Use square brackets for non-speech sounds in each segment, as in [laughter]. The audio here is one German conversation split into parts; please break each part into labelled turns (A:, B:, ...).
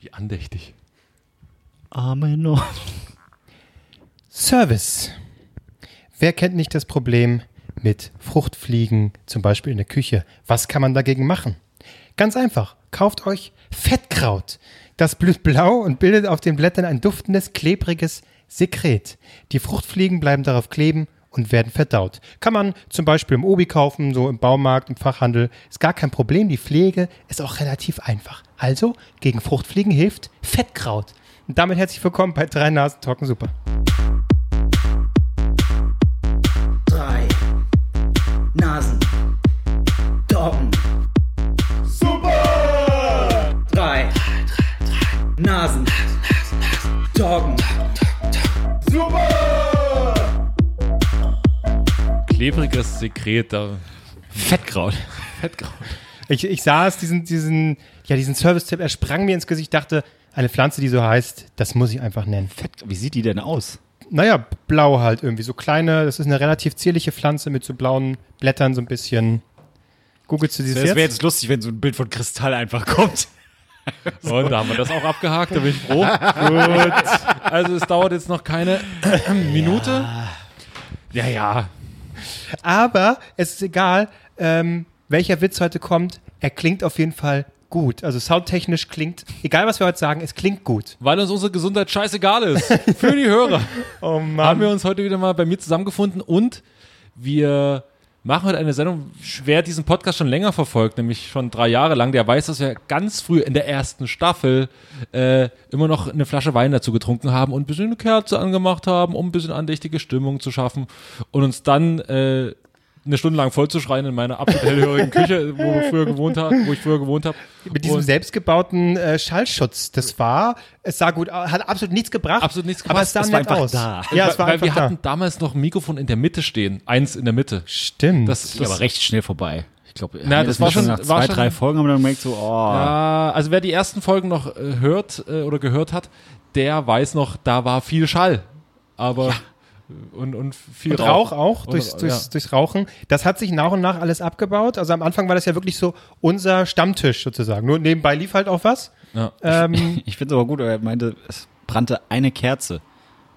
A: Wie andächtig.
B: Amen. Oh.
C: Service. Wer kennt nicht das Problem mit Fruchtfliegen, zum Beispiel in der Küche? Was kann man dagegen machen? Ganz einfach, kauft euch Fettkraut. Das blüht blau und bildet auf den Blättern ein duftendes, klebriges Sekret. Die Fruchtfliegen bleiben darauf kleben und werden verdaut. Kann man zum Beispiel im Obi kaufen, so im Baumarkt, im Fachhandel. Ist gar kein Problem. Die Pflege ist auch relativ einfach. Also, gegen Fruchtfliegen hilft Fettkraut. Und damit herzlich willkommen bei Drei Nasen Talken Super.
D: drei Nasen. Doggen. Super! Drei Nasen. Doggen.
A: Klebriges Sekret da.
B: Fettkraut.
A: Fettgrau.
C: Ich, ich saß diesen, diesen, ja, diesen Service-Tipp, er sprang mir ins Gesicht, dachte, eine Pflanze, die so heißt, das muss ich einfach nennen.
B: Fett. Wie sieht die denn aus?
C: Naja, blau halt irgendwie, so kleine, das ist eine relativ zierliche Pflanze mit so blauen Blättern, so ein bisschen. Googelst du dieses
E: Das wäre
C: jetzt?
E: jetzt lustig, wenn so ein Bild von Kristall einfach
A: [laughs]
E: kommt.
A: Und da haben wir das auch abgehakt, da bin ich froh. Gut. Also es dauert jetzt noch keine [clears throat] Minute. Ja, ja.
C: Aber es ist egal, ähm, welcher Witz heute kommt, er klingt auf jeden Fall gut. Also soundtechnisch klingt, egal was wir heute sagen, es klingt gut.
A: Weil uns unsere Gesundheit scheißegal ist. [laughs] Für die Hörer.
C: Oh
A: haben wir uns heute wieder mal bei mir zusammengefunden und wir machen heute eine Sendung, wer diesen Podcast schon länger verfolgt, nämlich schon drei Jahre lang, der weiß, dass wir ganz früh in der ersten Staffel äh, immer noch eine Flasche Wein dazu getrunken haben und ein bisschen eine Kerze angemacht haben, um ein bisschen andächtige Stimmung zu schaffen und uns dann äh, eine Stunde lang vollzuschreien in meiner absolut hellhörigen Küche, wo, wir früher gewohnt haben, wo ich früher gewohnt habe.
C: Mit diesem
A: Und-
C: selbstgebauten äh, Schallschutz, das war, es sah gut aus, hat absolut nichts gebracht.
A: Absolut nichts
C: Aber es sah
A: gebracht,
C: nett
A: es war
C: aus.
B: da.
C: Ja, es war
A: weil
C: einfach
A: wir
C: da.
A: hatten damals noch ein Mikrofon in der Mitte stehen, eins in der Mitte.
C: Stimmt.
A: Das,
B: aber recht schnell vorbei. Ich glaube,
A: das war schon-
B: nach
A: war
B: zwei,
A: schon-
B: drei Folgen haben wir dann gemerkt, so, oh,
A: Ja, also wer die ersten Folgen noch äh, hört äh, oder gehört hat, der weiß noch, da war viel Schall. Aber und, und viel
C: und Rauch, auch,
A: Und-
C: durchs, durchs,
A: ja.
C: durchs Rauchen. Das hat sich nach und nach alles abgebaut. Also am Anfang war das ja wirklich so unser Stammtisch sozusagen. Nur nebenbei lief halt auch was.
A: Ja.
C: Ähm,
B: Ich finde es aber gut, aber er meinte, es brannte eine Kerze. Und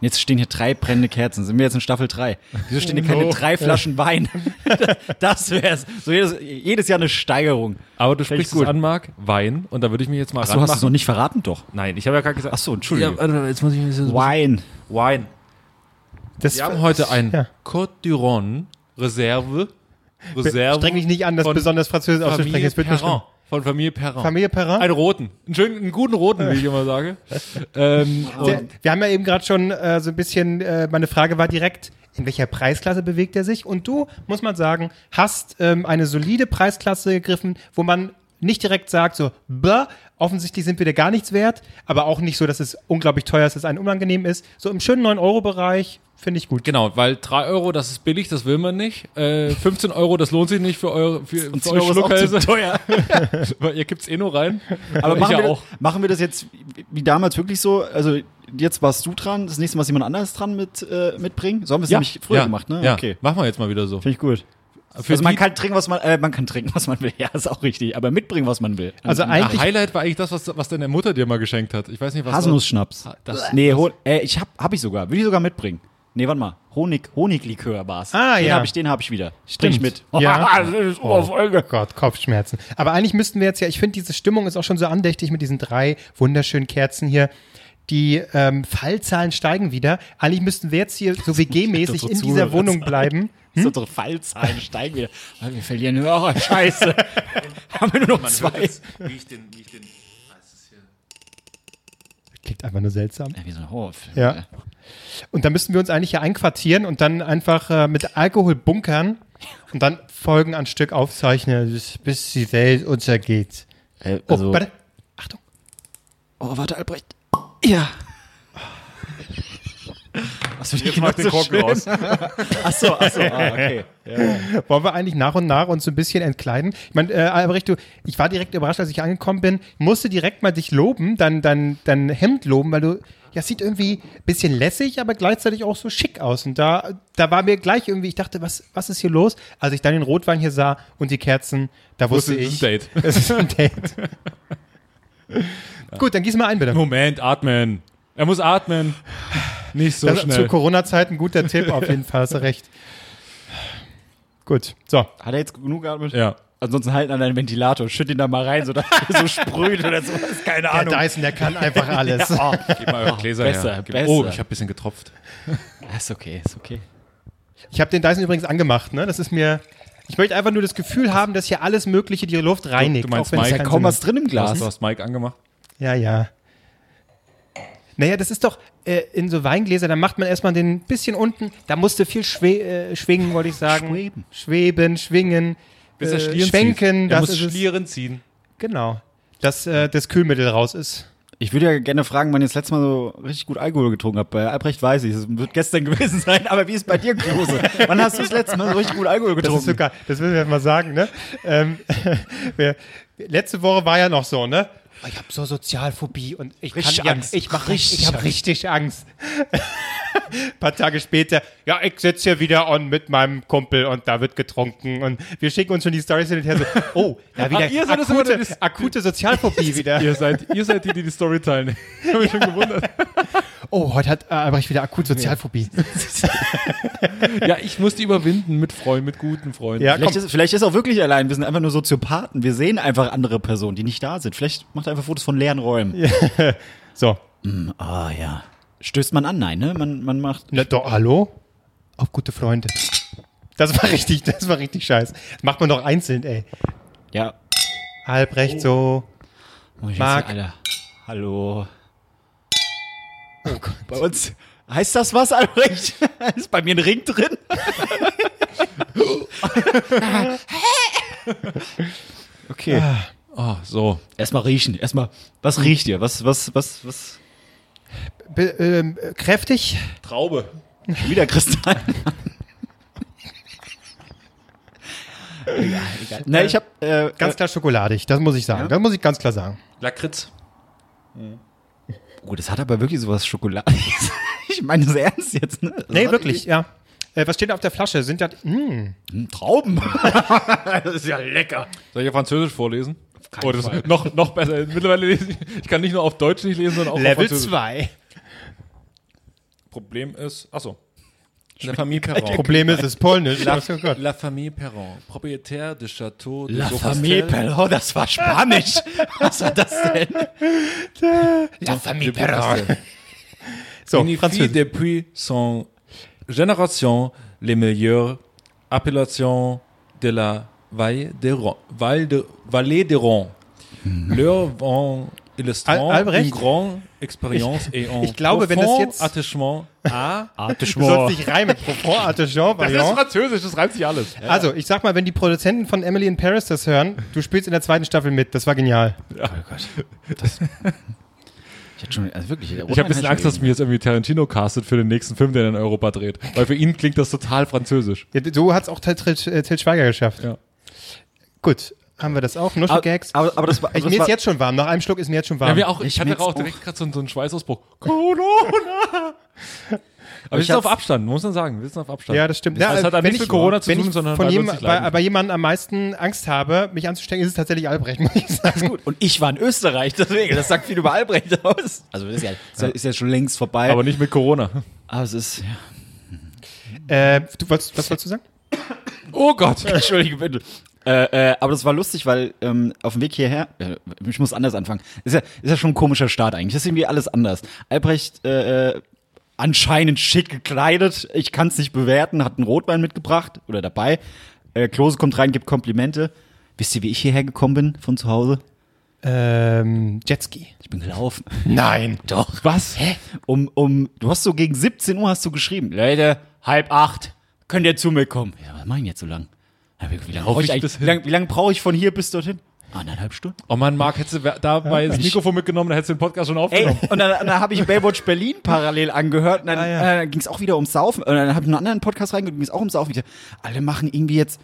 B: Jetzt stehen hier drei brennende Kerzen. Sind wir jetzt in Staffel 3? Wieso stehen hier keine drei Flaschen Wein? [laughs] Das wär's. So jedes, jedes Jahr eine Steigerung.
A: Aber du
B: Fänd ich
A: sprichst
B: gut.
A: es an, Marc, Wein. Und da würde ich mich jetzt mal
B: Ach so, hast du es noch nicht verraten, doch.
A: Nein, ich habe ja gerade gesagt.
B: Ach so, Entschuldigung.
A: warte mal, jetzt muss ich mir so
B: Wein.
A: Wein.
C: das
A: Wir haben heute ein
C: Ja.
A: Côte du Rhône Reserve. Reserve.
C: Streng dich nicht an, das
A: von
C: besonders Französisch auszusprechen.
A: Familie
C: Jetzt wird mir
A: Perrin.
C: schlimm.
A: Von Familie Perrin.
C: Familie
B: Ah.
C: Perrin.
A: einen roten. Einen, schönen, einen guten roten, wie ich immer
B: [laughs]
A: sage. ähm,
C: Der, wir haben ja eben gerade schon äh, so ein bisschen, äh, meine Frage war direkt, in welcher Preisklasse bewegt er sich? Und du, muss man sagen, hast ähm, eine solide Preisklasse gegriffen, wo man nicht direkt sagt, so, bäh, offensichtlich sind wir dir gar nichts wert, aber auch nicht so, dass es unglaublich teuer ist, dass es einem unangenehm ist. So im schönen 9-Euro-Bereich finde ich gut.
A: Genau, weil 3 Euro, das ist billig, das will man nicht. Äh, 15 Euro, das lohnt sich nicht für eure, für, für eure Schluckhälse,
B: teuer.
A: weil [laughs] ihr gibt's eh nur rein. [laughs]
B: Aber
A: Ich
B: machen,
A: ja
B: wir,
A: auch.
B: machen wir das jetzt wie damals wirklich so? Also jetzt warst du dran, das nächste Mal ist jemand anders dran mit, äh, mitbringen. So haben wir es nämlich früher
A: ja,
B: gemacht, ne?
A: Ja,
B: Okay.
A: machen wir jetzt mal wieder so.
B: Finde ich gut.
A: Für
B: also man
A: die-
B: kann trinken, was man, äh, man kann trinken, was man will. [laughs] Ja, ist auch richtig. Aber mitbringen, was man will.
C: Also
A: Na, halt
C: eigentlich,
A: Highlight war eigentlich das, was, was deine Mutter dir mal geschenkt hat. Ich weiß nicht, was
B: Haselnussschnaps.
A: Ah, das-
B: nee, hol, äh, ich hab, hab ich sogar. Würde ich sogar mitbringen. Nee, warte mal. Honig, Honiglikör war's.
C: Ah,
B: den
C: ja.
B: Hab ich, den habe ich wieder. Bring ich mit. Oh,
A: [laughs] Ah,
C: Ja.
B: das ist Ohrfolge.
C: Oh Gott, Kopfschmerzen. Aber eigentlich müssten wir jetzt ja, ich finde, diese Stimmung ist auch schon so andächtig mit diesen drei wunderschönen Kerzen hier. Die ähm, Fallzahlen steigen wieder. Eigentlich müssten wir jetzt [laughs] hier so
B: Ich
C: WG-mäßig
B: glaub,
C: in
B: unsere
C: dieser
B: Zuhörer
C: Wohnung
B: zahlen.
C: bleiben.
A: Hm?
B: Das [laughs] ist unsere Fallzahlen steigen wieder. Weil Wir verlieren Hörer.
A: [laughs]
B: [laughs] Scheiße. Haben wir nur noch zwei.
C: [laughs] Klingt einfach nur seltsam.
B: Ja, Wie so ein Horrorfilm.
C: Ja. Und da müssten wir uns eigentlich hier einquartieren und dann einfach äh, mit Alkohol bunkern und dann Folgen an Stück aufzeichnen, bis- bis die Welt untergeht.
B: Äh,
C: Oh,
B: also,
C: warte. Achtung.
B: oh, warte, Albrecht. [laughs] Ja. Was für
E: Jetzt mach den Korken raus.
B: Achso, achso, ah, okay.
C: Wollen wir eigentlich nach und nach uns so ein bisschen entkleiden? Ich meine, äh, Albrecht, du, ich war direkt überrascht, als ich angekommen bin, musste direkt mal dich loben, dein, dein, dein Hemd loben, weil du, ja, es sieht irgendwie ein bisschen lässig, aber gleichzeitig auch so schick aus. Und da, da war mir gleich irgendwie, ich dachte, was, was ist hier los? Als ich dann den Rotwein hier sah und die Kerzen, da wusste
A: Wusste, es ist [laughs]
C: ich. [laughs]
A: ein Date.
C: Es ist ein Date. Gut, dann gieß mal ein, bitte.
A: Moment, atmen. Er muss atmen. Nicht so
C: das, ist zu
A: schnell.
C: Corona-Zeiten guter Tipp auf jeden Fall, hast du recht. Gut, so.
B: [laughs] Hat er jetzt genug geatmet?
A: Ja.
B: Ansonsten halten an deinen Ventilator, schütt ihn da mal rein, sodass er so sprüht oder sowas. Keine
C: Der
B: Ahnung.
C: Dyson, der
A: [laughs]
C: kann einfach alles.
A: Gib mal eure Gläser
B: Besser,
A: her. Gib-
B: besser.
A: Oh, ich habe ein bisschen getropft.
B: Ist okay, ist okay.
C: Ich habe den Dyson übrigens angemacht, ne? Das ist mir. Ich möchte einfach nur das Gefühl haben, dass hier alles Mögliche die Luft reinigt.
A: Du meinst
C: wenn es
A: Mike?
C: keinen
B: Kaum
C: Sinn
B: was drin im
A: Du hast,
B: Glas.
A: du hast Mike angemacht.
C: Ja, ja. Naja, das ist doch äh, in so Weingläser, da macht man erstmal den bisschen unten, da musste viel schwe äh, schwingen, wollte ich sagen.
B: Schweben.
C: Schweben, schwingen,
A: Bis
C: äh,
A: er Schlieren
C: schwenken,
A: zieht. Er
C: das
A: muss
C: ist es.
A: Schlieren ziehen.
C: Genau. Dass äh, das Kühlmittel raus ist.
B: Ich würde ja gerne fragen, wann ihr das letzte Mal so richtig gut Alkohol getrunken habt. Bei Albrecht weiß ich, es wird gestern [laughs] gewesen sein, aber wie ist bei dir, Klose? wann hast du das letzte Mal so richtig gut Alkohol
C: Das ist
B: getrunken?
C: sogar, das müssen wir mal sagen, ne? Ähm, [laughs] wir, letzte Woche war ja noch so, ne? Ich habe so Sozialphobie und ich
B: Richtig
C: ja,
B: Angst.
C: ich mache richtig, ich
B: Richtig
C: habe richtig Angst. [laughs] Ein paar Tage später, ja, ich sitze hier wieder on mit meinem Kumpel und da wird getrunken und wir schicken uns schon die Stories hin und [laughs] her so, oh, da wieder
A: Ach, ihr seid das immer,
C: akute,
A: das ist-
C: akute [laughs] Sozialphobie wieder.
A: Ihr seid, ihr seid die, die die Story teilen. [laughs] Ich habe mich schon gewundert.
C: Oh, heute hat äh, Albrecht wieder akut Sozialphobie.
A: Ja, ich muss die überwinden mit Freunden, mit guten Freunden.
C: Ja,
B: Vielleicht
C: komm.
B: ist, vielleicht ist er auch wirklich allein. Wir sind einfach nur Soziopathen. Wir sehen einfach andere Personen, die nicht da sind. Vielleicht macht er einfach Fotos von leeren Räumen.
C: So,
B: Ah ja. Stößt man an? Nein, ne? Man, man macht.
C: Na doch, hallo? Auf gute Freunde. Das war richtig, das war richtig scheiße. Das macht man doch einzeln, ey.
B: Ja.
C: Albrecht so.
B: Muss ich jetzt
C: Marc.
B: sagen, Alter. Hallo. Oh Bei uns heißt das was, Albrecht? [laughs] ist bei mir ein Ring drin? [laughs] okay.
A: Ah, so.
B: Erstmal riechen. Erstmal, was riecht ihr? Was, was, was, was?
C: Be ähm, äh, kräftig?
A: Traube.
B: Schon Wieder Kristall. egal, egal. Na, ich hab, äh,
C: Ganz klar schokoladig, das muss ich sagen. Das muss ich ganz klar sagen.
A: Lakritz.
B: oh, das hat aber wirklich sowas Schokoladiges. [laughs] ich meine das ernst jetzt, ne? Das
C: Nee,
B: hat
C: wirklich, ja. Äh, was steht da auf der Flasche? Sind das. Hm,
B: irgendwie- Trauben.
C: Oh,
A: Soll ich auf Französisch vorlesen? Oh, das ist noch, noch besser. Mittlerweile lese ich, ich kann nicht nur auf Deutsch nicht lesen, sondern auch auf
C: Level
A: Französisch.
C: 2.
A: Problem ist, achso. La Famille Perron.
C: Problem ist, es ist polnisch. Oh Gott.
A: La Famille Perron, propriétaire de Château de
B: La
A: Compostelle.
B: Famille Perron, Oh, das war Spanisch. Was war das denn?
C: La famille
A: de Compostelle. Oh,
C: So,
A: Unifie
C: Französisch.
A: depuis son génération les meilleures appellations de la Valle de Ron, Val de, Vallée de Rhône. Leur vin illustrant
C: Al- Albrecht?
A: une grande
C: [laughs]
A: expérience et un
C: ich glaube, wenn das
A: profond
C: jetzt-
A: attachement
C: [laughs]
A: à...
C: Du sollst nicht reimen. Profond, Artejean, Vaillant.
A: Französisch, das reimt sich alles.
C: Also, ich sag mal, wenn die Produzenten von Emily in Paris das hören, du spielst in der zweiten Staffel mit. Das war genial.
B: Oh Ich hatte schon, also wirklich.
A: Ich habe ein bisschen Angst, dass mir jetzt irgendwie Tarantino castet für den nächsten Film, den er in Europa dreht. Weil für ihn klingt das total französisch.
C: Ja, so hat es auch Til, Til, äh, Til Schweiger geschafft.
A: Ja.
C: Gut, haben wir das auch. Nuschelgags.
B: Aber, aber, aber das war.
C: Ich,
B: das
C: mir
B: war
C: ist jetzt schon warm. Nach einem Schluck ist mir jetzt schon warm.
A: Ja, wir auch,
B: Ich
A: ich hatte
B: merk's
A: auch direkt gerade so, so einen Schweißausbruch. Corona! Aber wir
B: ich
A: sind auf
B: hab's-
A: Abstand, muss man sagen. Wir sind auf Abstand.
C: Ja, das stimmt.
A: Das
C: Ja,
A: hat
C: äh,
A: halt
C: wenn
A: nichts mit
C: ich-
A: Corona zu
C: wenn
A: tun,
C: ich
A: sondern
C: von
A: weil wir uns
C: jedem,
A: nicht
C: bei,
A: leiden
C: bei jemandem am meisten Angst habe, mich anzustecken, ist es tatsächlich Albrecht, [laughs] muss ich sagen.
B: gut. Und ich war in Österreich, deswegen. Das sagt viel über Albrecht aus. Also, das ist ja, ist ja, ist ja schon längst vorbei.
A: aber nicht mit Corona.
B: aber es ist. Ja.
C: Äh, du wolltest, was wolltest du sagen?
A: Oh Gott!
B: [laughs] Entschuldige bitte. Äh, äh, aber das war lustig, weil ähm, auf dem Weg hierher, äh, ich muss anders anfangen. Ist ja, ist ja schon ein komischer Start eigentlich. Das ist irgendwie alles anders. Albrecht äh, äh, anscheinend schick gekleidet. Ich kann es nicht bewerten. Hat einen Rotwein mitgebracht oder dabei. Äh, Klose kommt rein, gibt Komplimente. Wisst ihr, wie ich hierher gekommen bin von zu Hause?
C: Ähm, Jetski.
B: Ich bin gelaufen.
C: Nein.
B: Doch. Was? Hä? Um, um, du hast so gegen 17 Uhr hast du geschrieben, Leute, halb acht, könnt ihr zu mir kommen. Ja, was mach ich denn jetzt so lang? Ja, wie, wie lange brauche
A: ich
B: ich, eigentlich?
A: bis
B: Wie
A: hin?
B: lange wie lang brauche ich von hier bis dorthin? Anderthalb Stunden.
A: Oh Mann, Marc, hättest du wer- dabei das Mikrofon mitgenommen, dann hättest du den Podcast schon
B: Ey,
A: aufgenommen.
B: und dann, dann habe ich Baywatch Berlin parallel angehört und dann
C: ja.
B: äh, ging es auch wieder ums Saufen. Und dann habe ich einen anderen Podcast reingehört, ging es auch ums Saufen. Ich dachte, alle machen irgendwie jetzt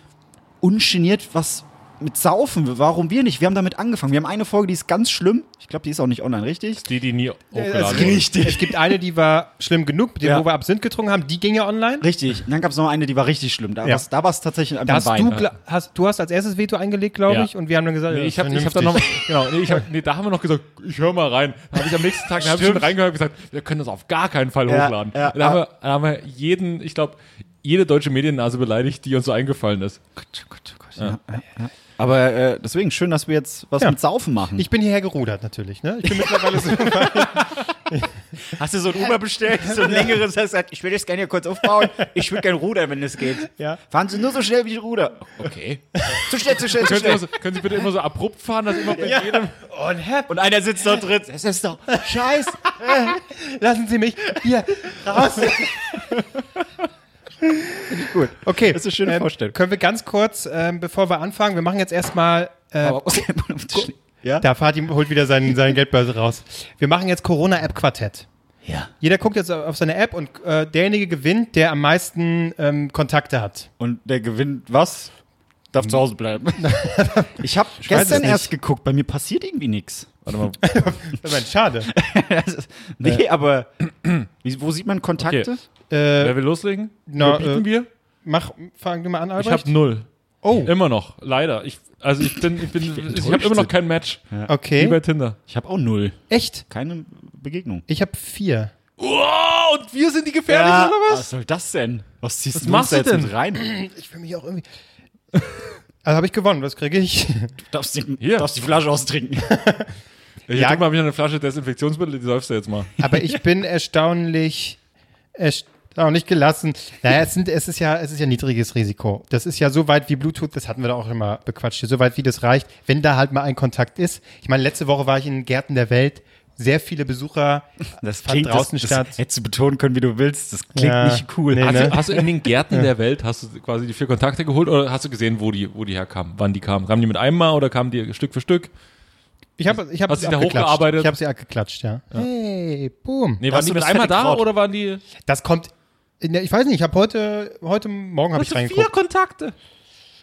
B: ungeniert was mit Saufen, warum wir nicht? Wir haben damit angefangen. Wir haben eine Folge, die ist ganz schlimm. Ich glaube, die ist auch nicht online, richtig?
A: Die, die nie
B: Das
A: hochgeladen
B: ist
A: wurde.
B: richtig.
C: Es gibt eine, die war schlimm genug, mit der
B: Ja.
C: wo wir Absinth getrunken haben, die ging ja online.
B: Richtig. Und dann gab es noch eine, die war richtig schlimm. Da
C: Ja.
B: war's- da war es tatsächlich
C: Da
B: einfach
C: hast
B: Wein.
C: du, gla- hast, du hast als erstes Veto eingelegt, glaube
A: Ja.
C: ich, und wir haben dann gesagt,
A: Nee,
C: ja,
A: ich habe ich hab dann
C: vernünftig.
A: noch, [laughs] genau, nee, ich hab, nee, da haben wir noch gesagt, ich höre mal rein. Da habe ich am nächsten Tag, da habe ich schon reingehört und gesagt, wir können das auf gar keinen Fall
B: Ja,
A: hochladen.
B: ja,
A: da, haben wir, da haben wir jeden, ich glaube, jede deutsche Mediennase beleidigt, die uns so eingefallen ist.
B: Gott, oh Gott, Gott. Ja. Ja. Ja. Aber äh, deswegen schön, dass wir jetzt was
C: Ja.
B: mit Saufen machen.
C: Ich bin hierher gerudert natürlich, ne? Ich bin mittlerweile so.
B: hast du so ein Uber bestellt,
C: [laughs]
B: so ein längeres, hast gesagt, ich will das gerne hier kurz aufbauen. Ich will gerne rudern, wenn es geht.
C: Ja.
B: Fahren Sie nur so schnell wie ich ruder.
A: Okay.
B: Zu schnell, zu schnell, zu
A: Können Sie,
B: schnell.
A: immer so, können Sie bitte immer so abrupt fahren, dass immer bei jedem.
C: Und Herr,
B: Und einer sitzt da drin. Das ist doch scheiß.
C: lassen Sie mich hier raus.
B: Gut.
C: Okay.
B: [laughs]
C: ähm,
B: Das ist eine schöne Vorstellung.
C: Können wir ganz kurz, ähm, bevor wir anfangen, wir machen jetzt erstmal. Äh,
B: Oh. ja?
C: da Fatih holt wieder seinen, seine Geldbörse raus. Wir machen jetzt Corona-App-Quartett.
B: ja.
C: Jeder guckt jetzt auf seine App und äh, derjenige gewinnt, der am meisten ähm, Kontakte hat.
B: Und der gewinnt was? Darf zu
C: [laughs]
B: Hause bleiben. ich habe
C: weiß es
B: gestern
C: nicht.
B: erst geguckt. Bei mir passiert irgendwie nichts. Warte mal.
C: Moment,
B: [laughs]
C: schade.
B: nee, aber Äh. wie, wo sieht man Kontakte?
A: Okay.
C: Äh,
A: Wer will loslegen?
C: Na,
A: Wo bieten
C: äh,
A: wir?
C: mach, fang du mal an,
A: Ich habe
C: Albrecht.
A: null.
C: oh,
A: Immer noch, leider. Ich, also ich bin, ich bin, ich, habe
B: enttäuscht
A: immer noch
B: sind.
A: kein Match. Wie bei
C: okay.
A: Tinder.
B: Ich habe auch null.
C: Echt?
B: Keine Begegnung.
C: Ich habe vier.
A: Wow, und wir sind die gefährlichen,
B: was soll das denn? Was ziehst
A: Was
B: du
A: machst
B: machst
A: du
B: jetzt
A: denn?
B: mit rein?
C: Ich fühle mich auch
B: [laughs]
C: irgendwie. Also habe ich gewonnen, was kriege ich?
B: Du darfst, den,
A: Hier.
B: darfst die Flasche austrinken.
A: Hier,
C: Ja.
A: ja. mal, hab ich noch eine Flasche Desinfektionsmittel, die säufst du jetzt mal.
C: Aber ich bin erstaunlich, erstaunlich gelassen. Naja, es, sind, es, ist ja, es ist ja niedriges Risiko. Das ist ja so weit wie Bluetooth, das hatten wir da auch immer bequatscht, hier, so weit wie das reicht, wenn da halt mal ein Kontakt ist. Ich meine, letzte Woche war ich in den Gärten der Welt, sehr viele Besucher,
B: Das
C: fand draußen
B: das,
C: statt.
B: Das hättest du betonen können, wie du willst. Das klingt
C: Ja.
B: nicht cool. Also,
C: Nee,
B: Hast
C: ne?
B: du-
A: Hast, hast du in den Gärten der Welt, hast du quasi die vier Kontakte geholt oder hast du gesehen, wo die, wo die herkamen, wann die kamen? Kamen die mit einem Mal oder kamen die Stück für Stück?
C: Ich habe ich hab
A: Hast
C: sie
A: dich da
C: abgeklatscht.
A: hochgearbeitet?
C: Ich habe sie abgeklatscht, ja. Hey, boom.
A: Nee, waren
B: Hast
A: die
B: du
A: mit
B: das
A: einmal da
B: Fertigkraut?
A: oder waren die.
C: Das kommt. ne, Ich weiß nicht, ich habe heute, heute Morgen habe ich
A: vier
C: reingeguckt.
A: Kontakte.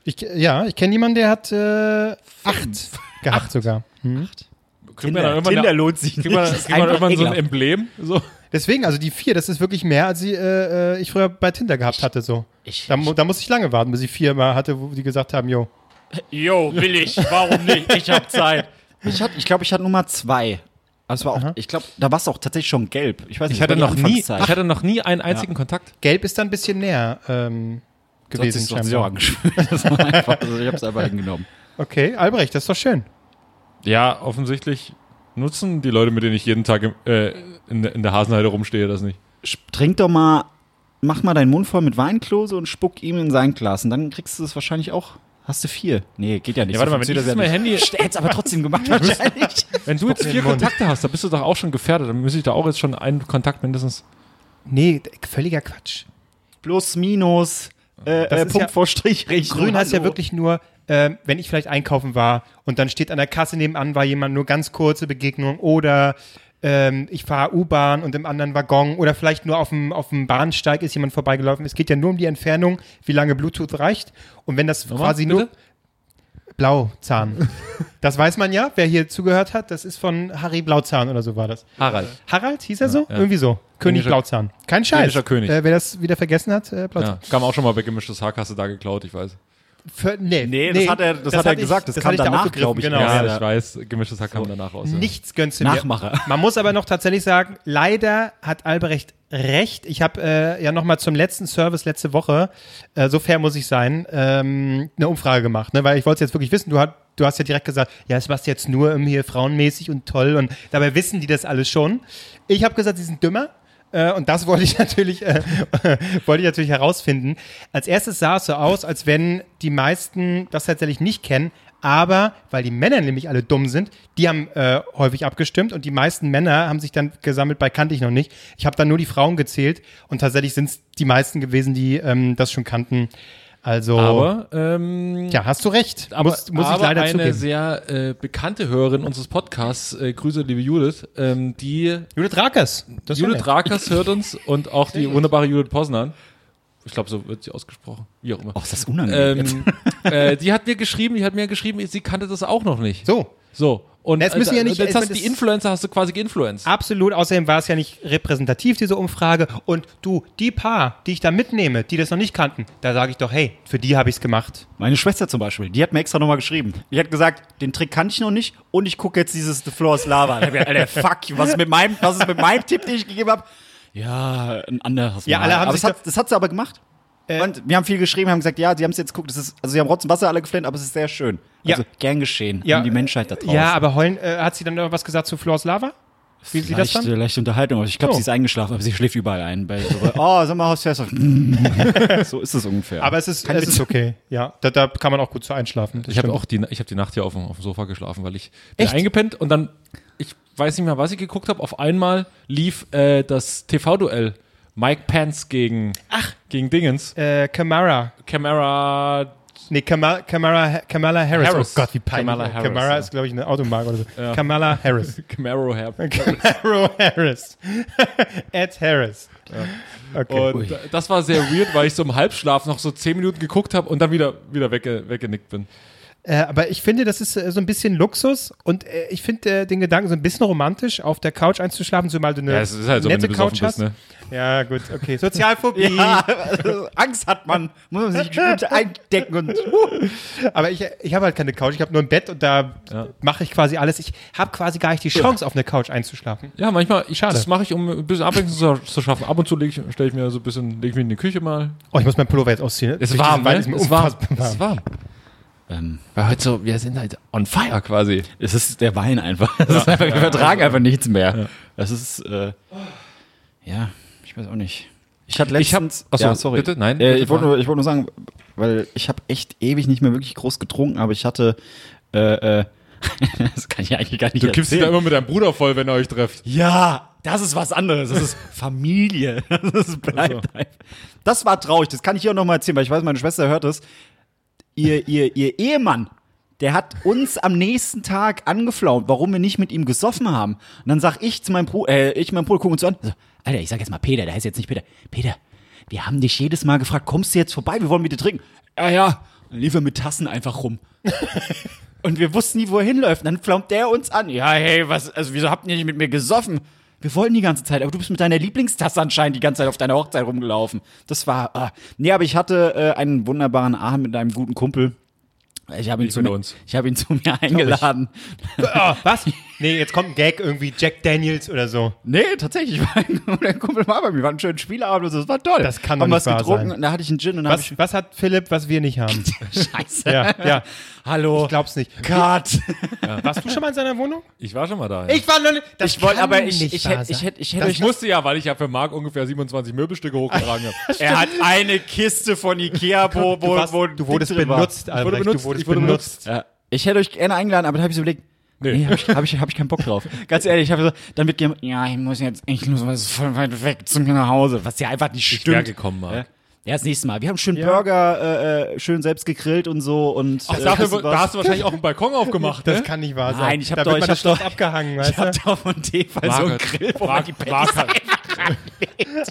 C: Ich, ja, ich kenne jemanden, der hat äh, acht gehabt sogar.
A: Kriegt man
B: Tinder,
A: dann irgendwann,
B: Tinder
A: eine,
B: lohnt sich nicht.
A: kriegt man,
B: Das ist
A: kriegt man
B: einfach
A: irgendwann so ein
B: ekelhaft.
A: Emblem? So.
C: Deswegen, also die vier, das ist wirklich mehr, als sie, äh, äh, ich früher bei Tinder gehabt hatte. So.
B: ich-
C: da, mu- da musste ich lange warten, bis ich vier mal hatte, wo die gesagt haben, yo.
B: Jo, will ich. Warum nicht? Ich hab Zeit. Ich glaube, ich, glaub, ich hatte Nummer zwei. Aber es war auch, ich glaube, da war es auch tatsächlich schon gelb. Ich weiß nicht,
A: Ich hatte,
B: das war
A: noch
B: die
A: nie, ich
B: Anfangszeit.
A: hatte noch nie einen einzigen Kontakt.
C: Gelb ist da ein bisschen näher ähm, gewesen.
B: Das hat sich
C: scheinbar.
B: auch angeschwört. Das war einfach, also ich habe es einfach hingenommen.
C: Okay, Albrecht, das ist doch schön.
A: Ja, offensichtlich nutzen die Leute, mit denen ich jeden Tag im, äh, in, der- in der Hasenheide rumstehe, das nicht.
B: Sch- Trink doch mal, mach mal deinen Mund voll mit Weinklose und spuck ihm in sein Glas. Und dann kriegst du es wahrscheinlich auch. Hast du vier? Nee, geht ja nicht.
A: Ja, warte mal, wenn
B: funktioniert
A: ich
B: ja
A: jetzt mein
B: nicht.
A: Handy-
B: Sch- Hätt's aber trotzdem gemacht, [laughs] wahrscheinlich.
A: Wenn du jetzt vier Kontakte hast, dann bist du doch auch schon gefährdet. Dann müsste ich da auch jetzt schon einen Kontakt mindestens.
C: Nee, d- völliger Quatsch.
B: Plus, minus, äh, äh,
C: ist
B: Punkt
C: ja-
B: vor Strich, Rechnung.
C: Grün heißt ja
B: hallo.
C: wirklich nur, ähm, wenn ich vielleicht einkaufen war und dann steht an der Kasse nebenan, war jemand nur ganz kurze Begegnung oder ähm, ich fahre U-Bahn und im anderen Waggon oder vielleicht nur auf dem, auf dem Bahnsteig ist jemand vorbeigelaufen. Es geht ja nur um die Entfernung, wie lange Bluetooth reicht. Und wenn das
A: Nochmal,
C: quasi
A: bitte?
C: nur. Blauzahn. Das weiß man ja, wer hier zugehört hat. Das ist von Harry Blauzahn oder so war das.
A: Harald.
C: Harald hieß er so? Irgendwie so. König
A: Englischer-
C: Blauzahn. Kein Scheiß.
A: Englischer König.
C: Äh, wer das wieder vergessen hat, äh, Blauzahn.
A: Ja, kam auch schon mal bei gemischtes Hack, hast du da geklaut, ich weiß.
C: Für, nee,
B: Nee, das hat er- das hat er
C: hatte
B: gesagt, das kam
C: hatte ich da
B: danach,
C: aufgegriffen,
B: glaub ich,
C: Genau.
B: erst.
A: ja,
B: ja.
A: ich weiß, gemischtes Hack kam danach raus. ja.
C: Nichts gönnst du dir.
B: Nachmacher.
C: Man muss aber noch tatsächlich sagen, leider hat Albrecht recht. Ich habe äh, ja nochmal zum letzten Service letzte Woche, äh, so fair muss ich sein, ähm, eine Umfrage gemacht, ne? weil ich wollte es jetzt wirklich wissen. Du, hat, du hast ja direkt gesagt, ja, das machst du jetzt nur ähm, hier frauenmäßig und toll und dabei wissen die das alles schon. Ich habe gesagt, sie sind dümmer. Äh, und das wollte ich [laughs] natürlich, äh, wollte ich natürlich herausfinden. Als erstes sah es so aus, als wenn die meisten das tatsächlich nicht kennen, aber weil die Männer nämlich alle dumm sind, die haben äh, häufig abgestimmt und die meisten Männer haben sich dann gesammelt bei kannte ich noch nicht. Ich habe dann nur die Frauen gezählt und tatsächlich sind es die meisten gewesen, die ähm, das schon kannten. Also,
A: Aber, ähm,
C: ja, hast du recht.
A: aber,
C: muss muss ich
A: aber
C: leider
A: eine
C: zugeben.
A: sehr äh, bekannte Hörerin unseres Podcasts, äh, Grüße, liebe Judith, ähm, die
C: Judith Rakers. Das ist ja
A: Judith
C: nett.
A: Rakers hört uns und auch die wunderbare Judith Posnan. Ich glaube, so wird sie ausgesprochen. Wie auch immer.
B: Oh, ist das unangenehm.
A: ähm, äh, die hat mir geschrieben, die hat mir geschrieben, sie kannte das auch noch nicht.
C: So,
A: So. Und also,
C: Na, jetzt Ah. müssen wir ja nicht-
A: jetzt
C: ich
A: hast
C: mein,
A: du die
C: das-
A: Influencer, hast du quasi geinfluenced.
C: absolut. Außerdem war es ja nicht repräsentativ, diese Umfrage. Und du, die paar, die ich da mitnehme, die das noch nicht kannten, da sage ich doch, hey, für die habe ich es gemacht.
B: Meine Schwester zum Beispiel, die hat mir extra nochmal geschrieben. Die hat gesagt, den Trick kann ich noch nicht und ich gucke jetzt dieses The Floor is Lava. Da hab ich gedacht, Alter, fuck, was ist mit meinem, was ist mit meinem Tipp, den ich gegeben habe? Ja, ein anderes
C: Ja,
B: Mal.
C: alle haben
B: aber
C: sich Äh.
B: das hat, das hat sie aber gemacht. und wir haben viel geschrieben, haben gesagt, ja, sie haben es jetzt geguckt. Das ist, also sie haben Rotz und Wasser alle geflennt, aber es ist sehr schön.
C: Ja.
B: Also gern geschehen
C: Ja.
B: um die Menschheit da draußen.
C: Ja, aber heulen, äh, hat sie dann irgendwas gesagt zu Flors Lava? Wie sie das
B: leichte,
C: dann?
B: leichte Unterhaltung. Aber ich glaube,
C: Oh.
B: sie ist eingeschlafen, aber sie schläft überall ein. Bei,
C: [laughs]
B: oh, sag mal, Hausfest. so ist es ungefähr.
C: Aber es ist,
B: Kein
C: es
B: Witz.
C: ist okay. Ja, da, da kann man auch gut zu einschlafen. Das
A: Ich habe
C: stimmt.
A: auch die, ich hab die Nacht hier auf dem, auf dem Sofa geschlafen, weil ich bin eingepennt und dann, ich weiß nicht mehr, was ich geguckt habe, auf einmal lief äh, das TV-Duell. Mike Pence gegen, gegen Dingens.
C: Äh, Kamara.
A: Camara,
C: Nee, Kamala, Kamala, Kamala Harris.
A: Harris.
C: Oh Gott, wie peinlich.
A: Kamala Harris,
C: Kamara
A: ja.
C: ist, glaube ich, eine Automarke oder so. Kamala
A: [laughs]
C: Harris.
A: Camaro Herb.
C: Camaro Harris. [laughs] Ed Harris. Okay.
A: Und das war sehr weird, weil ich so im Halbschlaf noch so zehn Minuten geguckt habe und dann wieder, wieder wegge, weggenickt bin.
C: Äh, aber ich finde, das ist äh, so ein bisschen Luxus und äh, ich finde äh, den Gedanken so ein bisschen romantisch, auf der Couch einzuschlafen, zumal du eine
A: Ja, es ist halt so, wenn
C: nette
A: du besoffen
C: Couch
A: bist,
C: hast.
A: ne?
C: Ja, gut,
A: [laughs]
C: okay. Sozialphobie.
B: Ja, also Angst hat man. Muss man sich gut eindecken und.
C: Aber ich, ich habe halt keine Couch, ich habe nur ein Bett und da mache ich quasi alles. Ich habe quasi gar nicht die Chance, auf eine Couch einzuschlafen.
A: Ja, manchmal, ich,
C: Schade.
A: das mache ich, um ein bisschen Abwechslung zu, zu schaffen. Ab und zu stelle ich mir so ein bisschen, lege ich mich in die Küche mal.
C: Oh, ich muss meinen Pullover jetzt ausziehen.
A: Es
C: Durch
A: ist warm,
C: diesen Wald
A: ne?
C: ist mir
A: Es ist warm.
C: unfassbar [laughs]
A: Es ist warm.
B: Ähm,
A: Weil heute so, wir sind halt on fire quasi.
B: es ist der Wein einfach. [laughs] Es ist einfach wir vertragen einfach nichts mehr. Das ist. Äh, ja, ich weiß auch nicht. Ich hatte letztens.
A: achso,
B: ja, sorry.
A: bitte? Nein,
B: Äh,
A: bitte
B: ich wollte
A: fahren.
B: nur, ich wollte nur sagen, weil ich habe echt ewig nicht mehr wirklich groß getrunken, aber ich hatte. Äh, [laughs] äh, das kann ich eigentlich gar nicht
A: Du kippst dich da immer mit deinem Bruder voll, wenn ihr euch trefft.
B: Ja, das ist was anderes. Das ist Familie. [laughs] Das bleibt einfach. Das war traurig. Das kann ich hier auch nochmal erzählen, weil ich weiß, meine Schwester hört es. Ihr, ihr, ihr Ehemann, der hat uns am nächsten Tag angeflaumt, warum wir nicht mit ihm gesoffen haben. Und dann sag ich zu meinem Bruder, äh, ich meinem Bruder, gucken uns so an. So, Alter, ich sag jetzt mal Peter, der heißt jetzt nicht Peter. Peter, wir haben dich jedes Mal gefragt, kommst du jetzt vorbei? Wir wollen mit dir trinken. Ja, ja. Dann lief er mit Tassen einfach rum. Und wir wussten nie, wo er hinläuft. Und Dann flaumt der uns an. Ja, hey, was, also wieso habt ihr nicht mit mir gesoffen? Wir wollten die ganze Zeit, aber du bist mit deiner Lieblingstasse anscheinend die ganze Zeit auf deiner Hochzeit rumgelaufen. Das war, ah. nee, aber ich hatte äh, einen wunderbaren Abend mit einem guten Kumpel. Ich habe ihn, zu
A: mit
B: mir-
A: uns.
B: ich habe ihn zu mir eingeladen.
C: warm. Oh, was? Nee, jetzt kommt ein Gag, irgendwie Jack Daniels oder so.
B: Nee, tatsächlich, [laughs] mein guter Kumpel war bei mir. War ein schöner Spielabend und so, das war toll.
C: Das kann doch
B: Haben
C: nicht
B: was
C: wahr
B: getrunken
C: sein.
B: und da hatte ich einen Gin und dann habe
C: Was,
B: ich,
C: was hat Philipp, was wir nicht haben?
B: [laughs] scheiße.
C: ja,
A: [laughs]
C: ja.
B: Hallo.
C: Ich glaub's nicht.
B: Cut.
C: Warst du schon mal in seiner Wohnung?
A: Ich war schon mal da. ja.
C: Ich war noch nicht. Das
B: Ich wollte,
C: kann
B: aber ich,
C: nicht
B: ich
C: wahr
B: hätte, ich
C: sein.
B: hätte, ich hätte
A: Das
B: euch
A: musste ja, weil ich ja für Marc ungefähr 27 Möbelstücke hochgetragen [laughs] habe.
B: Er hat eine Kiste von Ikea, wo,
C: Du, warst, du wurdest
A: Ich
C: benutzt,
A: wurde
C: Albrecht.
A: benutzt,
C: du wurdest
A: ich wurde benutzt.
B: Ja. Ich hätte euch gerne eingeladen, aber da habe ich so überlegt, nee, habe ich, hab ich, hab ich keinen Bock [laughs] drauf. Ganz ehrlich, ich habe so, dann mitgegeben, ja, ich muss jetzt, ich muss was voll weit weg zu mir nach Hause, was ja einfach nicht stimmt.
A: wär gekommen, Marc.
B: Ja. ja, das nächste Mal. Wir haben schön Burger, äh, äh, schön selbst gegrillt und so und.
A: Ach,
B: äh,
A: dafür, da
B: was.
A: hast du wahrscheinlich auch einen Balkon aufgemacht.
C: Das
A: ne?
C: kann nicht wahr sein.
B: Nein, ich hab
C: da
B: doch-
C: wird
B: ich
C: man das
B: hab
C: Schloss
B: doch-
C: abgehangen,
B: ich
C: weißt
B: habe
C: du?
B: da von Tefal so
A: Marc
B: einen
A: hat-
B: Grill, wo man
A: Marc-
B: die
A: Marc
B: Pets
A: hat-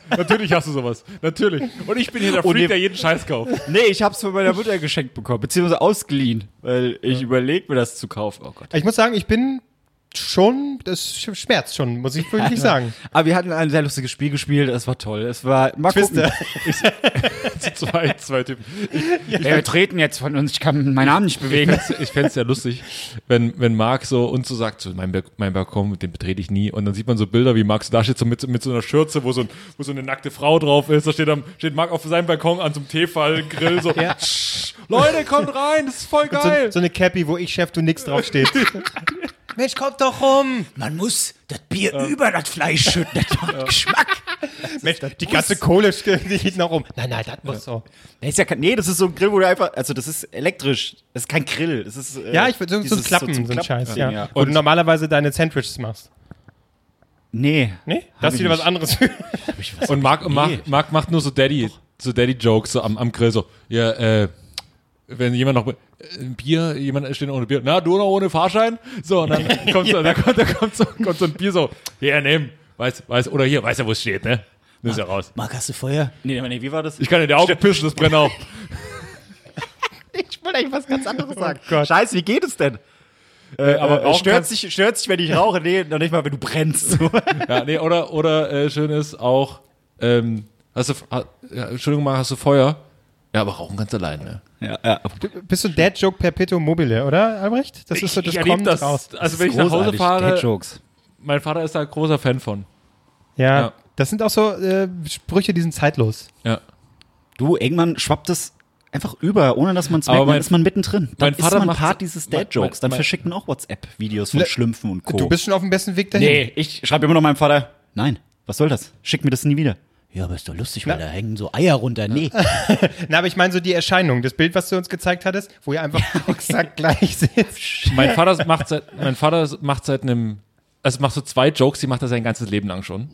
A: Natürlich hast du sowas. Natürlich. Und ich bin hier der
B: Und
A: Freak,
B: ihr-
A: der jeden Scheiß kauft.
B: Nee, ich hab's von meiner Mutter geschenkt bekommen, beziehungsweise ausgeliehen, weil ich überlegt mir das zu kaufen. Oh Gott.
C: Ich muss sagen, ich bin schon, das sch- schmerzt schon, muss ich wirklich sagen.
B: Aber Ah, wir hatten ein sehr lustiges Spiel gespielt, es war toll. Es war mal
C: Twister.
A: Zwei, zwei Typen.
B: gucken. Ey, wir treten jetzt von uns, ich kann meinen Arm nicht bewegen.
A: Ich fänd's ja lustig, wenn, wenn Marc so uns so sagt, so mein, Ba- mein Balkon, den betrete ich nie. Und dann sieht man so Bilder, wie Marc so da steht, so mit, mit so einer Schürze, wo so, ein, wo so eine nackte Frau drauf ist. Da steht, am, steht Marc auf seinem Balkon an so einem Teefall-Grill so, "Sch, Leute, kommt rein, das ist voll
C: So,
A: geil.
C: so eine Cappy, wo ich Chef, du nix draufsteht. Mensch, kommt doch rum!
B: Man muss das Bier über das Fleisch schütten, das macht Geschmack.
C: Mensch, die ganze Kohle sch- die geht noch rum. Nein, nein, das muss so.
B: Das ist ja kein, nee, das ist so ein Grill, wo du einfach, also das ist elektrisch, das ist kein Grill, das ist äh,
C: Ja, ich würde so, so ein
B: dieses
C: Klappen, so,
B: zum
C: ein Scheiß.
B: Klappending,
C: Ja. Wo du normalerweise deine Sandwiches machst.
B: Nee.
C: Nee? Das ist wieder was anderes.
A: Und Marc, und Marc, Marc macht nur so Daddy, so Daddy-Jokes so am, am Grill, so, ja, äh, wenn jemand noch äh, ein Bier, jemand steht noch ohne Bier, na, du noch ohne Fahrschein? So, und dann [laughs] kommt so, dann kommt, dann kommt so, kommt so ein Bier so, hier, nimm, weiß, weiß, oder hier, weiß ja, wo es steht, ne? Das ist ja raus.
B: Marc, hast du Feuer? Nee, nee, wie war das?
A: Ich kann in die Augen pischen, das brennt [laughs] auch.
B: Ich wollte eigentlich was ganz anderes sagen.
C: Gott.
B: Scheiße, wie geht es denn?
A: aber
B: Oh Äh,
A: rauchen
B: stört,
A: kannst-
B: sich, stört sich, wenn ich rauche? Nee, noch nicht mal, wenn du brennst. So.
A: Ja, nee, oder, oder äh, schön ist auch, ähm, hast du, ha, ja, Entschuldigung, mal, hast du Feuer? Ja, aber rauchen kannst du alleine. Ne?
B: ja, ja.
C: Bist du Dad Joke perpetuum mobile, oder, Albrecht? Das ist so, das
A: erlebe
C: kommt raus.
A: Also, wenn ich nach Hause fahre,
B: Jokes.
A: mein Vater ist da großer Fan von.
C: Ja.
A: Ja.
C: Das sind auch so äh, Sprüche, die sind zeitlos.
A: Ja.
B: Du, irgendwann schwappt es einfach über, ohne dass man es
A: Aber
B: merkt. Dann
A: mein-
B: ist man mittendrin. Dann
A: mein Vater
B: ist man
A: macht-
B: Part dieses
A: mein-
B: Dad-Jokes. Dann
A: mein-
B: verschickt man auch WhatsApp-Videos von
C: Ne,
B: Schlümpfen und Co.
C: Du bist schon auf dem besten Weg dahin.
B: nee, ich schreibe immer noch meinem Vater, nein, was soll das? Schick mir das nie wieder. Ja, aber ist doch lustig, weil da hängen so Eier runter. Nee.
C: Na, aber ich meine so die Erscheinung, das Bild, was du uns gezeigt hattest, wo
A: [laughs]
C: ihr einfach exakt gleich sitzt.
B: [laughs]
A: Mein Vater macht seit, mein Vater macht seit einem, also macht so zwei Jokes, die macht er sein ganzes Leben lang schon.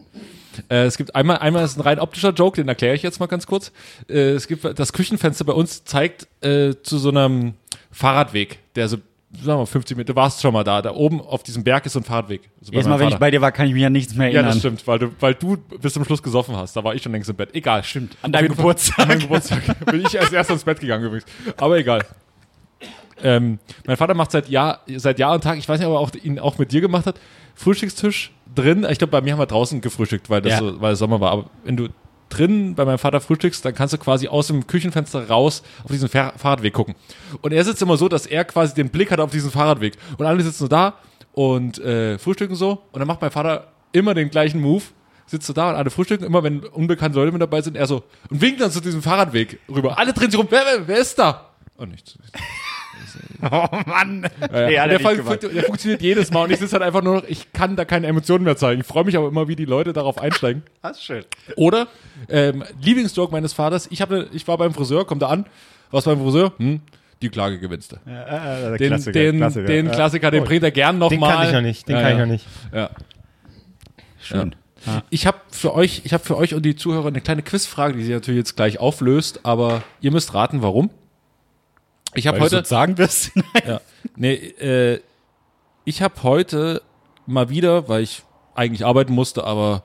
A: Äh, es gibt einmal, einmal ist ein rein optischer Joke, den erkläre ich jetzt mal ganz kurz. Äh, es gibt das Küchenfenster bei uns zeigt äh, zu so einem Fahrradweg, der so, sagen wir mal, 50 Meter, du warst schon mal da. Da oben auf diesem Berg ist so ein Fahrradweg. So bei
B: Jedes Mal,
A: meinem
B: wenn ich
A: Vater.
B: bei dir war, kann ich mich an nichts mehr
A: ja,
B: erinnern.
A: das stimmt, weil du, weil du bis zum Schluss gesoffen hast. Da war ich schon längst im Bett. Egal, stimmt.
B: An deinem Geburtstag.
A: An meinem Geburtstag [laughs] bin ich als erster ins Bett gegangen übrigens. Aber egal. Ähm, mein Vater macht seit Jahr, seit Jahr und Tag, ich weiß nicht, ob er auch, ihn auch mit dir gemacht hat, Frühstückstisch drin. Ich glaube, bei mir haben wir draußen gefrühstückt, weil, das
B: Ja.
A: so, weil es Sommer war. Aber wenn du drin bei meinem Vater frühstückst, dann kannst du quasi aus dem Küchenfenster raus auf diesen Fer- Fahrradweg gucken. Und er sitzt immer so, dass er quasi den Blick hat auf diesen Fahrradweg. Und alle sitzen so da und äh, frühstücken so. Und dann macht mein Vater immer den gleichen Move. Sitzt so da und alle frühstücken, immer wenn unbekannte Leute mit dabei sind, er so und winkt dann zu diesem Fahrradweg rüber. Alle drehen sich rum, wer, wer, wer ist da? Und nichts.
B: Oh Mann.
A: Ja, ja.
B: Nee, hat
A: Und
B: er
A: der,
B: nicht
A: Fall,
B: gemacht.
A: der funktioniert jedes Mal und ich sitze halt einfach nur noch, ich kann da keine Emotionen mehr zeigen. Ich freue mich aber immer, wie die Leute darauf einsteigen.
B: [laughs] Das ist schön.
A: Oder ähm, Lieblingsjoke meines Vaters, ich, hab ne, ich war beim Friseur, kommt da an, was beim Friseur? Hm, die Klage gewinnst du.
B: äh,
A: den Klassiker, den Klassiker, den, Klassiker,
B: Oh,
A: den bringt er gern nochmal.
C: Den kann ich noch nicht, den
A: ja,
C: kann ich
A: ja.
C: noch nicht.
A: Ja.
B: [laughs] Schön.
A: Ich habe für euch, ich habe für euch und die Zuhörer eine kleine Quizfrage, die sie natürlich jetzt gleich auflöst, aber ihr müsst raten, warum. Ich habe
B: Weil du
A: heute
B: es sagen wirst. [laughs]
A: Ja. Nee, äh, ich habe heute mal wieder, weil ich eigentlich arbeiten musste, aber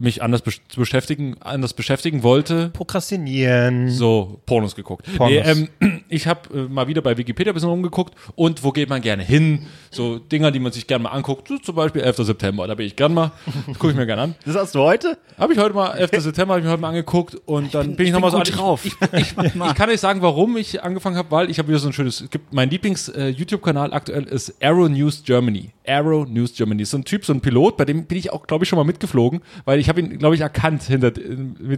A: mich anders besch zu beschäftigen, anders beschäftigen wollte,
C: Prokrastinieren.
A: so Mhm. Pornos geguckt.
C: Pornos.
A: Nee, ähm, [clears throat] ich habe äh, mal wieder bei Wikipedia ein bisschen rumgeguckt und wo geht man gerne hin? So Dinger, die man sich gerne mal anguckt, so zum Beispiel 11. September, da bin ich gern [laughs] mal, gucke ich mir gerne an.
B: Das hast du heute?
A: Habe ich heute mal, 11. September habe ich mir heute mal angeguckt und dann bin, ich nochmal so an-
B: drauf. [laughs]
A: ich kann euch sagen, warum ich angefangen habe, weil ich habe wieder so ein schönes. es Gibt mein Lieblings-YouTube-Kanal aktuell ist Arrow News Germany. Arrow News Germany ist so ein Typ, so ein Pilot, bei dem bin ich auch, glaube ich, schon mal mitgeflogen, weil ich habe ihn, glaube ich, erkannt hinter. Mit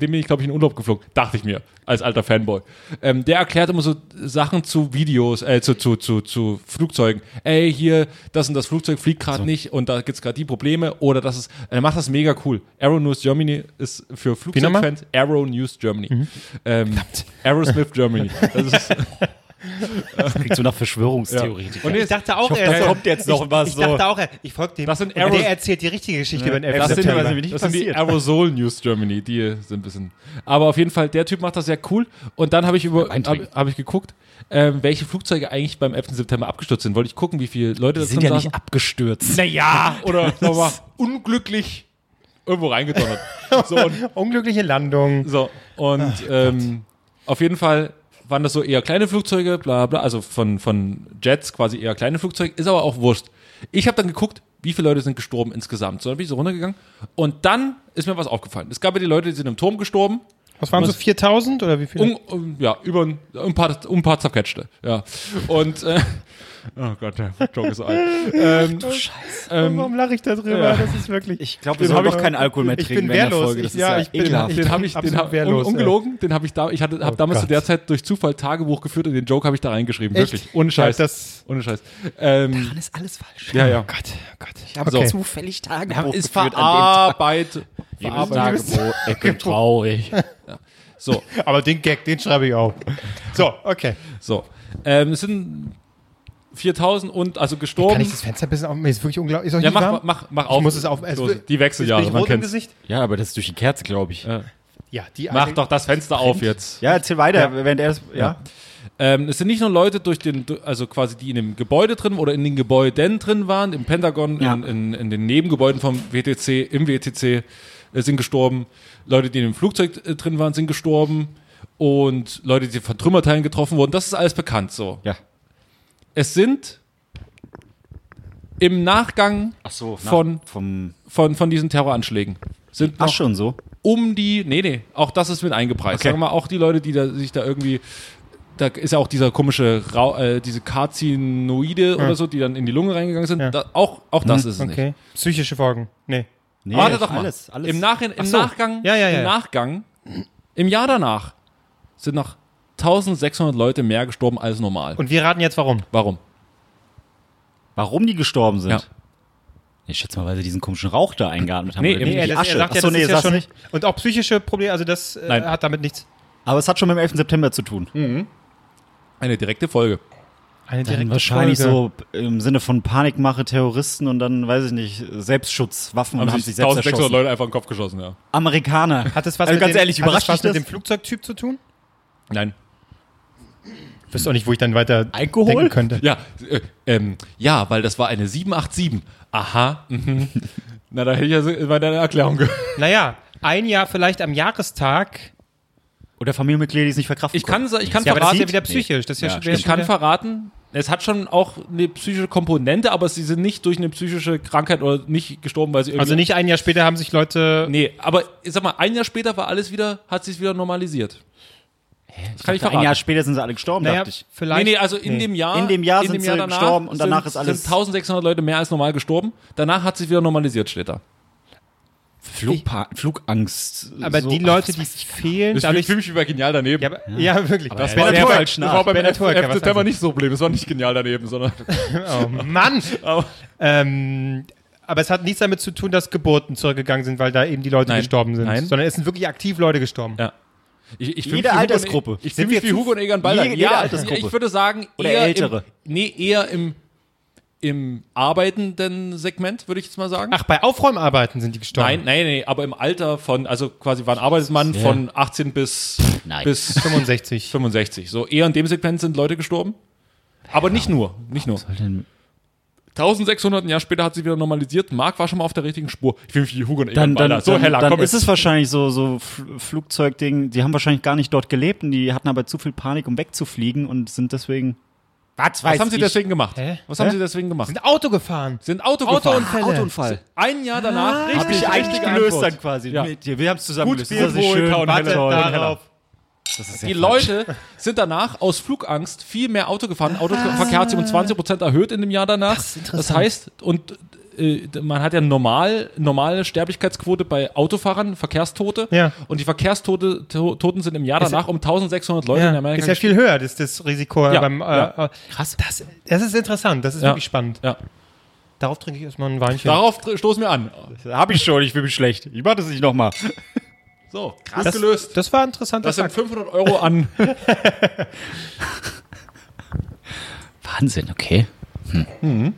A: dem bin ich, glaube ich, in den Urlaub geflogen. Dachte ich mir als alter Fanboy. Ähm, der erklärt immer so Sachen zu Videos, äh, zu zu zu zu Flugzeugen. Ey, hier das und das Flugzeug fliegt gerade nicht und da gibt's gerade die Probleme oder das ist. Er macht das mega cool. Arrow News Germany ist für
C: nochmal?
A: Flugzeugfans. Arrow News Germany. Ähm, Aerosmith
B: [laughs]
A: Germany. Das ist,
B: Kriegst du
A: ja.
B: nach Verschwörungstheorie.
A: Und
C: Ich dachte auch,
B: hoffe, da kommt jetzt noch
C: ich,
B: was
C: Ich
B: so.
C: dachte auch, er- ich folge dem.
A: Das sind
C: und
A: Arrows.
C: der erzählt die richtige Geschichte über den 11.
A: das sind,
C: September.
B: weiß ich nicht
A: das sind die
B: passiert.
A: Aerosol News Germany, die sind ein bisschen. Aber auf jeden Fall, der Typ macht das sehr cool. Und dann habe ich über
B: Wein trinken.
A: hab, hab ich geguckt, ähm, welche Flugzeuge eigentlich beim 11. September abgestürzt sind. Wollte ich gucken, wie viele Leute
B: Die sind ja nicht abgestürzt. [laughs]
A: Naja, oder sagen wir mal, unglücklich irgendwo reingedonnert.
B: [laughs]
A: So, und
C: Unglückliche Landung.
A: So, und ähm, auf jeden Fall waren das so eher kleine Flugzeuge, bla bla, also von, von Jets quasi eher kleine Flugzeuge, ist aber auch wurscht. Ich habe dann geguckt, wie viele Leute sind gestorben insgesamt. So, dann bin ich so runtergegangen und dann ist mir was aufgefallen. Es gab ja die Leute, die sind im Turm gestorben,
C: Was waren so 4000 oder wie viele?
A: um, um, ja, über ein, ein paar, um ein paar zerquetschte, ja. Und, äh, oh Gott, der Joke ist so alt. Ähm, Scheiße. Ähm,
C: Warum lache ich da drüber?
A: Ja.
C: Das ist wirklich.
B: Ich glaube,
A: Den
B: wir sollen
A: hab ich-
B: doch keinen Alkohol mehr
C: ich
B: trinken
C: bin
B: während der
C: wehrlos.
B: Folge. Das
C: Ich-
B: ist
C: ja,
B: ja,
C: ich bin-
B: ekelhaft.
A: [laughs] den habe ich, den
C: Absolut
A: hab,
C: wehrlos,
A: un, ungelogen, den habe ich da, ich hatte, hab
C: Oh
A: damals zu
C: Gott.
A: der Zeit durch Zufall Tagebuch geführt und den Joke habe ich da reingeschrieben,
C: Echt?
A: wirklich, ohne Scheiß.
C: Ja, das-
A: Ohne Scheiß. Ähm,
B: Dann ist alles falsch.
A: ja, ja.
C: Oh Gott, oh Gott. Ich
A: habe so.
B: Zufällig Tagebuch
A: Ist
B: geführt Oh, an
A: verarbeitet. [laughs]
B: dem Tag.
A: verarbeitet. [laughs]
B: Ich bin traurig.
A: So,
C: Aber den Gag, den schreibe ich auch. So, okay.
A: so. Ähm, es sind 4000 und also gestorben.
C: Kann ich das Fenster ein bisschen aufmachen? Mir ist wirklich unglaublich. Ist euch
A: ja,
C: nicht
A: mach,
C: warm?
A: mach, mach auf.
C: Ich muss es auf. also
A: Los, die
C: bin
A: Wechseljahre,
C: ich
A: man
C: rot im
A: kennt's.
C: Gesicht?
B: Ja, aber das ist durch die Kerze, glaube ich.
C: Ja, die
A: Mach
C: eine-
A: doch das Fenster auf jetzt.
B: Ja, erzähl weiter, während er das. Ja.
A: Ähm, es sind nicht nur Leute durch den, du- also quasi die in dem Gebäude drin oder in den Gebäuden drin waren, im Pentagon,
B: Ja.
A: in, in, in den Nebengebäuden vom WTC, im WTC, äh, sind gestorben. Leute, die in dem Flugzeug äh, drin waren, sind gestorben. Und Leute, die von Trümmerteilen getroffen wurden, das ist alles bekannt so.
B: Ja.
A: Es sind im Nachgang
B: Ach so,
A: Von-
B: vom
A: von, von diesen Terroranschlägen sind
B: Ach
A: noch
B: schon so.
A: um die, nee, nee, auch das ist mit eingepreist.
B: Okay.
A: Sagen wir mal, auch die Leute, die da, sich da irgendwie, da ist ja auch dieser komische, Rau, äh, diese Karzinoide oder so, die dann in die Lunge reingegangen sind,
C: Ja.
A: da, auch, auch das ist es nicht.
C: Okay. Psychische Folgen. Nee.
B: Mhm. Nee,
A: Warte doch mal.
B: Alles, alles.
A: Im, Nachhin im
C: so.
A: Nachgang,
C: Ja, ja, ja.
A: im Nachgang, im Jahr danach sind noch 1600 Leute mehr gestorben als normal.
C: Und wir raten jetzt warum.
A: Warum?
B: Warum die gestorben sind?
A: Ja.
B: Ich schätze mal, weil sie diesen komischen Rauch da eingeatmet haben.
A: Nee,
B: oder
A: eben
B: die
A: nicht.
C: das-
B: Asche.
C: sagt ja,
B: Achso,
C: das
B: nee,
C: ist
B: das
C: ja schon nicht. Und auch psychische Probleme, also das äh,
A: Nein.
C: hat damit nichts.
B: Aber es hat schon mit dem 11. September zu tun.
A: Eine direkte Folge.
C: Eine
B: Dann wahrscheinlich so im Sinne von Panikmache, Terroristen und dann, weiß ich nicht, Selbstschutz, Waffen und haben sich selbst
A: 1600
B: erschossen.
A: Leute einfach in den Kopf geschossen, ja.
B: Amerikaner.
C: Hat es was,
B: also
C: mit,
B: ganz
C: dem,
B: ehrlich,
C: hat es
B: überrascht
C: was
B: mich
C: mit
B: das?
C: dem Flugzeugtyp zu tun?
A: Nein.
C: Ich wüsste auch nicht, wo ich dann weiter
B: Alkohol?
C: denken könnte.
A: Ja, äh, ähm, ja, weil das war eine 787. Aha. Mhm. Na, da hätte ich ja so- bei deiner Erklärung gehört.
C: Naja, ein Jahr vielleicht am Jahrestag.
B: Oder Familienmitglieder, die es nicht verkraften
A: Ich kann, sa- ich kann
C: Ja, aber das
A: verraten,
C: ist ja wieder psychisch. Das ist ja, schon, wäre
A: ich
C: schon
A: kann
C: wieder,
A: verraten, es hat schon auch eine psychische Komponente, aber sie sind nicht durch eine psychische Krankheit oder nicht gestorben, weil sie irgendwie.
C: also nicht ein Jahr später haben sich Leute.
A: Nee, aber ich sag mal, ein Jahr später war alles wieder, hat sich wieder normalisiert. Das kann ich
B: Ein
A: verraten.
B: Jahr später sind sie alle gestorben,
C: naja,
B: dachte ich.
A: Nee,
C: vielleicht.
A: nee, also in dem Jahr.
B: In dem Jahr sind sie
A: danach
B: gestorben und danach
A: sind,
B: ist alles-
A: Sind 1600 Leute mehr als normal gestorben. Danach hat sich wieder normalisiert, steht da.
B: Flugpa Flugangst.
C: aber
B: so.
C: die Leute, die fehlen, dadurch.
A: mich über genial daneben.
C: Ja, aber, ja. wirklich.
B: Das war der falsch
A: Das war
B: nach.
A: beim
C: Bernhard Hoeker,
A: 11.
C: was
A: September
C: heißt
A: nicht so ein Problem. Es war nicht genial daneben,
B: [laughs]
A: sondern.
C: Oh [laughs] Mann! ähm, aber es hat nichts damit zu tun, dass Geburten zurückgegangen sind, weil da eben die Leute
A: Nein.
C: gestorben sind.
A: Nein.
C: Sondern es sind wirklich aktiv Leute gestorben.
A: Ja. Ich, ich fühl mich wie Hugo
B: Jede
A: und-
B: Altersgruppe.
A: Ich
B: Sind
A: fühle mich
B: wir
A: wie
B: zu-
A: Hugo und Egan Balder.
B: Jede- jede Altersgruppe.
A: Ich würde sagen,
B: Oder
A: eher
B: Ältere.
A: Im, nee, eher im, im arbeitenden Segment, würde ich jetzt mal sagen.
C: Ach, bei Aufräumarbeiten sind die gestorben.
A: Nein, nein, nee, aber im Alter von, also quasi war ein Arbeitsmann von 18 bis,
B: nein.
A: bis
C: [laughs] 65.
A: 65. So eher in dem Segment sind Leute gestorben. Aber nicht nur, nicht nur. 1600 ein Jahr später hat sie wieder normalisiert. Marc war schon mal auf der richtigen Spur. Ich fühle mich wie Hugo und Egan
B: Dann, dann,
A: Balder. So,
B: dann,
A: Hella,
B: dann
A: komm
B: ist
A: jetzt.
B: es wahrscheinlich so, so Fl- Flugzeugding. Die haben wahrscheinlich gar nicht dort gelebt und die hatten aber zu viel Panik, um wegzufliegen und sind deswegen. Was,
A: Was haben sie deswegen gemacht?
C: Hä?
A: Was haben
C: Hä?
A: sie deswegen gemacht?
C: Sind Auto gefahren.
A: Sind Auto gefahren.
C: Autounfälle. Ah.
B: Autounfall.
A: Ein Jahr danach. richtig,
B: Hab ich eigentlich
A: richtige
B: gelöst
A: Antwort.
B: dann quasi.
A: Ja.
B: Mit dir. Wir haben es zusammen
A: Gut Bier,
B: gelöst.
A: wohl, Kauen, Helle.
B: Toll.
A: Darauf.
B: Das ist
A: Die
B: ja
A: Leute sind danach aus Flugangst viel mehr Auto gefahren.
C: Ah.
A: Autoverkehr hat sich um 20 Prozent erhöht in dem Jahr danach. Das, heißt, und äh, man hat ja normal, normale Sterblichkeitsquote bei Autofahrern, Verkehrstote.
C: Ja.
A: Und die Verkehrstote to, Toten sind im Jahr
C: Ist-
A: danach um 1600 Leute in
C: Ja,
A: Amerika.
C: ist ja viel höher, das, das Risiko
A: Ja,
C: beim. Äh,
A: ja.
C: Krass. Das, das ist interessant, das ist
A: Ja.
C: wirklich spannend.
A: Ja.
C: Darauf trinke ich erstmal ein Weinchen.
A: Darauf tr- stoßen wir an.
B: Hab ich schon, ich fühle mich schlecht. Ich mach das nicht nochmal.
A: So, krass das, gelöst.
C: Das war interessant.
A: Das sind 500 Euro
C: [laughs]
A: an.
B: Wahnsinn, okay. Mhm.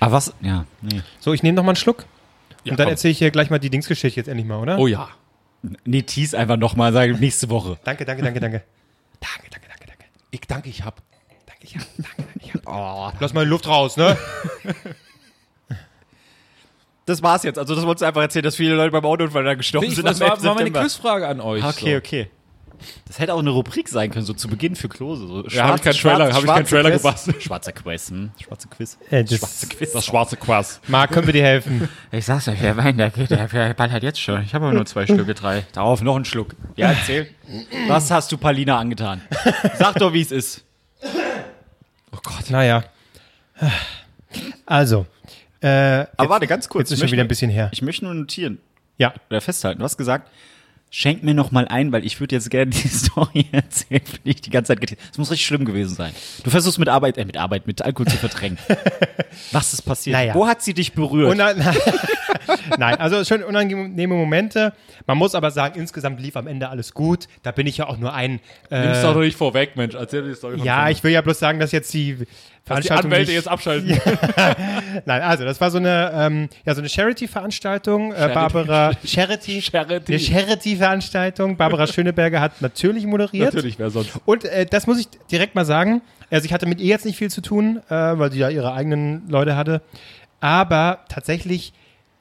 B: Aber was? Ja, nee.
C: so, ich nehme nochmal einen Schluck.
A: Ja,
C: und dann
A: komm.
C: erzähle ich hier gleich mal die Dingsgeschichte jetzt endlich mal, oder?
A: Oh ja.
B: Nee, tease einfach nochmal, sage nächste Woche.
C: Danke, danke, danke, danke. Danke, danke, danke, danke.
A: Ich danke, ich hab.
C: Danke, ja, danke, danke. Ja. Lass mal die Luft
A: [laughs]
C: raus, ne?
B: Das war's jetzt. Also, das wolltest du einfach erzählen, dass viele Leute beim Autounfall da gestorben
A: Ich,
B: sind.
A: das
B: am
A: war,
B: 11.
A: war meine
B: September.
A: Quizfrage an euch.
B: Ah, Okay, okay. Das hätte auch eine Rubrik sein können, so zu Beginn für Klose. So schwarz,
A: hab ich keinen
B: schwarz-
A: Trailer- hab ich keinen
B: schwarze
A: Trailer
B: Quiz.
A: gebastelt.
B: Schwarzer Quiz, hm? Schwarze Quiz.
C: Äh, das-
B: Quiz.
A: Das schwarze Quass.
C: Marc, können wir
A: [laughs]
C: dir helfen?
F: Ich sag's euch, der Wein, der geht, der, der ballert jetzt schon. Ich habe aber nur zwei Stücke, drei.
B: [laughs] Darauf noch einen Schluck. Ja, erzähl. Was hast du Palina angetan? Sag doch, wie es ist.
A: Oh Gott.
C: Naja. Also. Äh,
B: Aber warte, ganz kurz.
C: jetzt ist schon wieder ein bisschen her.
B: Ich möchte nur notieren
C: Ja.
B: oder festhalten. Du hast gesagt, schenk mir noch mal ein, weil ich würde jetzt gerne [laughs] die Story erzählen, die ich die ganze Zeit getan Es muss richtig schlimm gewesen sein. Du versuchst mit Arbeit, äh, mit Arbeit, mit Alkohol zu [laughs] verdrängen. Was ist passiert?
C: Naja.
B: Wo hat sie dich berührt?
C: Una [laughs] Nein, also schon unangenehme Momente. Man muss aber sagen, insgesamt lief am Ende alles gut. Da bin ich ja auch nur ein.
A: Nimm's
C: Äh,
A: doch doch nicht vorweg, Mensch. Erzähl dir die Story von
C: ja,
A: vorne.
C: ich will ja bloß sagen, dass jetzt die
A: Dass die
C: Veranstaltung.
A: Anwälte
C: nicht-
A: halt [laughs] jetzt abschalten.
C: Nein, also das war so eine, ähm, ja, so eine Charity-Veranstaltung. Äh, Barbara Charity.
A: Charity.
C: Eine Charity-Veranstaltung. Barbara Schöneberger hat natürlich moderiert.
A: Natürlich, wer sonst.
C: Und äh, das muss ich direkt mal sagen. Also ich hatte mit ihr jetzt nicht viel zu tun, äh, weil sie ja ihre eigenen Leute hatte. Aber tatsächlich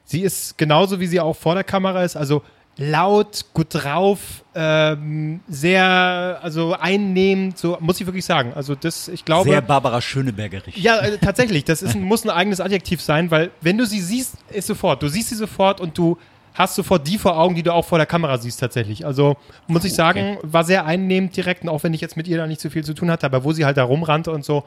C: Sie ist genauso, wie sie auch vor der Kamera ist, also laut, gut drauf, ähm, sehr, also einnehmend, so muss ich wirklich sagen. Also das, ich glaube...
B: Sehr Barbara Schönebergerisch.
C: Ja, äh, tatsächlich. Das ist ein, muss ein eigenes Adjektiv sein, weil wenn du sie siehst, ist sofort. Du siehst sie sofort und du hast sofort die vor Augen, die du auch vor der Kamera siehst tatsächlich. Also muss ich sagen, war sehr einnehmend direkt, und auch wenn ich jetzt mit ihr da nicht so viel zu tun hatte, aber wo sie halt da rumrannte und so,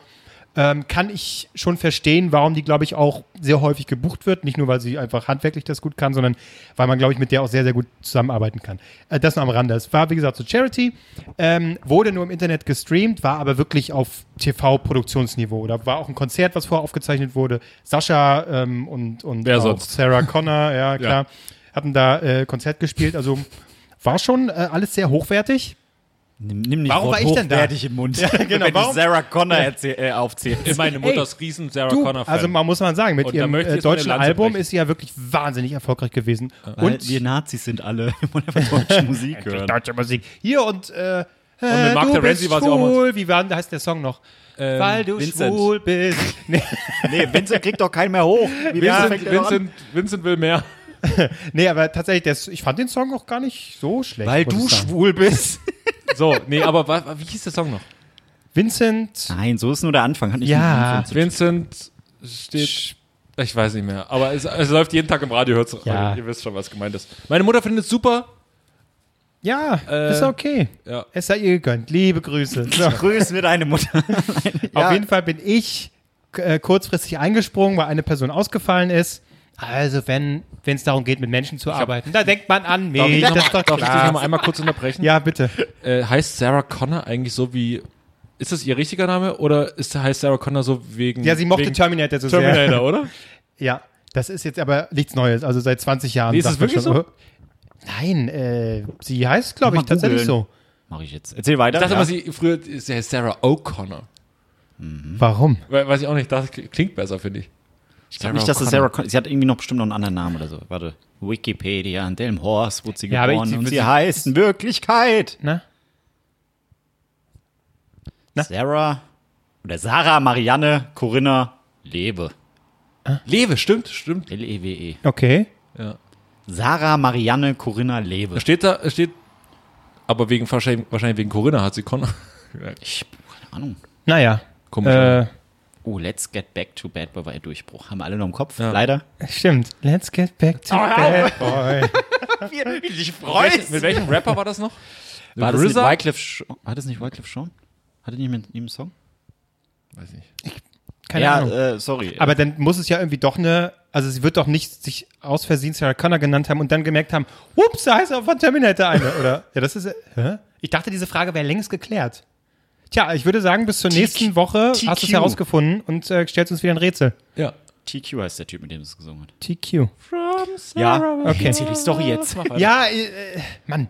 C: ähm, kann ich schon verstehen, warum die, glaube ich, auch sehr häufig gebucht wird. Nicht nur, weil sie einfach handwerklich das gut kann, sondern weil man, glaube ich, mit der auch sehr, sehr gut zusammenarbeiten kann. Äh, das nur am Rande. Es war, wie gesagt, so Charity, ähm, wurde nur im Internet gestreamt, war aber wirklich auf TV-Produktionsniveau. Da war auch ein Konzert, was vorher aufgezeichnet wurde. Sascha ähm, und, und
A: Wer
C: auch
A: sonst?
C: Sarah Connor, ja, klar, hatten da äh, Konzert gespielt. Also war schon äh, alles sehr hochwertig.
B: Nimm, nimm nicht
C: Warum
B: Wort
C: war ich denn da?
B: hochwertig im Mund.
C: genau,
B: Wenn
C: warum-
B: du Sarah Connor erzähl, äh, aufzählst.
A: Meine Mutter ist riesen Sarah
C: Du,
A: Connor-Fan.
C: also man muss man sagen, mit
A: Und da
C: ihrem
A: möchte ich
C: äh,
A: jetzt meine
C: deutschen
A: Lanze
C: Album
A: brechen.
C: ist sie ja wirklich wahnsinnig erfolgreich gewesen.
B: Und wir Nazis sind alle. Wir wollen einfach deutsche Musik hören.
C: deutsche Musik. Hier und äh, und
A: mit Mark
C: du
A: Terenzi
C: bist
A: war sie auch mal-
C: schwul. Wie war denn, heißt der Song noch?
A: Ähm,
C: Weil du
B: Vincent.
C: schwul bist.
B: Nee, Vincent kriegt doch keinen mehr hoch. Wie
A: Vincent, Vincent, Vincent will mehr.
C: Nee, aber tatsächlich, der, ich fand den Song auch gar nicht so schlecht.
B: Weil
C: muss
B: du
C: ich sagen.
B: schwul bist.
A: So, nee, aber wa- wie hieß der Song noch?
C: Vincent.
B: Nein, so ist nur der Anfang. Hat nicht
C: Ja.
B: mit Anfang zu tun.
A: Vincent steht. Ich weiß nicht mehr, aber es, es läuft jeden Tag im Radio, hört's
C: Ja.
A: ja. Ihr wisst schon, was gemeint ist. Meine Mutter findet es super.
C: Ja,
A: Äh.
C: ist okay.
A: Ja.
C: Es sei ihr gegönnt. Liebe Grüße. So.
B: Grüß mir deine Mutter.
C: Auf jeden Fall bin ich äh, kurzfristig eingesprungen, weil eine Person ausgefallen ist. Also, wenn es darum geht, mit Menschen zu arbeiten, da denkt man an mich.
A: Darf ich, noch
C: das ist
A: mal,
C: doch
A: darf ich dich noch mal
C: klar.
A: einmal kurz unterbrechen?
C: Hm. Ja, bitte.
A: Äh, heißt Sarah Connor eigentlich so wie. Ist das ihr richtiger Name oder ist, heißt Sarah Connor so wegen.
C: Ja, sie mochte
A: wegen
C: Terminator so sehr.
A: Terminator, oder?
C: Ja, das ist jetzt aber nichts Neues. Also seit 20 Jahren.
A: Nee, ist
C: sagt
A: es wirklich
C: man schon, oh. Nein, äh, sie heißt, glaube ich,
B: Mal
C: tatsächlich so.
B: googeln. Mach ich jetzt. Erzähl weiter.
A: Ich dachte
B: Ja.
A: immer, sie früher. Sie heißt Sarah O'Connor.
C: Warum?
A: We- Weiß ich auch nicht, das klingt besser, finde ich.
B: ich glaube nicht, dass das Sarah Connor. Sie hat irgendwie noch bestimmt noch einen anderen Namen oder so. Warte. Wikipedia, an Delm Horst wurde sie
C: Ja, aber ich-
B: geboren.
C: sie-
B: und sie,
C: sie-
B: heißt in Wirklichkeit.
C: Na?
B: Sarah. Oder Sarah Marianne Corinna Lebe.
A: Lewe, stimmt, stimmt.
B: L-E-W-E.
C: Okay.
B: E Sarah Marianne Corinna Lebe.
A: Steht da, steht. Aber wegen wahrscheinlich, wahrscheinlich wegen Corinna hat sie Connor.
B: Ich, keine Ahnung.
C: Naja.
A: Komisch.
C: Äh,
B: Oh, let's get back to bad boy war ihr Durchbruch. Haben alle noch im Kopf, leider.
C: stimmt. Let's get back
A: Oh,
C: to bad boy.
B: Ich
A: Welch, mit welchem Rapper war das noch?
B: War das nicht
A: RZA?
B: Wycliffe Sch- War oh, das nicht Wycliffe Sean? Hatte nicht mit ihm einen Song?
A: Weiß nicht.
C: Keine
B: ja,
C: Ahnung.
B: äh, sorry.
C: Aber dann muss es ja irgendwie doch eine, also sie wird doch nicht sich aus Versehen Sarah Connor genannt haben und dann gemerkt haben, ups, da heißt auch von Terminator eine, [laughs] oder? Ja, das ist, hä? Ich dachte, diese Frage wäre längst geklärt. Tja, ich würde sagen, bis zur nächsten Woche hast du es
B: TQ.
C: herausgefunden und äh, stellst uns wieder ein Rätsel.
A: Ja.
B: TQ heißt der Typ, mit dem es gesungen hat.
C: TQ.
B: Ja, okay.
C: Erzähl
B: Erzähl die Story jetzt.
C: Ja, äh, äh, Mann.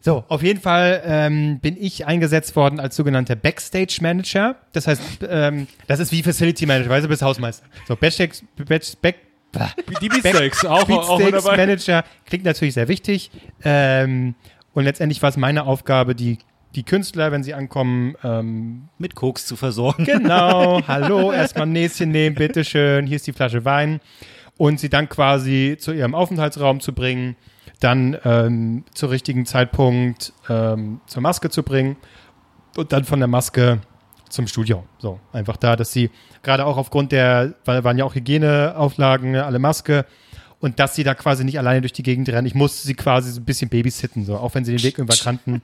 C: So, auf jeden Fall ähm, bin ich eingesetzt worden als sogenannter Backstage Manager. Das heißt, ähm, das ist wie Facility Manager, weißt du, bist Hausmeister. So, Backstage, Backstage, Back,
A: Die Beatsteaks, auch, auch
C: Beatsteaks
A: dabei.
C: Manager klingt natürlich sehr wichtig. Ähm, und letztendlich war es meine Aufgabe, die, die Künstler, wenn sie ankommen, ähm,
B: Mit Koks zu versorgen.
C: genau, hallo, erstmal ein Näschen nehmen, bitteschön, hier ist die Flasche Wein. Und sie dann quasi zu ihrem Aufenthaltsraum zu bringen, dann ähm, zum richtigen Zeitpunkt ähm, zur Maske zu bringen und dann von der Maske zum Studio. So, einfach da, dass sie gerade auch aufgrund der, weil waren ja auch Hygieneauflagen, ne, alle Maske, und dass sie da quasi nicht alleine durch die Gegend rennen. Ich musste sie quasi so ein bisschen babysitten, so, auch wenn sie den Weg irgendwann kannten,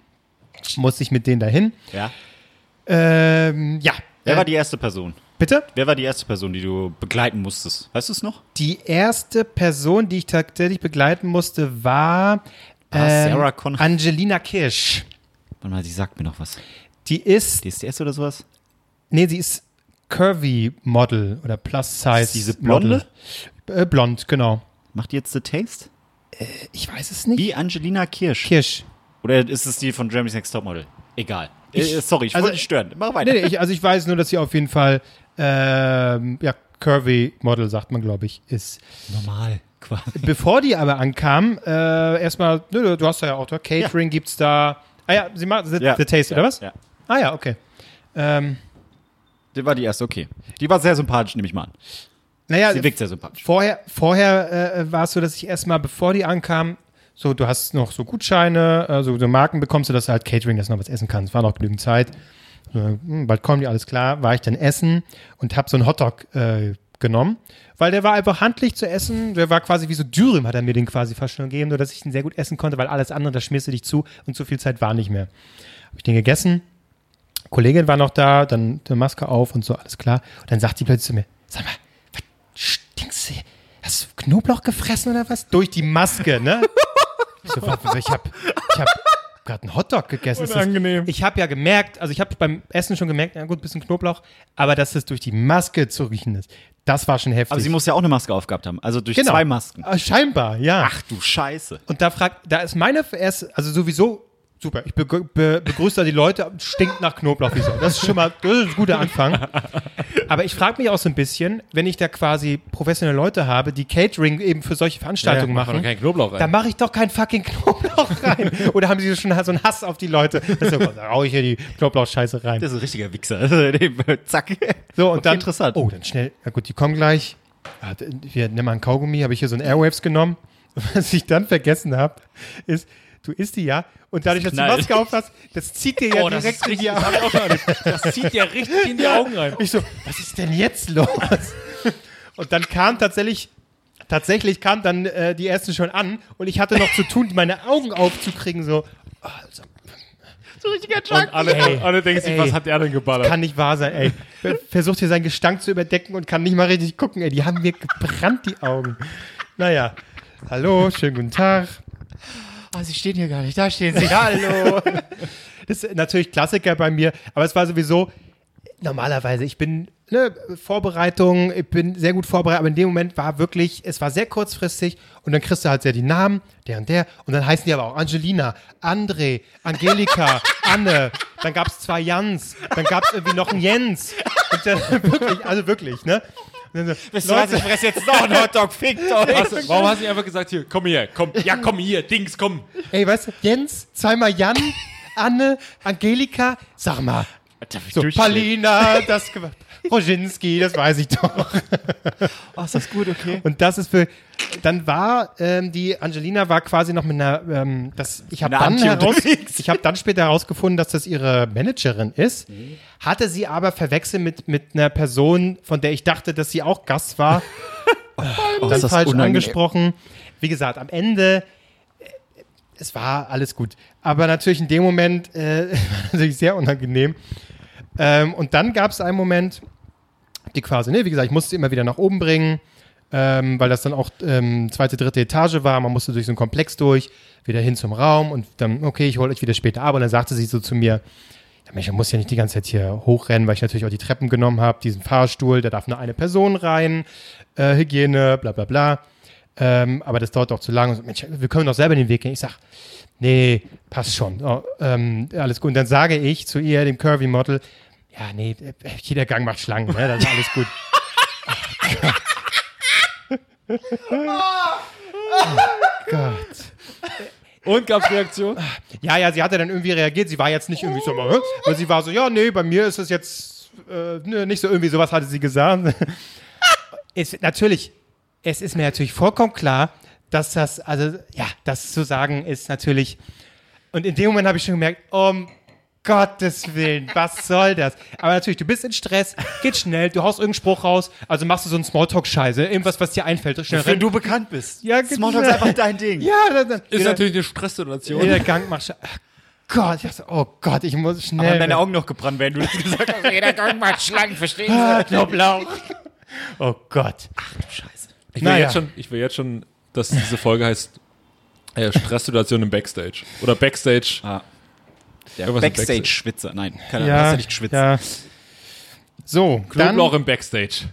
C: musste ich mit denen dahin.
B: Ja.
C: Ähm, ja.
B: Wer
C: Äh,
B: war die erste Person?
C: Bitte?
B: Wer war die erste Person, die du begleiten musstest? Weißt du es noch?
C: Die erste Person, die ich tatsächlich begleiten musste, war
B: Ah,
C: ähm,
B: Sarah Connor.
C: Angelina Kirsch.
B: Warte mal, sie sagt mir noch was.
C: Die ist,
B: Die ist die erste oder sowas?
C: nee, sie ist Curvy Model oder Plus Size.
B: Ist diese Blonde?
C: Model. Äh, blond, genau.
B: Macht die jetzt The Taste?
C: Ich weiß es nicht.
B: Wie Angelina Kirsch.
C: Kirsch.
B: Oder ist es die von Jeremy's Next Topmodel? Egal.
C: Ich-
B: äh, sorry, ich
C: also-
B: wollte dich stören. Mach weiter.
C: Nee, nee, ich, also ich weiß nur, dass sie auf jeden Fall ähm, ja, Curvy Model, sagt man, glaube ich, ist.
B: Normal. Quasi.
C: Bevor die aber ankam, äh, erstmal, nö, nö, du hast da ja auch da, Catering gibt's da. Ah ja, sie macht The,
B: Ja.
C: the Taste, oder was?
B: Ja.
C: Ah ja, okay. Ähm,
B: Die war die erste, okay. Die war sehr sympathisch, nehme ich mal an.
C: Naja,
B: Sie wirkt sehr sympathisch.
C: Vorher, vorher äh, war es so, dass ich erstmal, bevor die ankam, so, du hast noch so Gutscheine, äh, so, so Marken bekommst du, dass du halt Catering, dass du noch was essen kannst. War noch genügend Zeit. So, hm, bald kommen die, alles klar. War ich dann essen und hab so einen Hotdog äh, genommen, weil der war einfach handlich zu essen. Der war quasi wie so Dürüm, hat er mir den quasi fast schon gegeben, nur dass ich ihn sehr gut essen konnte, weil alles andere, da schmierst du dich zu und so viel Zeit war nicht mehr. Hab ich den gegessen. Kollegin war noch da, dann die Maske auf und so, alles klar. Und dann sagt die plötzlich zu mir, sag mal, was stinkst du? hier? Hast du Knoblauch gefressen oder was? Durch die Maske, ne? ich so, wa- wa- ich hab, ich hab gerade einen Hotdog gegessen. Ist das-
A: Unangenehm.
C: Ich habe ja gemerkt, also ich habe beim Essen schon gemerkt, na gut, bisschen Knoblauch, aber dass es durch die Maske zu riechen ist, das war schon heftig.
B: Aber sie muss ja auch eine Maske aufgehabt haben. Also durch zwei Masken.
C: Ah, Scheinbar, ja.
B: Ach du Scheiße.
C: Und da fragt, da ist meine erste, also sowieso super. Ich begrü- be, begrüße da die Leute, stinkt nach Knoblauch. Wieso? Das ist schon mal das ist ein guter Anfang. Aber ich frage mich auch so ein bisschen, wenn ich da quasi professionelle Leute habe, die Catering eben für solche Veranstaltungen
A: Machen wir
C: machen.
A: doch keinen Knoblauch rein.
C: Da mache ich doch keinen fucking Knoblauch rein. Oder haben sie schon so einen Hass auf die Leute? Das ist, da rauche ich hier die Knoblauchscheiße rein.
B: Das ist ein richtiger [laughs] Wichser. Zack.
C: So, und dann.
B: Interessant.
C: Oh, dann schnell. Na gut, die kommen gleich. Ja, d- Wir nehmen mal einen Kaugummi, habe ich hier so einen Airwaves genommen. [laughs] Und was ich dann vergessen habe, ist, du isst die ja. Und dadurch, dass du die
B: knallt.
C: Maske auf hast, das zieht dir
B: [laughs] Oh,
C: ja direkt in die Augen.
A: Das zieht ja richtig in die Augen rein.
C: Ich so, was ist denn jetzt los? Und dann kam tatsächlich. Tatsächlich kam dann äh, die erste schon an und ich hatte noch zu tun, meine Augen aufzukriegen. So,
A: Und alle,
C: Ey.
A: alle denken sich,
C: Ey.
A: was hat er denn geballert?
C: kann nicht wahr sein, ey. Ver- Versucht hier seinen Gestank zu überdecken und kann nicht mal richtig gucken, ey. Die haben mir gebrannt, die Augen. Naja. Hallo, schönen guten Tag. Ah,
B: Oh, sie stehen hier gar nicht. Da stehen sie.
C: Hallo. Das ist natürlich Klassiker bei mir, aber es war sowieso normalerweise, ich bin ne, Vorbereitung, ich bin sehr gut vorbereitet, aber in dem Moment war wirklich, es war sehr kurzfristig und dann kriegst du halt sehr die Namen, der und der und dann heißen die aber auch Angelina, André, Angelika, Anne, dann gab es zwei Jans, dann gab es irgendwie noch einen Jens und dann [laughs] wirklich, also wirklich, ne? Und dann so, Leute,
B: ich fresse jetzt [laughs] noch einen Hotdog. Fickt euch.
A: Hast du- warum hast du nicht einfach gesagt, hier, komm hier, komm, ja, komm hier, Dings, komm.
C: ey, weißt du, Jens, zweimal Jan, Anne, Angelika, sag mal, So, Palina, das [laughs] gemacht. Roginski, das weiß ich doch.
B: Oh, ist das gut, okay.
C: Und das ist für. Dann war ähm, die Angelina war quasi noch mit einer. Ähm, das, ich habe
B: Mit einer
C: dann,
B: Anti
C: heraus,
B: unterwegs.
C: ich hab dann später herausgefunden, dass das ihre Managerin ist. Hatte sie aber verwechselt mit, mit einer Person, von der ich dachte, dass sie auch Gast war.
B: Oh,
C: dann
B: ist das
C: falsch
B: unangenehm.
C: angesprochen. Wie gesagt, am Ende. äh, Es war alles gut. Aber natürlich in dem Moment äh, [laughs] war natürlich sehr unangenehm. Ähm, und dann gab es einen Moment, die quasi, ne, wie gesagt, ich musste sie immer wieder nach oben bringen, ähm, weil das dann auch ähm, zweite, dritte Etage war. Man musste durch so einen Komplex durch, wieder hin zum Raum und dann, okay, ich hole euch wieder später ab. Und dann sagte sie so zu mir, ja, Mensch, man muss ja nicht die ganze Zeit hier hochrennen, weil ich natürlich auch die Treppen genommen habe, diesen Fahrstuhl, da darf nur eine Person rein, äh, Hygiene, bla bla bla. Ähm, aber das dauert doch zu lang. Und so, Mensch, wir können doch selber den Weg gehen. Ich sag, nee, passt schon. Oh, ähm, alles gut. Und dann sage ich zu ihr, dem Curvy Model, ja, nee, äh, jeder Gang macht Schlangen, ne? Das ist alles gut. oh Gott.
A: Und gab's Reaktion?
C: Ja, ja, sie hatte dann irgendwie reagiert. Sie war jetzt nicht irgendwie so, "Hä?" aber sie war so, ja, nee, bei mir ist es jetzt äh, nö, nicht so irgendwie sowas, hatte sie gesagt. [laughs] es, natürlich, es ist mir natürlich vollkommen klar, dass das, also, ja, das zu sagen ist natürlich. Und in dem Moment habe ich schon gemerkt, um Gottes Willen, was soll das? Aber natürlich, du bist in Stress, geht schnell, du haust irgendeinen Spruch raus, also machst du so einen Smalltalk-Scheiße, irgendwas, was dir einfällt. Schnell
B: Wenn
C: renn.
B: du bekannt bist.
C: Ja, genau.
B: Smalltalk ist einfach dein Ding.
C: ja, dann, genau. dann,
A: Ist
C: jeder-
A: natürlich eine Stresssituation.
C: jeder Gang macht Sche- Ach Gott, ich dachte, oh Gott, ich muss schnell.
B: Wenn deine Augen noch gebrannt wären, du das gesagt hast.
F: Jeder Gang macht Schlangen, verstehen Sie?
C: Knoblauch. Oh Gott.
A: Ich will,
C: Naja.
A: jetzt schon, ich will jetzt schon, dass diese Folge heißt äh, Stresssituation im Backstage. Oder Backstage.
B: Der
A: Irgendwas mit Backstage.
B: Backstage-Schwitzer. Nein, keine Ahnung,
C: Ja,
B: hast ja nicht geschwitzt.
C: ja. So,
A: Knoblauch
C: dann,
A: im Backstage.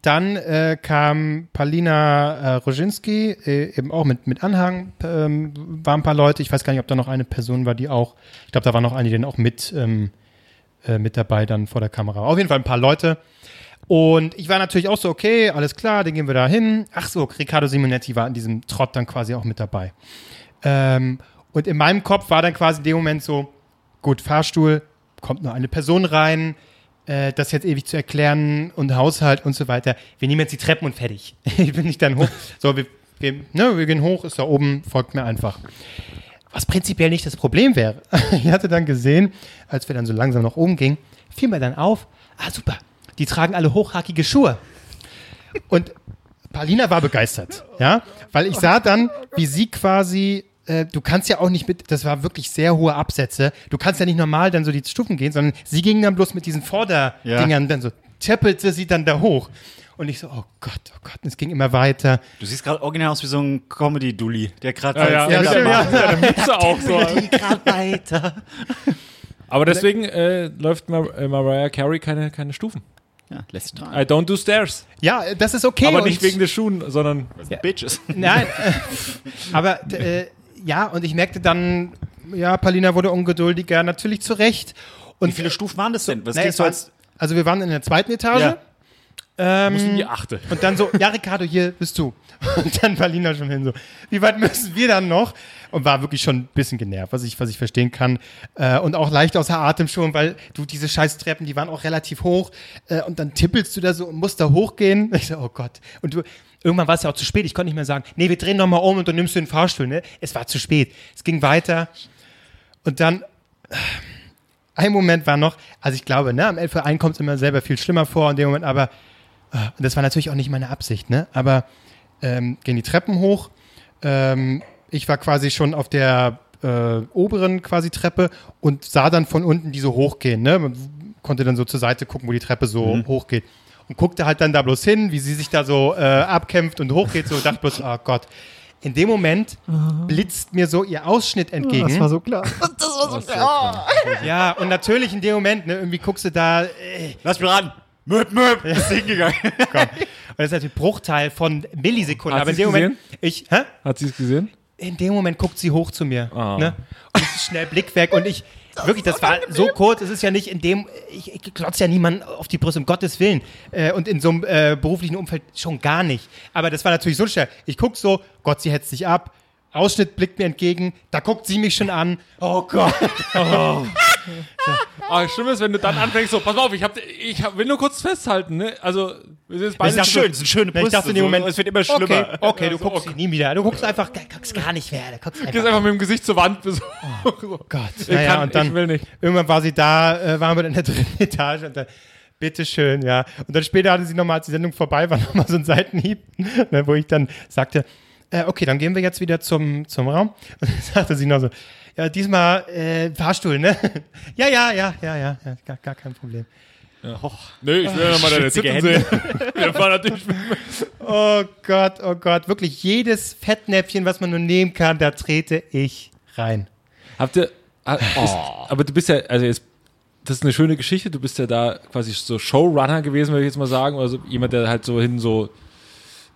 C: dann äh, kam Palina äh, Roginski, äh, eben auch mit, mit Anhang, ähm, waren ein paar Leute. Ich weiß gar nicht, ob da noch eine Person war, die auch, ich glaube, da war noch eine, die dann auch mit, ähm, äh, mit dabei dann vor der Kamera. war. Auf jeden Fall ein paar Leute. Und ich war natürlich auch so, okay, alles klar, dann gehen wir da hin. Ach so, Riccardo Simonetti war in diesem Trott dann quasi auch mit dabei. Ähm, und in meinem Kopf war dann quasi in dem Moment so, gut, Fahrstuhl, kommt nur eine Person rein, äh, das jetzt ewig zu erklären und Haushalt und so weiter. Wir nehmen jetzt die Treppen und fertig. [laughs] ich bin nicht dann hoch. So, wir, wir, ne, wir gehen hoch, ist da oben, folgt mir einfach. Was prinzipiell nicht das Problem wäre. [laughs] Ich hatte dann gesehen, als wir dann so langsam nach oben gingen, fiel mir dann auf, ah super, die tragen alle hochhackige Schuhe. Und Paulina war begeistert, ja, weil ich sah dann, wie sie quasi, äh, du kannst ja auch nicht mit, das war wirklich sehr hohe Absätze, du kannst ja nicht normal dann so die Stufen gehen, sondern sie ging dann bloß mit diesen Vorderdingern dann so, teppelte sie dann da hoch. Und ich so, oh Gott, oh Gott, und es ging immer weiter.
B: Du siehst gerade originell aus wie so ein Comedy-Dulli, der gerade
A: Ja,
C: Ja,
A: ja,
B: seinen
A: mit
C: stimmt,
A: der,
C: ja.
A: mit der Mütze auch so. [laughs]
B: Grad weiter.
A: Aber deswegen äh, läuft Mar äh, Mariah Carey keine, keine Stufen.
B: Ja, lässt sich
A: I don't do stairs.
C: Ja, äh, das ist okay.
A: Aber
C: und-
A: nicht wegen den Schuhen, sondern
B: Bitches.
C: Nein, [laughs] äh, aber d- äh, ja, und ich merkte dann, ja, Paulina wurde ungeduldiger, natürlich zu Recht. Und
B: Wie viele Stufen waren das denn? Was
C: Nee,
B: gehst du
C: waren-
B: als
C: also wir waren in der zweiten Etage.
B: Ja.
A: müssen
B: Mhm.
A: die achte.
C: Und dann so, ja, Ricardo, hier bist du. Und dann war Lina schon hin so, wie weit müssen wir dann noch? Und war wirklich schon ein bisschen genervt, was ich, was ich verstehen kann. Äh, und auch leicht außer Atem schon, weil du diese scheiß Treppen, die waren auch relativ hoch. Äh, und dann tippelst du da so und musst da hochgehen. Ich so, oh Gott. Und du, irgendwann war es ja auch zu spät. Ich konnte nicht mehr sagen, nee, wir drehen nochmal um und dann nimmst du den Fahrstuhl. Ne? Es war zu spät. Es ging weiter. Und dann äh, ein Moment war noch, also ich glaube, ne, am L für einen kommt es immer selber viel schlimmer vor in dem Moment, aber äh, und das war natürlich auch nicht meine Absicht, ne? Aber ähm, gehen die Treppen hoch. Ähm, ich war quasi schon auf der äh, oberen quasi Treppe und sah dann von unten diese hochgehen, ne? Man konnte dann so zur Seite gucken, wo die Treppe so hochgeht. Und guckte halt dann da bloß hin, wie sie sich da so äh, abkämpft und hochgeht, so und dachte bloß, oh Gott. In dem Moment blitzt mir so ihr Ausschnitt entgegen.
G: so klar.
C: Ja, und natürlich in dem Moment, ne, irgendwie guckst du da, äh,
B: Lass mich ran. Möp, möp. Ist hingegangen.
C: komm. Und das ist natürlich ein Bruchteil von Millisekunden.
A: Hat
C: aber in
A: sie's
C: dem Moment, ich, hä?
A: Hat sie es gesehen?
C: In dem Moment guckt sie hoch zu mir.
A: Ah.
C: Ne? Und ich schnell Blick weg und ich, wirklich, das war so kurz. Es ist ja nicht in dem, ich, ich klotze ja niemanden auf die Brust, um Gottes Willen. Äh, und in so einem äh, beruflichen Umfeld schon gar nicht. Aber das war natürlich so schnell. Ich guck so, Gott, sie hetzt sich ab. Ausschnitt blickt mir entgegen, da guckt sie mich schon an. Oh Gott.
A: Ah, schlimm ist, wenn du dann anfängst, so, pass auf, ich, hab, ich hab, will nur kurz festhalten, ne? Also, wir sind jetzt beide
C: dachte so-
B: sind schöne
C: Ich dachte in dem Moment,
B: es wird immer
C: [laughs]
B: schlimmer.
C: Okay, okay
A: Also,
C: du
A: oh
C: guckst sie nie wieder. Du guckst einfach, du guckst gar nicht mehr. Du guckst
A: gehst
C: einfach.
A: einfach mit dem Gesicht zur Wand. bis-
C: Gott.
A: oh Ich
C: Naja,
A: kann-
C: und dann
A: ich will nicht.
C: irgendwann war sie da, äh, waren wir dann in der dritten [laughs] Etage und dann, bitteschön, ja. Und dann später hatte sie nochmal, als die Sendung vorbei war, [laughs] nochmal so einen Seitenhieb, ne, wo ich dann sagte, äh, okay, dann gehen wir jetzt wieder zum, zum Raum. [laughs] Und dann sagte sie noch so, ja, diesmal äh, Fahrstuhl, ne? [laughs] Ja, ja, ja, ja, ja, ja gar, gar kein Problem.
A: Nee, ich will ja mal deine
B: Schwitzige
A: Titten sehen. Wir fahren natürlich
C: Oh Gott, oh Gott, wirklich jedes Fettnäpfchen, was man nur nehmen kann, da trete ich rein.
A: Habt ihr. ah, Ist, aber du bist ja, also jetzt, das ist eine schöne Geschichte. Du bist ja da quasi so Showrunner gewesen, würde ich jetzt mal sagen. Also jemand, der halt so hin so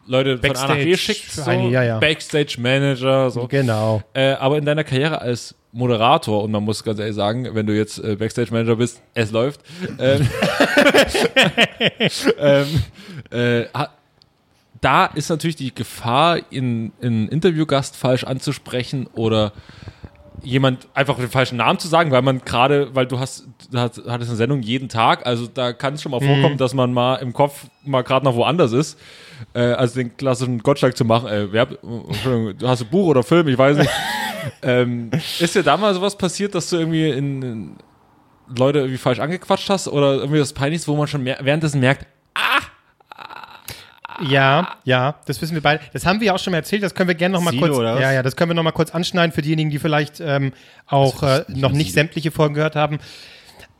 A: Leute von A nach B
C: Backstage
A: schickt. So,
C: einige, ja, ja.
A: Backstage Manager, so.
C: Genau.
A: Äh, aber in deiner Karriere als Moderator, und man muss ganz ehrlich sagen, wenn du jetzt äh, Backstage-Manager bist, es läuft, ähm, ähm, äh, ha- da ist natürlich die Gefahr, in- einen Interviewgast falsch anzusprechen oder jemand einfach den falschen Namen zu sagen, weil man gerade, weil du hast, du hast- hattest eine Sendung jeden Tag, also da kann es schon mal vorkommen, dass man mal im Kopf mal gerade noch woanders ist, äh, als den klassischen Gottschalk zu machen, äh, wer, Entschuldigung, du hast ein Buch oder Film, ich weiß nicht. ähm, ist dir da mal sowas passiert, dass du irgendwie in, in Leute irgendwie falsch angequatscht hast oder irgendwie was Peinliches, wo man schon mer währenddessen merkt,
C: Ja, ja, das wissen wir beide. Das haben wir ja auch schon mal erzählt, das können wir gerne noch mal
B: Silo,
C: kurz.
B: oder was?
C: Ja, ja, das können wir noch mal kurz anschneiden für diejenigen, die vielleicht ähm, auch äh, noch nicht sämtliche Folgen gehört haben.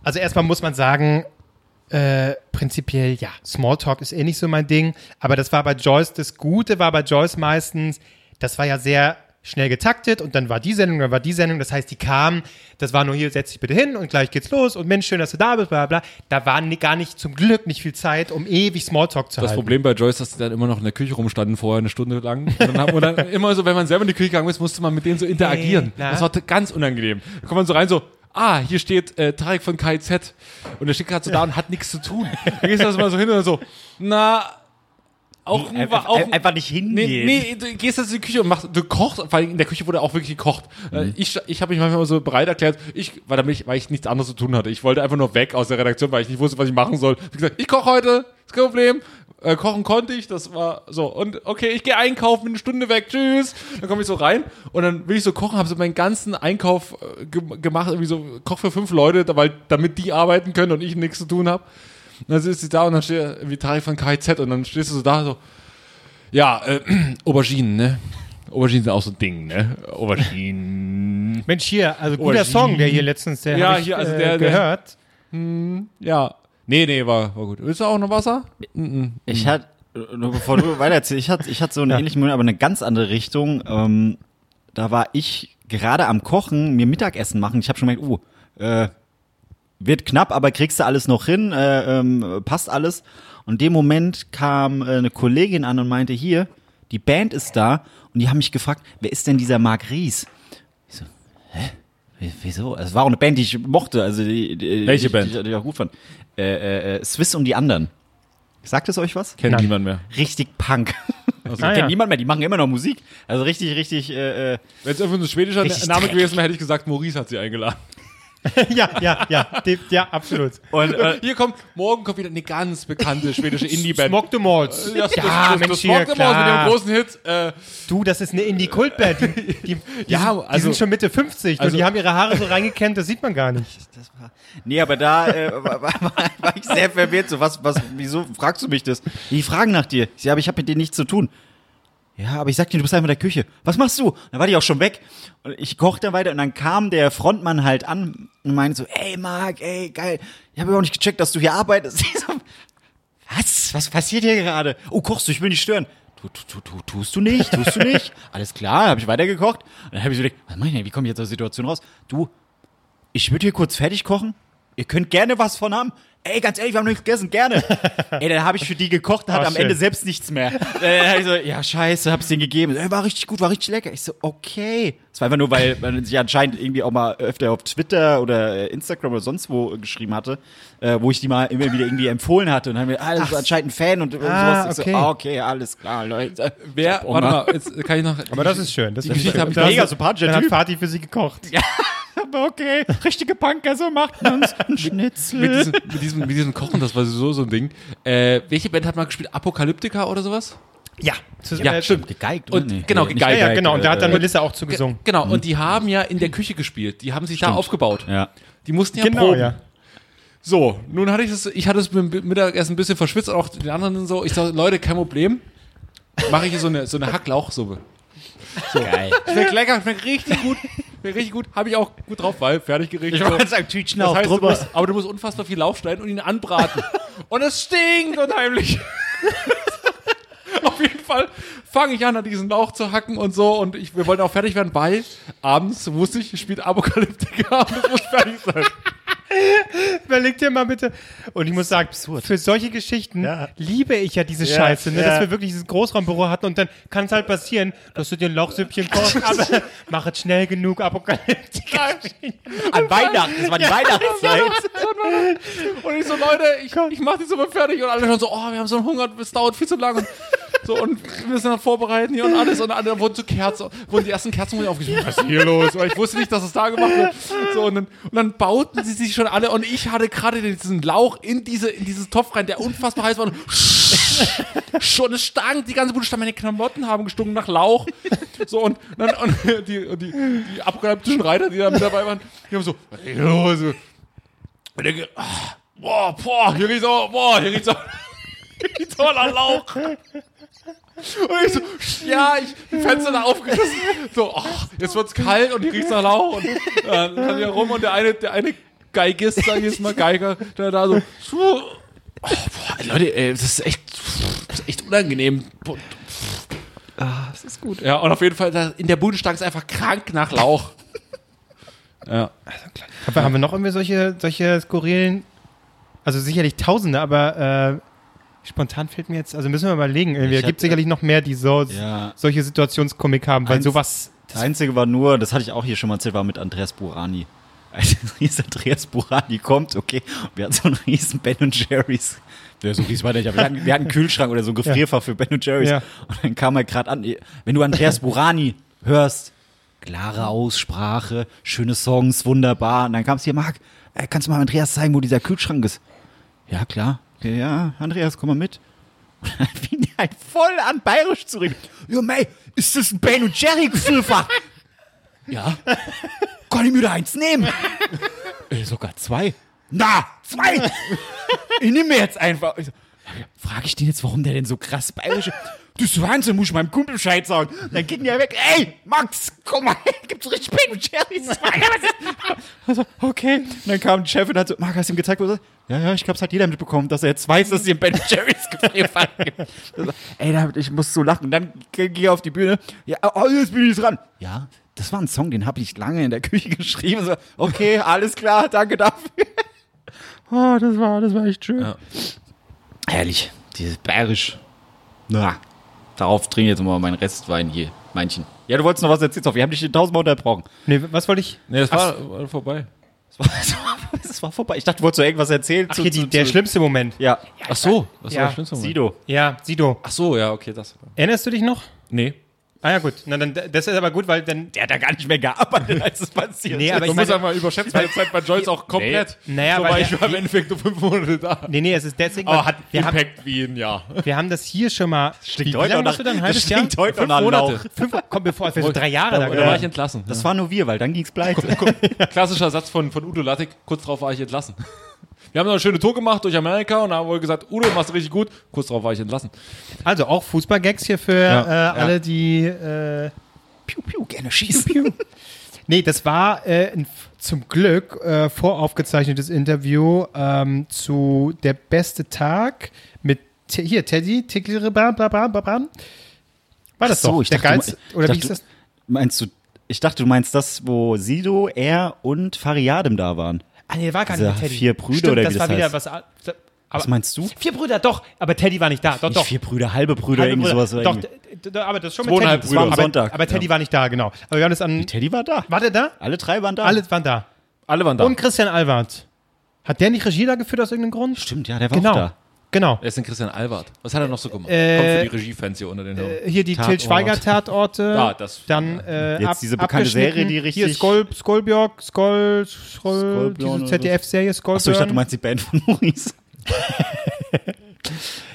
C: Also erstmal muss man sagen, äh, prinzipiell ja, Smalltalk ist eh nicht so mein Ding, aber das war bei Joyce, das Gute war bei Joyce meistens, das war ja sehr schnell getaktet und dann war die Sendung, dann war die Sendung, das heißt, die kamen, das war nur hier, setz dich bitte hin und gleich geht's los und Mensch, schön, dass du da bist, bla bla. bla. Da war ni- gar nicht, zum Glück nicht viel Zeit, um ewig Smalltalk zu
A: Das
C: halten.
A: Problem bei Joyce, dass die dann immer noch in der Küche rumstanden vorher eine Stunde lang. Und dann haben wir
B: [laughs]
A: dann immer so, wenn man selber in die Küche gegangen ist, musste man mit denen so interagieren.
C: na?
A: das war t- ganz unangenehm. Da kommt man so rein so, ah, hier steht äh, Tarek von KZ und der steht gerade so da und hat nichts zu tun. Dann gehst du das mal so hin und dann so, na, auch,
B: Nee, einfach-
A: auch
B: einfach nicht hingehen.
A: Nee, nee, du gehst jetzt in die Küche und machst, du kochst, vor allem in der Küche wurde auch wirklich gekocht. Äh, Ich, ich habe mich manchmal so bereit erklärt, ich, weil, damit ich, weil ich nichts anderes zu tun hatte. Ich wollte einfach nur weg aus der Redaktion, weil ich nicht wusste, was ich machen soll. Ich hab gesagt, ich koche heute, ist kein Problem. Äh, kochen konnte ich, das war so. Und okay, ich gehe einkaufen, bin eine Stunde weg, tschüss. Dann komme ich so rein und dann will ich so kochen, habe so meinen ganzen Einkauf äh, gem- gemacht, irgendwie so, koch für fünf Leute, da- weil, damit die arbeiten können und ich nichts zu tun habe. Und dann sitzt sie da und dann steht irgendwie Tarif von KIZ und dann stehst du so da so, ja, äh, [clears throat] Auberginen, ne? Auberginen sind auch so ein Ding, ne?
C: [laughs]
A: Auberginen.
C: Mensch, hier, also guter
A: Aubergine.
C: Song, der hier letztens, der
A: Oh, Ja,
C: hab ich,
A: hier, also
C: äh,
A: der- der- [laughs]
C: gehört. [laughs]
A: ja. Nee, nee, war, war gut. Willst du auch noch Wasser?
B: Ich hatte, nur bevor du weitererzählst, ich hatte, ich hatte so eine ähnliche Mühle, aber eine ganz andere Richtung. Ähm, da war ich gerade am Kochen, mir Mittagessen machen. Ich habe schon gemerkt, uh, äh, wird knapp, aber kriegst du alles noch hin, äh, ähm, passt alles. Und in dem Moment kam äh, eine Kollegin an und meinte, hier, die Band ist da. Und die haben mich gefragt, wer ist denn dieser Marc Ries? Ich so, hä? W- Wieso? Also, Es war auch eine Band, die ich mochte. Also die, die,
A: Welche
B: die,
A: Band?
B: Die, die ich auch gut fand. Äh, äh, äh, Swiss und die anderen. Sagt es euch was?
A: Kennt
C: Nein.
A: niemand mehr.
B: richtig Punk. Also,
C: Ah,
B: kennt
C: ja.
B: niemand mehr, die machen immer noch Musik. Also richtig, richtig, äh, äh,
A: Wenn es irgendwie so ein schwedischer
B: Richtig
A: Name
B: dreckig.
A: gewesen wäre, hätte ich gesagt, Maurice hat sie eingeladen.
C: ja, ja, ja, die, ja, absolut.
B: und, äh,
A: [laughs] Hier kommt, morgen kommt wieder eine ganz bekannte schwedische Indie-Band.
C: Smoke the Malls.
A: das,
C: Ja,
A: das, das,
C: Mensch,
A: das
C: hier,
A: Smog Demos mit
C: klar.
A: dem großen Hit. Äh,
C: Du, das ist eine Indie-Kultband. Die,
A: [laughs]
C: die, die,
A: Ja,
C: sind- die
A: also-
C: sind schon Mitte 50
A: also-
C: und die haben ihre Haare so reingekämmt, das sieht man gar nicht.
B: Nee, aber da äh, [laughs] war, war, war ich sehr verwirrt. So, was, was, wieso fragst du mich das? Die fragen nach dir. Ich, sag, aber ich habe mit denen nichts zu tun. Ja, aber ich sag dir, du bist einfach in der Küche. Was machst du? Dann war die auch schon weg. Und ich kochte dann weiter und dann kam der Frontmann halt an und meinte so, ey Marc, ey, geil. Ich habe überhaupt nicht gecheckt, dass du hier arbeitest. [laughs] Ich so, was? Was passiert hier gerade? Oh, kochst du, ich will nicht stören. Tu, tu, tu, tu, tust du nicht, tust du nicht. Alles klar, habe ich weitergekocht. Und dann habe ich so gedacht, was mach ich denn? Wie komme ich jetzt aus der Situation raus? Du, ich würde hier kurz fertig kochen. Ihr könnt gerne was von haben. Ey, ganz ehrlich, wir haben nichts gegessen, gerne. Ey, dann habe ich für die gekocht, hat
C: Ah,
B: am
C: schön.
B: Ende selbst nichts [laughs] mehr. Dann Äh, hab ich so, ja, scheiße, hab's denen gegeben. Ey, war richtig gut, war richtig lecker. Ich so, okay. Das war einfach nur, weil man sich anscheinend irgendwie auch mal öfter auf Twitter oder äh, Instagram oder sonst wo äh, geschrieben hatte, äh, wo ich die mal immer wieder irgendwie empfohlen hatte. Und dann haben wir, ah, das ist anscheinend ein Fan und, und
C: Ah,
B: sowas. Ich
C: okay.
B: so, ah, okay, alles klar, Leute.
A: wer, warte mal, jetzt kann ich noch.
C: Aber das ist schön. Das
A: Die
C: ist
A: Geschichte
C: schön.
A: hab ich
C: Das-
B: mega
C: also
B: sympathischer
C: Dann hat
B: Typ.
C: Fatih für sie gekocht. [laughs]
B: Okay, richtige Punker, so macht man's. Ein
A: [laughs] mit,
B: Schnitzel.
A: diesem, mit, diesem, mit diesem Kochen, das war so, so ein Ding. Äh, welche Band hat mal gespielt? Apokalyptika oder sowas?
C: Ja, zu,
A: Ja,
C: äh,
A: stimmt.
B: Gegeigt,
A: Und, genau,
B: nicht-
A: gegeigt.
C: Ja, ja, genau. Und da hat dann
B: Äh,
C: Melissa auch zugesungen.
A: Genau, und die haben ja in der Küche gespielt. Die haben sich da aufgebaut.
B: Ja.
A: Die mussten ja
C: Genau,
A: proben.
C: ja.
A: So, nun hatte ich das, ich hatte es beim Bi- Mittagessen ein bisschen verschwitzt, auch den anderen und so. Ich sage, Leute, kein Problem. Mache ich hier so eine, so eine Hacklauchsuppe.
B: Geil.
A: Schmeckt lecker, schmeckt richtig gut. Schmeckt richtig gut. Habe ich auch gut drauf, weil fertig
B: Ich
A: gerichtet.
B: wollte sagen, Tütchen
A: das
B: auf
A: heißt, du
B: drüber.
A: musst, aber du musst unfassbar viel Lauch schneiden und ihn anbraten. und es stinkt unheimlich. Auf jeden Fall fange ich an, an diesen Lauch zu hacken und so. Und ich, wir wollten auch fertig werden, weil abends wusste ich, spielt Apokalyptika und es [laughs] muss fertig sein.
C: Überleg dir mal bitte. Und ich muss sagen, für solche Geschichten liebe ich ja diese Scheiße, ne? dass wir wirklich dieses Großraumbüro hatten und dann kann es halt passieren, dass du dir ein Lauchsüppchen kochst, aber mach es schnell genug, Apokalyptik.
B: An Weihnachten, das war [laughs] die Weihnachtszeit.
A: Und ich so, Leute, ich, ich mach die Suppe fertig. Und alle schon so, oh, wir haben so einen Hunger, es dauert viel zu lange. Und so, und wir müssen dann vorbereiten hier und alles. Und dann wurden so Kerzen, wurden die ersten Kerzen wurden aufgeschmissen. Was ist hier los? Weil ich wusste nicht, dass es da gemacht wird. So, und, dann, und dann bauten sie sich schon alle. Und ich hatte gerade diesen Lauch in, diese, in dieses Topf rein, der unfassbar heiß war. Und [laughs] schon es stank, die ganze Bude stank, meine Klamotten haben gestunken nach Lauch. So, und dann und die, und die, die apokalyptischen Reiter, die da mit dabei waren, die haben so, was ist hier los? Und der, ah, boah, boah, hier riecht's aber, boah, hier riecht's aber, [laughs] hier riecht's aber nach Lauch. Und ich so, sch- ja, ich, die Fenster da aufgerissen. So, ach, jetzt wird's kalt und hier riecht's nach Lauch. Und äh, dann kam ich rum und der eine, der eine Geigist, sag ich jetzt mal, Geiger, der da so, so oh, boah, Leute, ey, das ist echt, das ist echt unangenehm. Boah,
B: Das Ah, ist gut.
A: Ja, und auf jeden Fall, da, in der Bude stank es einfach krank nach Lauch. Ja.
C: Aber haben wir noch irgendwie solche, solche skurrilen, also sicherlich tausende, aber äh, spontan fällt mir jetzt, also müssen wir überlegen, irgendwie.
B: Ich
C: Es gibt
B: hab-
C: sicherlich noch mehr, die so,
B: Ja.
C: solche Situationskomik haben, weil
B: Eins-
C: sowas
B: Das Einzige war nur, das hatte ich auch hier schon mal erzählt, war mit Andreas Burani. [laughs] ein riesen Andreas Burani kommt, okay, und wir hatten so einen riesen Ben Jerry's. Der so riesig war der nicht, aber wir hatten, wir hatten einen Kühlschrank oder so einen Gefrierfach für Ben Jerry's.
C: Ja.
B: Und dann kam er gerade an, wenn du Andreas Burani [laughs] hörst, klare Aussprache, schöne Songs, wunderbar. Und dann kam es hier, Marc, äh, kannst du mal Andreas zeigen, wo dieser Kühlschrank ist? Ja, klar. Ja, ja, Andreas, komm mal mit. Und dann [laughs] fing der halt voll an, bayerisch zu reden. Ja, mei, ist das ein Ben Jerry Gefrierfach? [laughs] ja. Kann ich mir da eins nehmen? Äh, sogar zwei. Na, zwei! ich nehme mir jetzt einfach. Ich so, ja, Frage ich den jetzt, warum der denn so krass bayerisch ist? Das ist Wahnsinn, muss ich meinem Kumpel Bescheid sagen. Dann ging der weg. Ey, Max, komm mal, her, [laughs] gibt's richtig Ben und Jerry's? [laughs] also, okay. Und dann kam die Chefin und hat so, Marc, hast du ihm gezeigt, wo er ist? Ja, ja, ich glaube, es hat jeder mitbekommen, dass er jetzt weiß, dass es ihm Ben Jerry's Gefrierfall gibt. Das war- Ey, da, ich muss so lachen. Und dann gehe ich auf die Bühne. Ja, oh, jetzt bin ich dran. Ja, das war ein Song, den habe ich lange in der Küche [laughs] geschrieben. So, okay, alles klar, danke dafür. Oh, das war, das war echt schön. Herrlich, dieses bayerisch. Na, darauf trinke ich jetzt mal meinen Restwein hier, manchen. Ja, du wolltest noch was erzählen, Sophie. Wir haben dich tausendmal unterbrochen.
C: Nee, was wollte ich?
A: Nee, das war, war vorbei.
B: Es war, [laughs] es war, es war vorbei. Ich dachte, du wolltest noch irgendwas erzählen.
C: Ach, hier, die, der schlimmste Moment.
B: Ja,
A: Ach so, das
C: Ja,
A: war schlimm
B: Sido.
C: Ja, Sido.
A: Ach so, ja, okay, das.
C: Erinnerst du dich noch?
A: Nee.
C: Ah ja, gut. Na, dann, das ist aber gut, weil dann.
B: Der hat da gar nicht mehr gearbeitet, als es passiert
C: Nee,
B: ist.
C: aber ich meine,
A: einmal überschätzen, weil die Zeit bei Joyce
C: [laughs]
A: auch komplett.
C: Naja,
A: so
C: weil
A: war
C: der-
A: ich war im Endeffekt nur fünf Monate da.
C: nee, nee, es ist deswegen.
B: Oh,
C: weil
A: Aber [laughs] hat
C: wir, haben,
A: Impact wie ein Jahr.
C: wir haben das hier schon mal. Stinkt
B: heute noch
C: hast du
B: nach-
C: dann ein
B: das
C: halbes Jahr?
B: stinkt heute noch nach Lauch.
C: Fünf, komm, bevor, als wir so drei Jahre da
A: Da war ich
C: waren.
A: entlassen.
B: Das waren nur wir, weil dann ging's pleite.
A: Klassischer Satz von, von Udo Lattek, kurz darauf war ich entlassen. [laughs] Wir haben noch eine schöne Tour gemacht durch Amerika und haben wohl gesagt, Udo, machst du richtig gut. Kurz darauf war ich entlassen.
C: Also auch Fußballgags hier für äh, alle, die. Äh,
B: piu, piu, gerne schießen.
C: Nee, das war äh, ein f- zum Glück äh, voraufgezeichnetes Interview ähm, zu Der beste Tag mit Te hier Teddy, Tickle, bla bla bla bla. bla. War das doch?
B: so, ich
C: der
B: dachte,
C: geilste,
B: du-
C: oder
B: ich
C: wie hieß
B: dachte,
C: das?
B: Meinst du, ich dachte, du meinst das, wo Sido, er und Fariadim da waren.
C: Ah, nee, war gar
B: Diese
C: nicht Teddy.
B: vier Brüder
C: Stimmt,
B: oder
C: das
B: wie
C: war
B: das
C: wieder
B: heißt.
C: was. a- da-
B: Was
C: Aber,
B: meinst du?
C: vier Brüder, doch, aber Teddy war nicht da. Doch, doch.
B: Nicht vier Brüder, halbe Brüder,
C: Halbe
B: irgendwie
C: Brüder.
B: sowas. oder
C: doch, d-
B: irgendwie.
C: d- d- aber das ist schon mit
A: Zweieinhalb
C: Teddy.
A: Brüder am
C: aber,
B: Sonntag,
C: Aber Teddy war nicht da, genau. Aber wir haben das an.
B: Teddy war da.
C: War der da?
B: Alle drei waren da.
C: Alle waren da.
A: Alle waren da.
C: Und Christian Alward. Hat der nicht Regie da geführt aus irgendeinem Grund?
B: Stimmt, ja, der war
C: Genau.
B: auch da.
C: Genau.
A: Wer ist denn Christian Albert? Was hat er noch so gemacht?
C: Äh,
A: Kommt für die Regiefans hier unter den Hirn.
C: hier die Til
B: Tatort.
C: Schweiger
B: [laughs]
C: Tatorte.
A: Ah, das-
C: dann äh,
B: Jetzt
C: ab,
B: diese bekannte
C: abgeschnitten.
B: Serie, die
C: Hier
B: richtig-
C: Skol, Skolbjörg, Skol, Skol,
B: Skolbjörn
C: diese
B: oder so.
C: ZDF-Serie
B: Achso, ich dachte, du
C: Skolbjörn.
B: meinst die Band von
C: [laughs]
B: Maurice.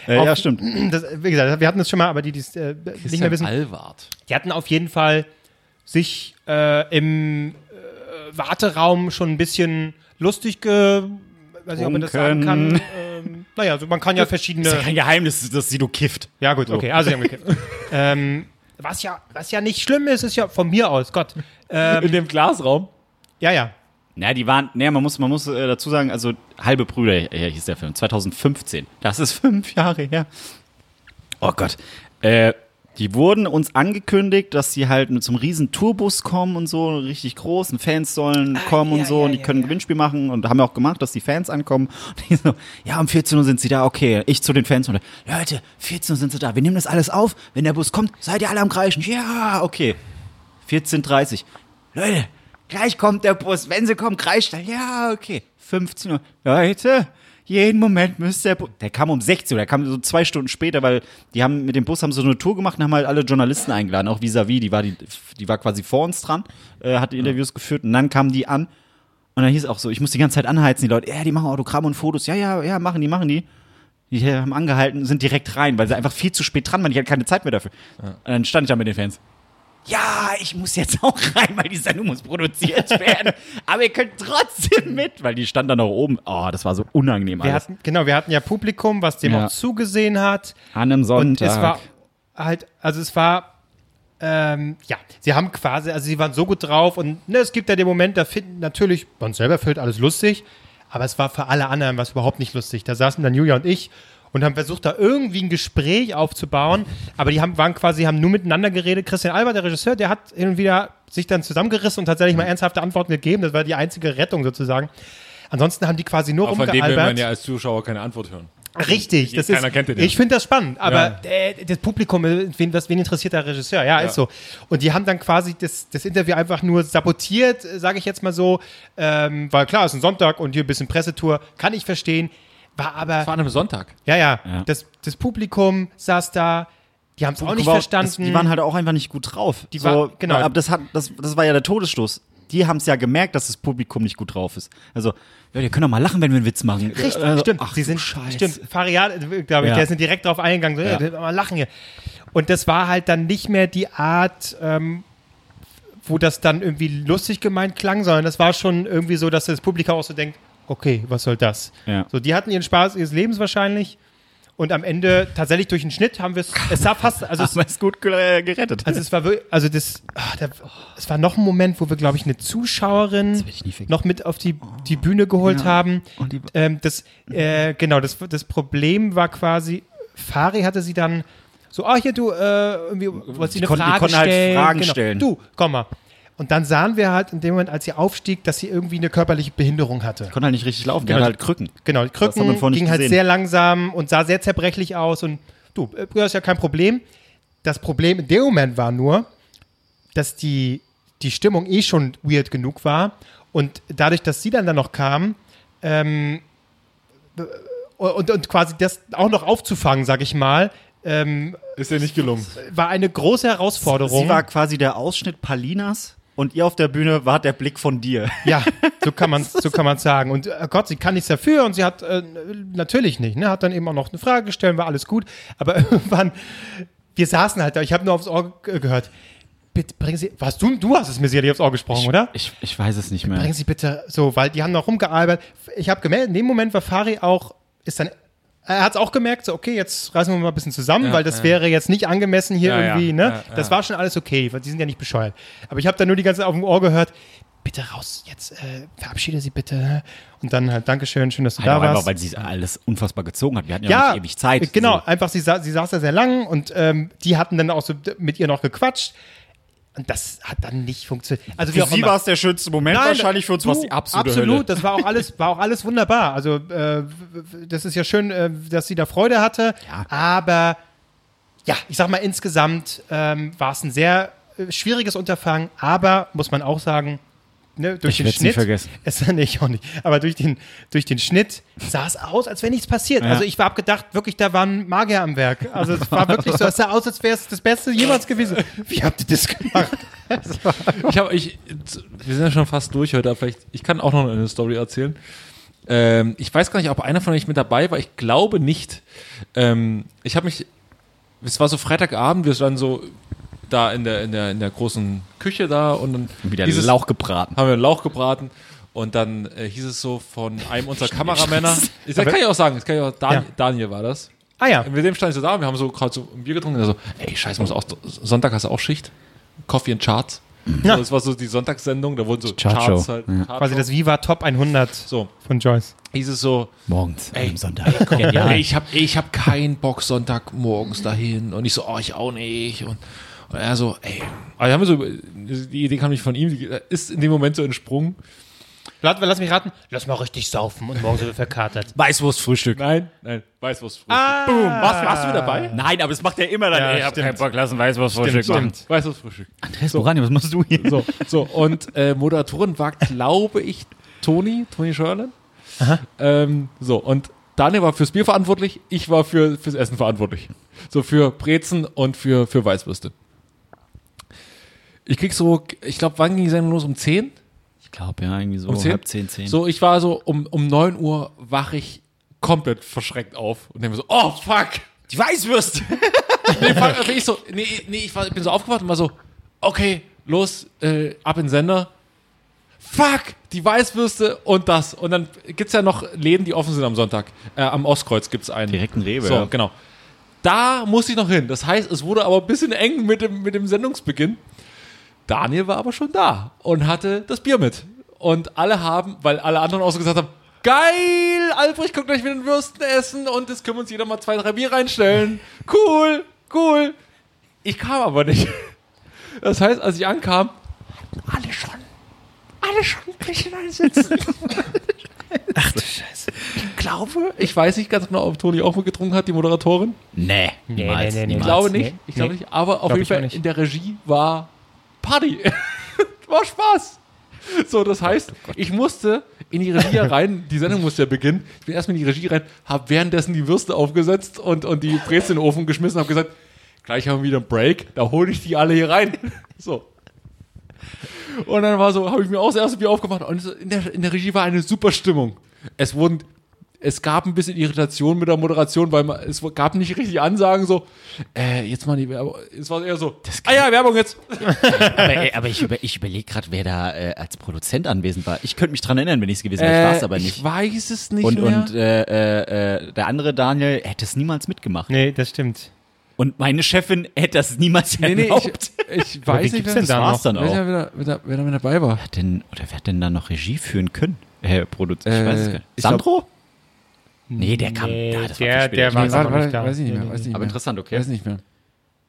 B: äh, ja, stimmt.
C: Das, wie gesagt, wir hatten das schon mal, aber die, die es äh, nicht mehr
A: Christian
C: wissen,
A: Alward.
C: die hatten auf jeden Fall sich äh, im äh, Warteraum schon ein bisschen lustig ge... Weiß nicht, ob man das sagen kann.
B: Unken.
C: Ähm, naja, so, man kann ja verschiedene...
B: Kein Geheimnis, dass Sido kifft.
C: Ja, gut, okay, also sie haben gekippt. ähm, was, ja, was ja nicht schlimm ist, ist ja von mir aus, Gott. Ähm,
A: In dem Glasraum.
C: ja, ja.
B: Na, die waren, naja, man muss, man muss äh, dazu sagen, also halbe Brüder äh, hieß der Film, 2015. Das ist [laughs] fünf Jahre her. Oh Gott. Äh, die wurden uns angekündigt, dass sie halt mit so einem riesen Tourbus kommen und so, richtig groß, und Fans sollen kommen und so, und die können ein Gewinnspiel machen und haben ja auch gemacht, dass die Fans ankommen. [laughs] Und die so, ja, um 14 Uhr sind sie da, okay. Ich zu den Fans und Leute, 14 Uhr sind sie da, wir nehmen das alles auf, wenn der Bus kommt, seid ihr alle am Kreischen. Ja, okay. 14.30 Leute, gleich kommt der Bus. Wenn sie kommen, kreischt er. Ja, okay. 15 Uhr. Leute, jeden Moment müsste der Bus. Der kam um 16 Uhr, der kam so zwei Stunden später, weil die haben mit dem Bus haben so eine Tour gemacht und haben halt alle Journalisten eingeladen, auch vis-à-vis. Die war, die, die war quasi vor uns dran, äh, hat die Interviews geführt und dann kamen die an. Und dann hieß es auch so, ich muss die ganze Zeit anheizen, die Leute, ja, die machen Autogramme und Fotos, ja, ja, ja, machen die, machen die. Die äh, haben angehalten, sind direkt rein, weil sie einfach viel zu spät dran waren, ich hatte keine Zeit mehr dafür. Und dann stand ich da mit den Fans ja, ich muss jetzt [laughs] auch rein, weil die Sendung muss [laughs] produziert werden. Aber ihr könnt trotzdem mit, weil die stand dann auch oben. Oh, das war so unangenehm
C: Wir
B: alles.
C: hatten, genau, wir hatten ja Publikum, was dem
B: Ja.
C: auch zugesehen hat.
B: An einem
C: Und
B: Sonntag.
C: es war halt, also es war, ähm, ja, sie haben quasi, also sie waren so gut drauf und ne, es gibt ja den Moment, da finden natürlich, man selber findet alles lustig, aber es war für alle anderen was überhaupt nicht lustig. Da saßen dann Julia und ich und haben versucht, da irgendwie ein Gespräch aufzubauen, aber die haben, waren quasi, haben nur miteinander geredet. Christian Albert, der Regisseur, der hat hin und wieder sich dann zusammengerissen und tatsächlich
A: Mhm.
C: mal ernsthafte Antworten gegeben. Das war die einzige Rettung sozusagen. Ansonsten haben die quasi nur
A: Aber von dem will man
C: rumgealbert.
A: ja als Zuschauer keine Antwort hören.
C: Richtig, das
A: Keiner
C: ist.
A: kennt den ja.
C: ich finde das spannend, aber äh, das Publikum, äh, wen, was, wen interessiert der Regisseur? Ja, ist so. Und die haben dann quasi das, das Interview einfach nur sabotiert, äh, sage ich jetzt mal so, ähm, weil klar, es ist ein Sonntag und hier ein bisschen Pressetour, kann ich verstehen. War aber
A: war an einem Sonntag.
C: Ja, ja. Das, das Publikum saß da, die haben es auch nicht verstanden.
B: Das, die waren halt auch einfach nicht gut drauf.
C: Die war- genau.
B: Aber das, hat, das, das war ja der Todesstoß. Die haben es ja gemerkt, dass das Publikum nicht gut drauf ist. Also, Leute, ihr könnt doch mal lachen, wenn wir einen Witz machen.
C: Richtig,
B: also,
C: stimmt.
B: Ach,
C: Äh, Sie sind,
B: du Scheiße.
C: Stimmt, Farian, äh, glaube ich,
B: Ja.
C: der sind direkt drauf eingegangen. So, ja. wir mal lachen hier. Und das war halt dann nicht mehr die Art, ähm, wo das dann irgendwie lustig gemeint klang, sondern das war schon irgendwie so, dass das Publikum auch so denkt, okay, was soll das?
B: Ja.
C: So, die hatten ihren Spaß ihres Lebens wahrscheinlich. Und am Ende, tatsächlich durch den Schnitt, haben wir es, es sah fast, also es,
B: Aber ist gut äh, gerettet.
C: Also es war wirklich, also das, ah, da, es war noch ein Moment, wo wir, glaube ich, eine Zuschauerin
B: ich nie vergessen.
C: noch mit auf die, die Bühne geholt haben. ähm, das,
B: Mhm.
C: äh, genau, das, das Problem war quasi, Fari hatte sie dann so, ah, hier, du, äh, irgendwie, wolltest du eine
B: konnten- die
C: Frage
B: konnten halt
C: stellen? Genau.
B: Fragen stellen.
C: Du, komm mal. Und dann sahen wir halt in dem Moment, als sie aufstieg, dass sie irgendwie eine körperliche Behinderung hatte.
B: Konnte halt nicht richtig laufen, genau.
C: Genau.
B: halt Krücken.
C: Genau, die
B: Das hat
C: Krücken
B: man vorhin nicht
C: ging halt
B: gesehen.
C: sehr langsam und sah sehr zerbrechlich aus. Und du, äh, das ist ja kein Problem. Das Problem in dem Moment war nur, dass die, die Stimmung eh schon weird genug war. Und dadurch, dass sie dann da noch kam, ähm, und, und quasi das auch noch aufzufangen, sag ich mal,
A: Ist ja nicht gelungen.
C: war eine große Herausforderung.
B: Sie war quasi der Ausschnitt Palinas und ihr auf der Bühne war der Blick von dir.
C: Ja, so kann man so kann man sagen. Und äh, Gott, sie kann nichts dafür und sie hat äh, natürlich nicht, ne, hat dann eben auch noch eine Frage gestellt, war alles gut, aber [laughs] irgendwann wir saßen halt da, ich habe nur aufs Ohr ge- gehört. Bitte bringen Sie, was du du hast es mir sicherlich aufs Ohr gesprochen, oder?
B: Ich, ich weiß es nicht mehr.
C: Bringen Sie bitte so, weil die haben noch rumgearbeitet. Ich habe gemerkt, in dem Moment war Fari auch ist dann er hat es auch gemerkt, so okay, jetzt reißen wir mal ein bisschen zusammen, weil das wäre jetzt nicht angemessen hier
A: Ja, ja,
C: irgendwie, ne?
A: ja,
C: Das war schon alles okay, weil die sind ja nicht bescheuert. Aber ich habe da nur die ganze Zeit auf dem Ohr gehört, bitte raus, jetzt äh, verabschiede sie bitte. Und dann halt, Dankeschön, schön, dass du da
B: Halt auch einfach,
C: warst.
B: weil sie alles unfassbar gezogen hat. Wir hatten ja,
C: ja,
B: noch nicht ewig Zeit.
C: Genau, einfach, sie, sa sie saß da sehr lang und ähm, die hatten dann auch so d- mit ihr noch gequatscht. Und das hat dann nicht funktioniert. Also wie
B: Für
C: auch
B: sie
C: immer.
B: war es der schönste Moment, wahrscheinlich für uns
C: du,
B: war es die absolute
C: Absolut,
B: Hölle.
C: das war auch alles, war auch alles wunderbar. Also äh, w- w- das ist ja schön, äh, dass sie da Freude hatte.
B: Ja.
C: Aber ja, ich sag mal, insgesamt ähm, war es ein sehr äh, schwieriges Unterfangen, aber muss man auch sagen, ne, durch
B: Ich
C: den
B: werd's nie
C: Schnitt.
B: vergessen.
C: [laughs] Es, nee, ich auch nicht. Aber durch den, durch den Schnitt sah es aus, als wäre nichts passiert. Also ich habe gedacht, wirklich, da waren Magier am Werk. Also es war wirklich so, es sah aus, als wäre es das Beste jemals gewesen. Wie habt ihr das gemacht?
A: Ich habe, ich, wir sind ja schon fast durch heute, aber vielleicht, ich kann auch noch eine Story erzählen. Ähm, ich weiß gar nicht, ob einer von euch mit dabei war. Ich glaube nicht. Ähm, ich habe mich, es war so Freitagabend, wir standen so da in der, in der, in der großen Küche da und dann
B: Wieder
A: hieß es-
B: Lauch gebraten.
A: haben wir einen Lauch gebraten und dann äh, hieß es so von einem unserer Kameramänner. Ich, das kann ich auch sagen, das kann ich auch, Dan
C: Ja.
A: Daniel war das.
C: Ah ja.
A: Mit dem stand ich so da und wir haben so gerade so ein Bier getrunken. Und er so, ey, scheiße, muss auch, Sonntag hast du auch Schicht. Coffee and Charts. So, das war so die Sonntagssendung, da wurden so
B: Chartshow.
A: Charts halt. Chartshow.
C: Quasi das Viva Top 100
A: So,
C: von Joyce.
A: hieß es so,
B: Morgens, am Sonntag. Genial.
A: ey, ich habe ich hab keinen Bock Sonntag morgens dahin. Und ich so, oh, ich auch nicht. Und, und er so, ey. Also haben wir so, über- die Idee kam nicht von ihm, die ist in dem Moment so entsprungen.
C: Lass, lass mich raten, lass mal richtig saufen und morgen sind wir verkatert.
B: Weißwurstfrühstück.
A: Nein, nein, Weißwurst. Ah. Boom. Warst, warst du dabei?
B: Nein, aber das macht
C: [laughs]
B: er immer dann.
C: Ja,
B: Ey, hab
C: stimmt.
B: keinen Bock, lass ein Weißwurstfrühstück machen.
C: Stimmt.
A: Weißwurstfrühstück.
B: Andreas Borani, was machst du hier?
A: So, so und äh, Moderatorin war, glaube ich, Toni, Toni Schörlen. Ähm, so, und Daniel war fürs Bier verantwortlich, ich war für, fürs Essen verantwortlich. So für Brezen und für, für Weißwürste. Ich krieg so, ich glaube, wann ging die Sendung los? Um 10?
B: Ich glaube, ja, irgendwie so
A: Um 10?
B: halb zehn, zehn.
A: So, ich war so, um, um 9 Uhr wach ich komplett verschreckt auf und denke mir so, oh, fuck.
B: Die Weißwürste.
A: [laughs] Nee, fuck, bin ich so, nee, nee, ich, war, bin so aufgewacht und war so, okay, los, äh, ab in den Sender. Fuck, die Weißwürste und das. Und dann gibt's ja noch Läden, die offen sind am Sonntag. Äh, am Ostkreuz gibt's einen.
B: Direkt ein Rewe,
A: So,
B: ja.
A: genau. Da muss ich noch hin. Das heißt, es wurde aber ein bisschen eng mit dem, mit dem Sendungsbeginn. Daniel war aber schon da und hatte das Bier mit. Und alle haben, weil alle anderen auch so gesagt haben, geil, Albrecht kommt gleich wieder den Würsten essen und jetzt können wir uns jeder mal zwei, drei Bier reinstellen. Cool, cool. Ich kam aber nicht. Das heißt, als ich ankam, hatten alle schon, [laughs] alle schon ein Plättchen einsetzen. Ach du Scheiße. Ich glaube, ich weiß nicht ganz genau, ob Toni auch mitgetrunken hat, die Moderatorin.
B: Nee, niemals,
C: nee, nee, nee.
A: Ich
B: niemals.
A: glaube nicht.
C: Nee.
A: Ich glaube
C: Nee.
A: nicht. Aber auf
C: Glaub
A: jeden
C: ich auch
A: Fall
C: nicht.
A: in der Regie war Party. [laughs] war Spaß. So,
C: Oh
A: das heißt, ich musste in die Regie rein, die Sendung musste ja beginnen. Ich bin erstmal in die Regie rein, habe währenddessen die Würste aufgesetzt und, und die Brezel in den Ofen geschmissen und habe gesagt, gleich haben wir wieder einen Break, da hole ich die alle hier rein. [laughs] So. Und dann war so, habe ich mir auch das erste Bier aufgemacht und so, in der, in der Regie war eine super Stimmung. Es wurden, es gab ein bisschen Irritation mit der Moderation, weil man, es gab nicht richtig Ansagen so, äh, jetzt mal die Werbung. Es war eher so, ah ja, Werbung jetzt.
B: Aber, ey, aber ich, über, ich überlege gerade, wer da äh, als Produzent anwesend war. Ich könnte mich dran erinnern, wenn ich es gewesen wäre. ich war es aber
A: Äh,
B: nicht.
A: Ich weiß es nicht
B: Und,
A: mehr. [laughs]
B: und äh, äh, äh, der andere Daniel hätte es niemals mitgemacht.
C: Nee, das stimmt.
B: Und meine Chefin hätte das niemals
A: nee, nee,
B: erlaubt.
A: ich, ich
C: wen
A: weiß nicht,
C: gibt's
A: wer,
C: denn
B: das
C: da
B: war's
C: noch?
B: dann
A: weiß
B: auch.
A: nicht, wer, da- wer, da- wer da mit dabei [laughs] war.
B: Hat denn, oder wer hat denn da noch Regie führen können? Äh, Produzent, ich weiß es
A: Äh,
B: gar nicht.
A: ich
B: Sandro? nee, der kam.
C: Nee,
B: ja, das
C: der-
B: war viel später.
C: der war-
B: Ich-
C: Weiß aber nicht da.
A: weiß ich nicht
C: Nee,
A: mehr.
C: nee,
A: Weiß ich nicht
B: Aber
A: mehr.
B: interessant, okay.
A: Weiß nicht mehr.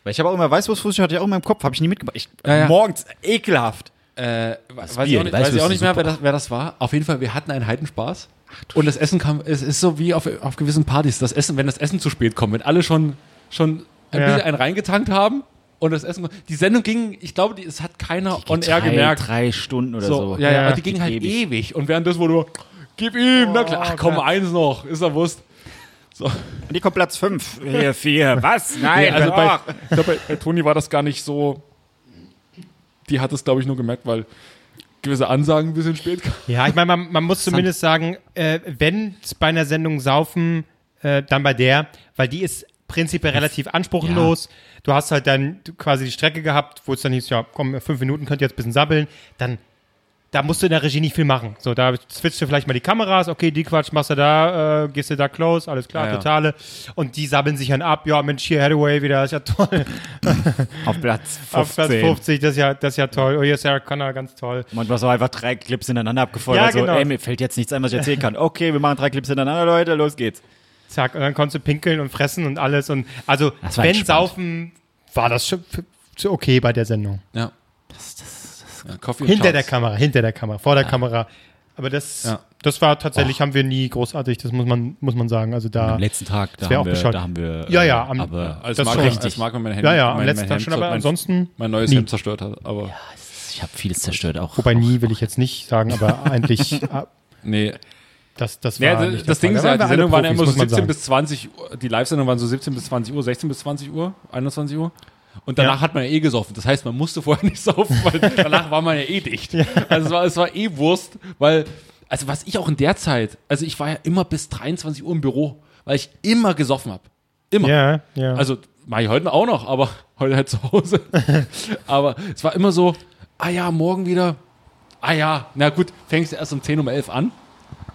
B: Weil ich habe auch immer Weißwurstfuß, hatte ich auch immer im Kopf, habe ich nie mitgemacht. Ich,
A: Ja, ja.
B: Morgens, ekelhaft.
A: Weiß
B: Bier,
A: ich auch nicht, weiß ich auch
B: Weißwurst
A: nicht
B: ist
A: mehr,
B: super.
A: wer das, wer das war. Auf jeden Fall, wir hatten einen Heidenspaß. Und das Essen kam, es ist so wie auf, auf gewissen Partys, das Essen, wenn das Essen zu spät kommt, wenn alle schon, schon ein
C: Ja.
A: bisschen einen reingetankt haben und das Essen. Die Sendung ging, ich glaube, die, es hat keiner on air gemerkt.
B: Drei Stunden oder
A: so,
B: so.
A: Ja, ja,
C: Ja,
A: aber die ging halt ewig. Und währenddessen wurde nur, gib ihm, na klar, ach,
C: Oh,
A: komm, eins noch, ist er Wurst.
B: Die kommt Platz 5. Hier,
C: [laughs]
B: 4. Was? Nein,
A: Nee, also bei, ich glaub, bei, bei Toni war das gar nicht so. Die hat es, glaube ich, nur gemerkt, weil gewisse Ansagen ein bisschen spät kamen.
C: Ja, ich meine, man, man muss zumindest sagen, äh, wenn bei einer Sendung saufen, äh, dann bei der, weil die ist prinzipiell relativ anspruchslos. Du hast halt dann quasi die Strecke gehabt, wo es dann hieß, ja, komm, fünf Minuten könnt ihr jetzt ein bisschen sabbeln. Dann, da musst du in der Regie nicht viel machen. So, da switchst du vielleicht mal die Kameras, okay, die Quatsch machst du da, äh, gehst du da close, alles klar,
A: Ja, ja.
C: totale. Und die sabbeln sich dann ab, ja, Mensch, hier Hathaway wieder, ist ja toll.
B: auf Platz
C: [laughs]
B: 15.
C: Auf Platz 50, das ist ja, das ist ja toll. Oh, hier ist Sarah Connor, ganz toll.
B: Und was war einfach drei Clips hintereinander abgefeuert.
C: Ja,
B: also,
C: genau.
B: ey, mir fällt jetzt nichts ein, was ich erzählen kann. Okay, wir machen drei Clips hintereinander, Leute, los geht's.
C: Zack, und dann konntest du pinkeln und fressen und alles. Und also,
B: Das war
C: wenn
B: entspannt.
C: saufen, war das schon f- schon okay bei der Sendung.
A: Ja.
C: Hinter der Kamera, hinter der Kamera, vor der Kamera. Aber das,
A: Ja.
C: das war tatsächlich, haben wir nie großartig, das muss man, muss man sagen. Also da,
B: Am letzten Tag, da
C: Das wär
B: haben,
C: auch
B: wir,
C: bescheuert.
B: da haben wir. äh,
C: Ja, ja, am- also
B: aber
A: Als
C: Das
A: Marco,
C: war
A: als
C: richtig.
A: Marco mein Hemd,
C: ja, ja, am
A: mein,
C: letzten
A: mein
C: Tag
A: Hemd
C: schon,
A: zer-
C: aber
A: mein,
C: ansonsten,
A: mein neues
C: nie.
A: Hemd zerstört hat. Aber
B: ich habe vieles zerstört auch.
C: wobei nie will ich jetzt nicht
A: [laughs]
C: sagen, aber eigentlich, ah,
A: nee,
C: das, das
A: Nee,
C: war.
A: also
C: nicht
A: das
C: der
A: Ding ist
C: Fall.
A: ja,
C: Da
A: die Sendung waren
C: waren
A: ja
C: wir alle
A: immer so
C: Profis, muss man
A: 17
C: sagen.
A: bis 20 Uhr, die Live-Sendung waren so 17 bis 20 Uhr, 16 bis 20 Uhr, 21 Uhr. Und danach hat man ja eh gesoffen. Das heißt, man musste vorher [laughs] nicht saufen, weil danach war man ja eh dicht. Also es war, es war eh Wurst, weil, also was ich auch in der Zeit, also ich war ja immer bis 23 Uhr im Büro, weil ich immer gesoffen habe. Immer.
C: Ja, ja.
A: Also mache ich heute auch noch, aber [laughs] heute halt zu Hause. aber es war immer so, ah ja, morgen wieder. Ah ja, na gut, fängst du erst um 10, um 11 an.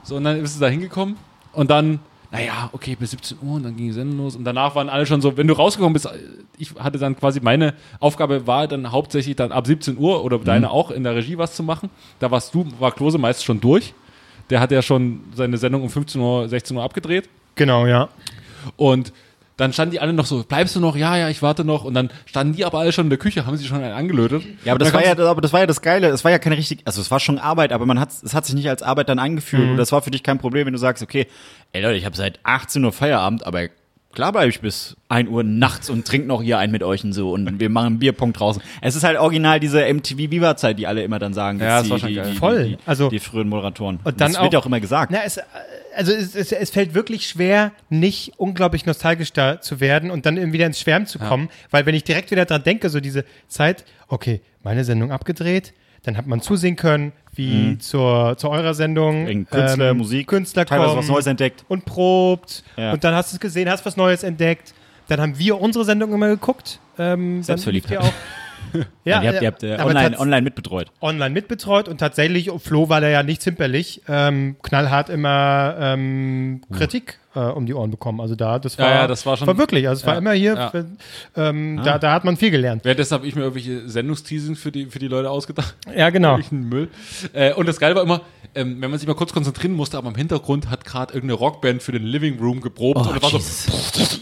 A: So, und dann bist du da hingekommen. Und dann, naja, okay, bis 17 Uhr und dann ging die Sendung los. Und danach waren alle schon so, wenn du rausgekommen bist, ich hatte dann quasi, meine Aufgabe war dann hauptsächlich dann ab 17 Uhr oder deine auch in der Regie was zu machen. Da warst du, war Klose meist schon durch. Der hat ja schon seine Sendung um 15 Uhr, 16 Uhr abgedreht.
C: genau, ja.
A: Und dann standen die alle noch so, bleibst du noch? Ja, ja, ich warte noch. Und dann standen die aber alle schon in der Küche, haben sie schon einen angelötet.
B: Ja, aber
A: Und
B: das
A: dann
B: war ja,
A: kam's-
B: aber das war ja das Geile. Es war ja keine richtig, also es war schon Arbeit, aber man hat, es hat sich nicht als Arbeit dann
C: Mhm.
B: angefühlt. Und das war für dich kein Problem, wenn du sagst, okay, ey Leute, ich habe seit 18 Uhr Feierabend, aber klar bleibe ich bis 1 Uhr nachts und trink noch hier einen mit euch und so und wir machen einen Bierpunkt draußen. Es ist halt original diese MTV Viva Zeit, die alle immer dann sagen.
A: Ja, das
B: die,
A: war schon
B: die,
A: geil.
B: die,
C: Voll.
B: Die,
C: Also-
B: die frühen Moderatoren.
C: Und dann
B: das wird ja
C: auch-
B: auch immer gesagt.
C: Na, es, äh, also es, es, es fällt wirklich schwer, nicht unglaublich nostalgisch da zu werden und dann eben wieder ins Schwärmen zu kommen, weil wenn ich direkt wieder dran denke, so diese Zeit, okay, meine Sendung abgedreht, dann hat man zusehen können, wie zur, zu eurer Sendung
B: Wegen Mhm. Künstler, Musik,
C: ähm, Künstler
B: teilweise
C: kommen
B: was Neues entdeckt.
C: und probt
B: Ja.
C: und dann hast du es gesehen, hast was Neues entdeckt, dann haben wir unsere Sendung immer geguckt. Ähm, dann
B: Selbstverliebt.
C: lief die Auch.
B: [laughs]
C: ja,
B: ihr habt, ihr habt
C: äh,
B: äh,
C: aber
B: online,
C: tats-
B: online mitbetreut.
C: online mitbetreut und tatsächlich, oh, Flo war da ja nicht zimperlich, ähm, knallhart immer ähm, Kritik äh, um die Ohren bekommen. Also da, das
A: Ja,
C: war,
A: ja, das war schon-
C: wirklich, also es war
A: ja,
C: immer hier,
A: ja.
C: wenn- ähm, da, da hat man viel gelernt.
A: Währenddessen habe ich mir irgendwelche Sendungsteasings für die, für die Leute ausgedacht. [laughs]
C: Ja, genau.
A: Wirklich ein Müll. Äh, und das Geile war immer, ähm, wenn man sich mal kurz konzentrieren musste, aber im Hintergrund hat gerade irgendeine Rockband für den Living Room geprobt.
B: Oh,
A: und das war so,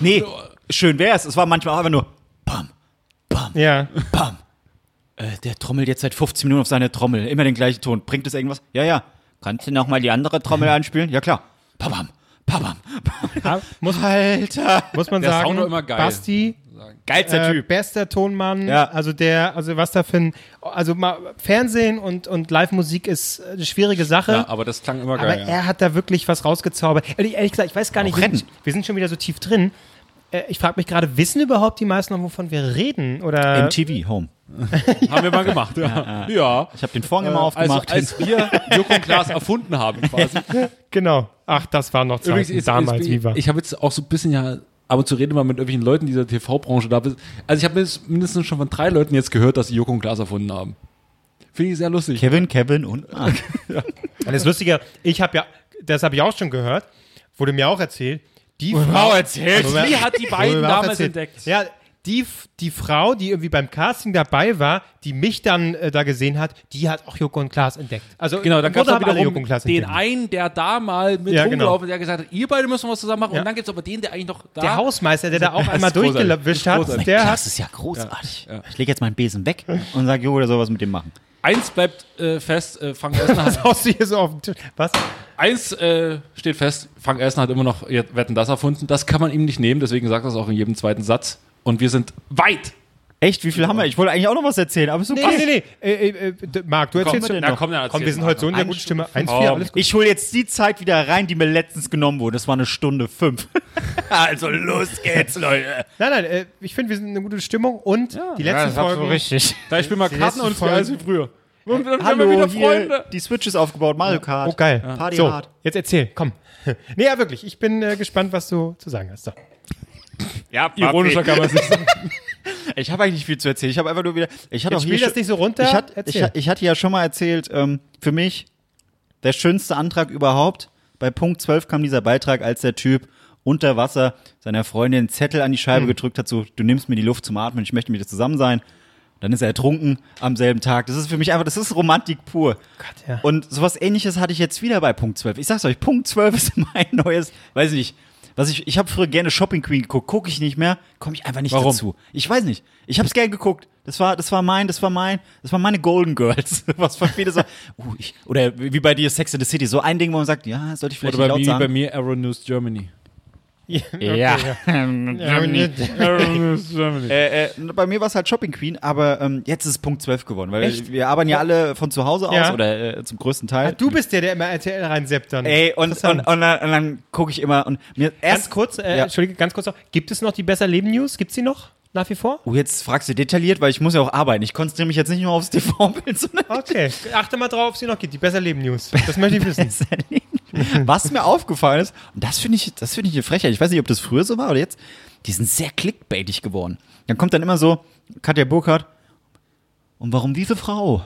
B: Nee, schön wär's. Es war manchmal auch einfach nur
C: Ja,
B: Bam. Äh, der trommelt jetzt seit 15 Minuten auf seine Trommel. Immer den gleichen Ton. Bringt es irgendwas? Ja, ja. Kannst du nochmal die andere Trommel anspielen? Ja, klar. Pabam, pabam.
C: Ah, muss,
B: Alter.
C: muss man
A: Der
C: sagen,
A: Sound war immer geil.
C: Basti,
B: Geilster
C: äh,
B: Typ.
C: bester Tonmann,
B: Ja.
C: also der, also was da für ein, also mal Fernsehen und, und Live-Musik ist äh, eine schwierige Sache.
A: Ja, aber das klang immer
C: Aber
A: geil.
C: er hat da wirklich was rausgezaubert. Ehrlich, ehrlich gesagt, ich weiß gar nicht, wir sind, wir sind schon wieder so tief drin. Äh, Ich frage mich gerade, wissen überhaupt die meisten noch, wovon wir reden? Oder
B: MTV, Home.
A: Haben wir mal gemacht. Ja. ja.
B: Ich habe den Vorhang immer
A: Also
B: aufgemacht.
A: als wir Joko und Klaas erfunden haben quasi.
C: genau. Ach, das war noch Zeiten
A: jetzt-
C: damals,
A: jetzt,
C: wie war.
A: Ich habe jetzt auch so ein bisschen ja ab und zu rede mal mit irgendwelchen Leuten dieser TV-Branche da. bist. Also ich habe mindest- mindestens schon von drei Leuten jetzt gehört, dass sie Joko und Glas erfunden haben. Finde ich sehr lustig.
B: Kevin, Kevin und Mark.
C: Und das Lustige, ich habe ja, das habe ich auch schon gehört, wurde mir auch erzählt, die Frau erzählt.
A: Wie hat
C: [laughs]
A: die beiden
C: Wurde mir auch
A: damals
C: erzählt.
A: entdeckt?
C: Ja, die, F- die Frau, die irgendwie beim Casting dabei war, die mich dann äh, da gesehen hat, die hat auch Joko und Klaas entdeckt. Also
A: Genau, dann
C: im
A: gab es
C: Grunde haben alle Joko
A: wiederum
C: und Klaas
A: den
C: entdeckt.
A: einen, der da mal mit
C: Ja,
A: rumgelaufen
C: genau.
A: ist, der gesagt hat, ihr beide müssen was zusammen machen.
C: Ja.
A: Und dann gibt es aber den, der eigentlich noch da
C: Der Hausmeister, der da auch einmal
A: großartig.
C: durchgewischt
A: Das ist großartig.
C: hat, Also der hat
B: Oh Das ist ja großartig. Ich lege jetzt meinen Besen weg und sage, jo, oder sowas mit dem machen.
A: Eins bleibt äh, fest, äh, Frank Elstner
C: [laughs]
A: hat,
C: aus hier so auf dem Tisch. Was?
A: eins äh, steht fest, Frank Elstner hat immer noch ihr Wetten, das erfunden. Das kann man ihm nicht nehmen, deswegen sagt er es auch in jedem zweiten Satz. Und wir sind weit.
B: Echt, wie viel haben wir? Ich wollte eigentlich auch noch was erzählen, aber ist okay.
C: Nee, nee, nee. Äh, äh, äh, d- Marc, du erzählst
A: komm,
C: schon.
A: na, komm, dann
C: komm, wir
A: erzähl
C: sind heute so in der
B: Eine
C: guten Stimme. 1,
B: Stunde
C: 4, alles gut.
B: Ich hole jetzt die Zeit wieder rein, die mir letztens genommen wurde. Das war eine Stunde fünf. also [laughs] los geht's, Leute.
C: Nein, nein, äh, ich finde, wir sind in einer guten Stimmung und die letzten Folgen.
F: richtig.
A: Da ich spiele mal Karten
C: letzten
A: und es wäre alles wie früher. Und dann haben wir
B: Hallo,
A: wieder
B: hier,
A: Freunde.
B: die Switch ist aufgebaut, Mario Kart.
C: Oh, geil.
B: Party
C: so,
B: hard.
C: jetzt erzähl, komm. [laughs] nee, ja, wirklich. Ich bin äh, gespannt, was du zu sagen hast. So.
B: Ja,
A: Ironischer kann man es nicht sagen.
B: [laughs] Ich habe eigentlich nicht viel zu erzählen. Ich habe einfach nur wieder. Ich hatte
C: Jetzt
B: auch
C: spiel
B: hier
C: das
B: schon-
C: nicht so runter.
B: Ich, hat,
C: Erzähl. [laughs]
B: ich, hat- ich hatte ja schon mal erzählt, ähm, für mich der schönste Antrag überhaupt. Bei Punkt 12 kam dieser Beitrag, als der Typ unter Wasser seiner Freundin einen Zettel an die Scheibe gedrückt hat, so, du nimmst mir die Luft zum Atmen, ich möchte mit dir zusammen sein. Dann ist er ertrunken am selben Tag. Das ist für mich einfach, das ist Romantik pur.
C: Gott, ja.
B: Und sowas ähnliches hatte ich jetzt wieder bei Punkt 12. Ich sag's euch, Punkt 12 [laughs] ist mein neues, weiß nicht, was ich, ich habe früher gerne Shopping Queen geguckt, gucke ich nicht mehr, komme ich einfach nicht
A: Warum?
B: dazu. Ich weiß nicht. Ich habe es gern geguckt. Das war, das war mein, das war mein, das waren meine Golden Girls. [laughs] Was für viele so, uh, ich, oder wie bei dir Sex in the City, so ein Ding, wo man sagt, ja, sollte ich vielleicht
A: Oder bei
B: nicht
A: mir,
B: laut
A: bei
B: sagen.
A: mir Arrow News Germany.
B: ja. [laughs]
A: Germany.
B: Äh, äh, bei mir war es halt Shopping Queen, aber ähm, jetzt ist es Punkt 12 geworden, weil wir arbeiten ja alle von zu Hause aus
C: Ja. Ah,
B: oder äh, zum größten Teil.
C: Du bist der, der immer RTL reinseppt dann.
B: Ey, und, und,
C: Interessant.
B: und, dann, und dann gucke ich immer und mir
C: ganz
B: erst
C: kurz, äh,
B: Ja.
C: Entschuldige, ganz kurz noch. Gibt es noch die Besser Leben News? Gibt es die noch? Nach wie vor?
B: Oh, jetzt fragst du detailliert, weil ich muss ja auch arbeiten. Ich konzentriere mich jetzt nicht nur aufs TV-Bild, [laughs] sondern
C: Okay. Achte mal drauf, ob sie noch gibt. Die Besser Leben News. Das möchte ich
B: [laughs]
C: wissen.
B: was mir aufgefallen ist. Und das finde ich, das finde ich eine Frechheit. Ich weiß nicht, ob das früher so war oder jetzt. Die sind sehr clickbaitig geworden. Dann kommt dann immer so Katja Burkhardt. Und warum diese Frau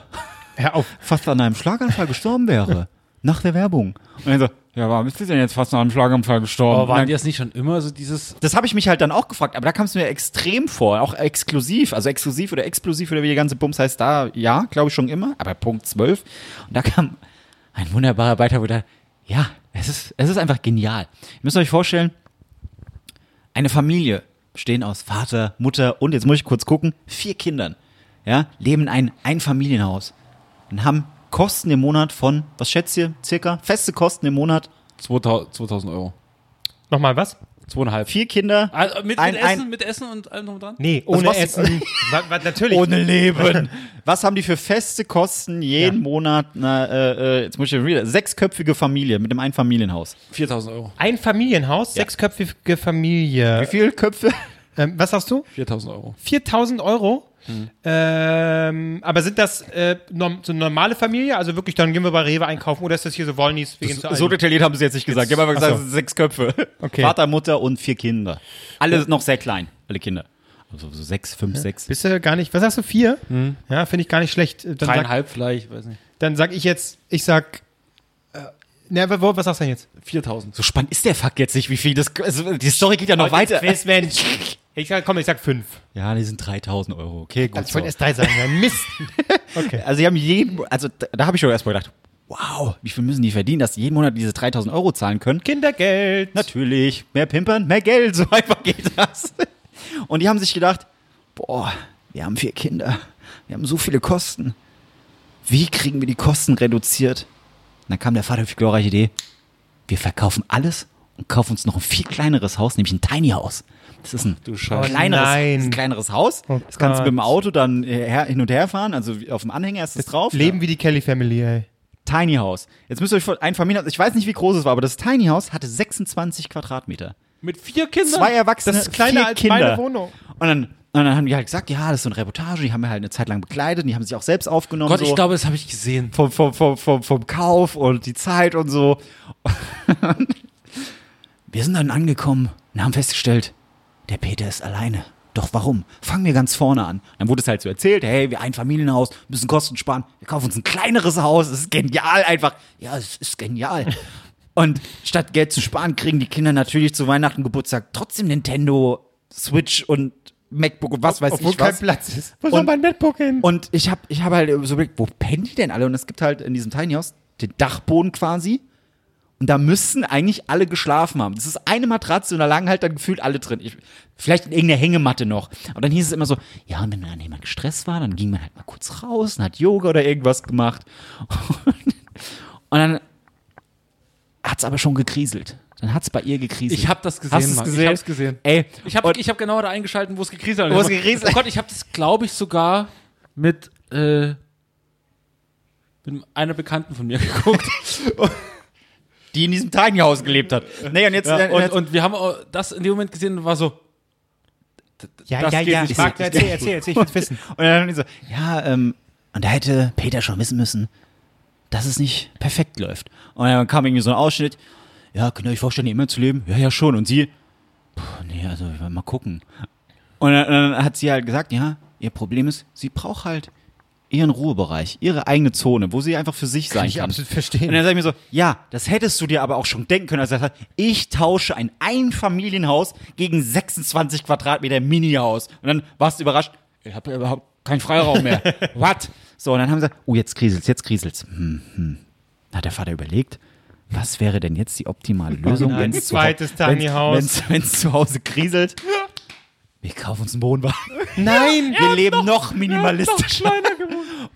C: Hör auf.
B: fast an einem Schlaganfall gestorben wäre? Nach der Werbung. Und dann so,
F: Ja, warum ist die denn jetzt fast nach einem Schlaganfall gestorben?
A: Aber Oh, waren die das nicht schon immer so dieses
B: das habe ich mich halt dann auch gefragt, aber da kam es mir extrem vor, auch exklusiv, also exklusiv oder explosiv oder wie die ganze Bums heißt, da ja, glaube ich schon immer, aber Punkt 12. Und da kam ein wunderbarer Beitrag, wo da, ja, es ist, es ist einfach genial. Ihr müsst euch vorstellen, eine Familie bestehen aus Vater, Mutter und, jetzt muss ich kurz gucken, vier Kindern, ja, leben in einem Einfamilienhaus und haben Kosten im Monat von, was schätzt ihr, circa, feste Kosten im Monat,
A: 2000, 2000 Euro?
C: Nochmal was?
A: Zweieinhalb.
B: vier Kinder,
A: Also mit, mit,
B: Ein-
A: Essen,
B: ein-
A: mit Essen und allem drum und dran?
C: Nee, ohne
B: machst du? [laughs]
C: Essen. wa, wa, natürlich.
B: Ohne Leben. [laughs] Was haben die für feste Kosten jeden Monat? Na, äh, äh, jetzt muss ich wieder. Sechsköpfige Familie mit einem Einfamilienhaus.
A: 4000 Euro.
C: Ein Familienhaus, sechsköpfige Familie.
B: Wie viele Köpfe?
C: Ähm, was sagst du?
A: 4000 Euro.
C: 4000 Euro.
B: Hm.
C: Ähm, aber sind das äh, norm so eine normale Familie? Also wirklich, dann gehen wir bei Rewe einkaufen oder ist das hier so Wollnies? Wir gehen zu
B: So
C: allen?
B: detailliert haben sie es jetzt nicht gesagt. Ich habe einfach gesagt,
C: Ach so.
B: es sind sechs Köpfe.
C: Okay.
B: Vater, Mutter und vier Kinder. Alle noch sehr klein, alle Kinder. Also so sechs, fünf, sechs.
C: Bist du gar nicht, was sagst du, vier?
B: Hm.
C: Ja, finde ich gar nicht schlecht. Dann sag,
A: Dreieinhalb vielleicht, weiß nicht.
C: dann sag ich jetzt, ich sag, äh, na, wa- wo- was sagst du denn jetzt?
A: 4000.
B: So spannend ist der Fakt jetzt nicht, wie viel das. Also die Story geht ja noch weiter.
C: Mensch. Ich sag, komm, ich sag fünf.
B: Ja, die sind 3000 Euro. Okay, gut.
C: Ich wollte erst drei sagen, ja, Mist.
B: Also die haben jeden, also da, da habe ich schon erstmal gedacht, wow, wie viel müssen die verdienen, dass die jeden Monat diese 3000 Euro zahlen können?
C: [laughs] Kindergeld.
B: Natürlich, mehr Pimpern, mehr Geld, [laughs] so einfach geht das. Und die haben sich gedacht, boah, wir haben vier Kinder, wir haben so viele Kosten. Wie kriegen wir die Kosten reduziert? Und dann kam der Vater auf die glorreiche Idee, wir verkaufen alles und kaufen uns noch ein viel kleineres Haus, nämlich ein Tiny House. Das ist ein,
A: Scheiße.
B: kleineres, das
C: nein.
B: ist ein kleineres Haus.
C: Oh
B: das kannst du
C: Gott.
B: mit dem Auto dann her, hin und her fahren. Also wie- auf dem Anhänger ist das drauf.
C: Leben wie die Kelly Family, ey.
B: Tiny House. Jetzt müsst ihr euch vor- ein Familienhaus, ich weiß nicht, wie groß es war, aber das Tiny House hatte 26 Quadratmeter.
A: Mit vier Kindern?
B: Zwei Erwachsene,
C: das ist kleiner
B: vier
C: als
B: Kinder.
C: meine Wohnung.
B: Und dann, und dann haben die halt gesagt, ja, das ist so eine Reportage, die haben wir halt eine Zeit lang begleitet, und die haben sich auch selbst aufgenommen.
A: Oh Gott,
B: so.
A: ich glaube, das habe ich gesehen.
B: vom, vom, vom, vom, vom Kauf und die Zeit und so. [laughs] wir sind dann angekommen und haben festgestellt, der Peter ist alleine. Doch warum? Fangen wir ganz vorne an. Dann wurde es halt so erzählt, hey, wir ein Familienhaus, müssen Kosten sparen, wir kaufen uns ein kleineres Haus, es ist genial einfach. Ja, es ist [laughs] genial. Und statt Geld zu sparen, kriegen die Kinder natürlich zu Weihnachten, Geburtstag trotzdem Nintendo, Switch und MacBook und was weiß
C: Obwohl
B: ich was.
C: kein Platz ist. Wo soll
B: Und-
C: mein MacBook hin?
B: Und ich habe ich hab halt so überlegt, wo pennen die denn alle? Und es gibt halt in diesem Tiny House den Dachboden quasi. Und da müssten eigentlich alle geschlafen haben. Das ist eine Matratze und da lagen halt dann gefühlt alle drin. Ich, vielleicht in irgendeiner Hängematte noch. Und dann hieß es immer so, ja, und wenn dann jemand gestresst war, dann ging man halt mal kurz raus und hat Yoga oder irgendwas gemacht. [laughs] Und, und dann hat es aber schon gekriselt. Dann hat es bei ihr gekriselt.
A: Ich habe das gesehen,
B: Hast du's
A: Mann.
B: gesehen?
A: Ich habe es gesehen.
B: Ey,
A: Ich habe
B: und-
A: ich hab genau da eingeschalten, wo es gekriselt hat.
B: Wo es gekriselt
A: Oh Gott, ich habe das, glaube ich, sogar mit, äh, mit einer Bekannten von mir [laughs] geguckt.
B: die in diesem Tiny House gelebt hat. Nee, und jetzt,
A: Ja, und,
B: jetzt
A: und wir haben auch das in dem Moment gesehen und war so,
C: ja,
A: das geht nicht.
C: Ich mag, erzähl, erzähl, erzähl, ich will's wissen.
B: Und dann haben die so, ja, ähm, und da hätte Peter schon wissen müssen, dass es nicht perfekt läuft. Und dann kam irgendwie so ein Ausschnitt, ja, könnt ihr euch vorstellen, hier immer zu leben? Ja, ja, schon. Und sie, puh, nee, also wir wollen mal gucken. Und dann, dann hat sie halt gesagt, ja, ihr Problem ist, sie braucht halt ihren Ruhebereich, ihre eigene Zone, wo sie einfach für sich sein
C: ich
B: kann.
C: absolut verstehen.
B: Und dann sag ich mir so, ja, das hättest du dir aber auch schon denken können. Also ich tausche ein Einfamilienhaus gegen 26 Quadratmeter Minihaus. Und dann warst du überrascht, ich habe überhaupt keinen Freiraum mehr. What? So, und dann haben sie gesagt, oh, jetzt kriselt's, jetzt kriselt's. Hm, hm. Da hat der Vater überlegt, was wäre denn jetzt die optimale Lösung,
C: nein,
B: wenn's
C: zweites
B: zu, Hau-
C: Tiny House.
B: Wenn's, wenn's zu Hause kriselt. Wir kaufen uns einen Wohnwagen.
C: Nein!
B: Wir leben noch minimalistischer.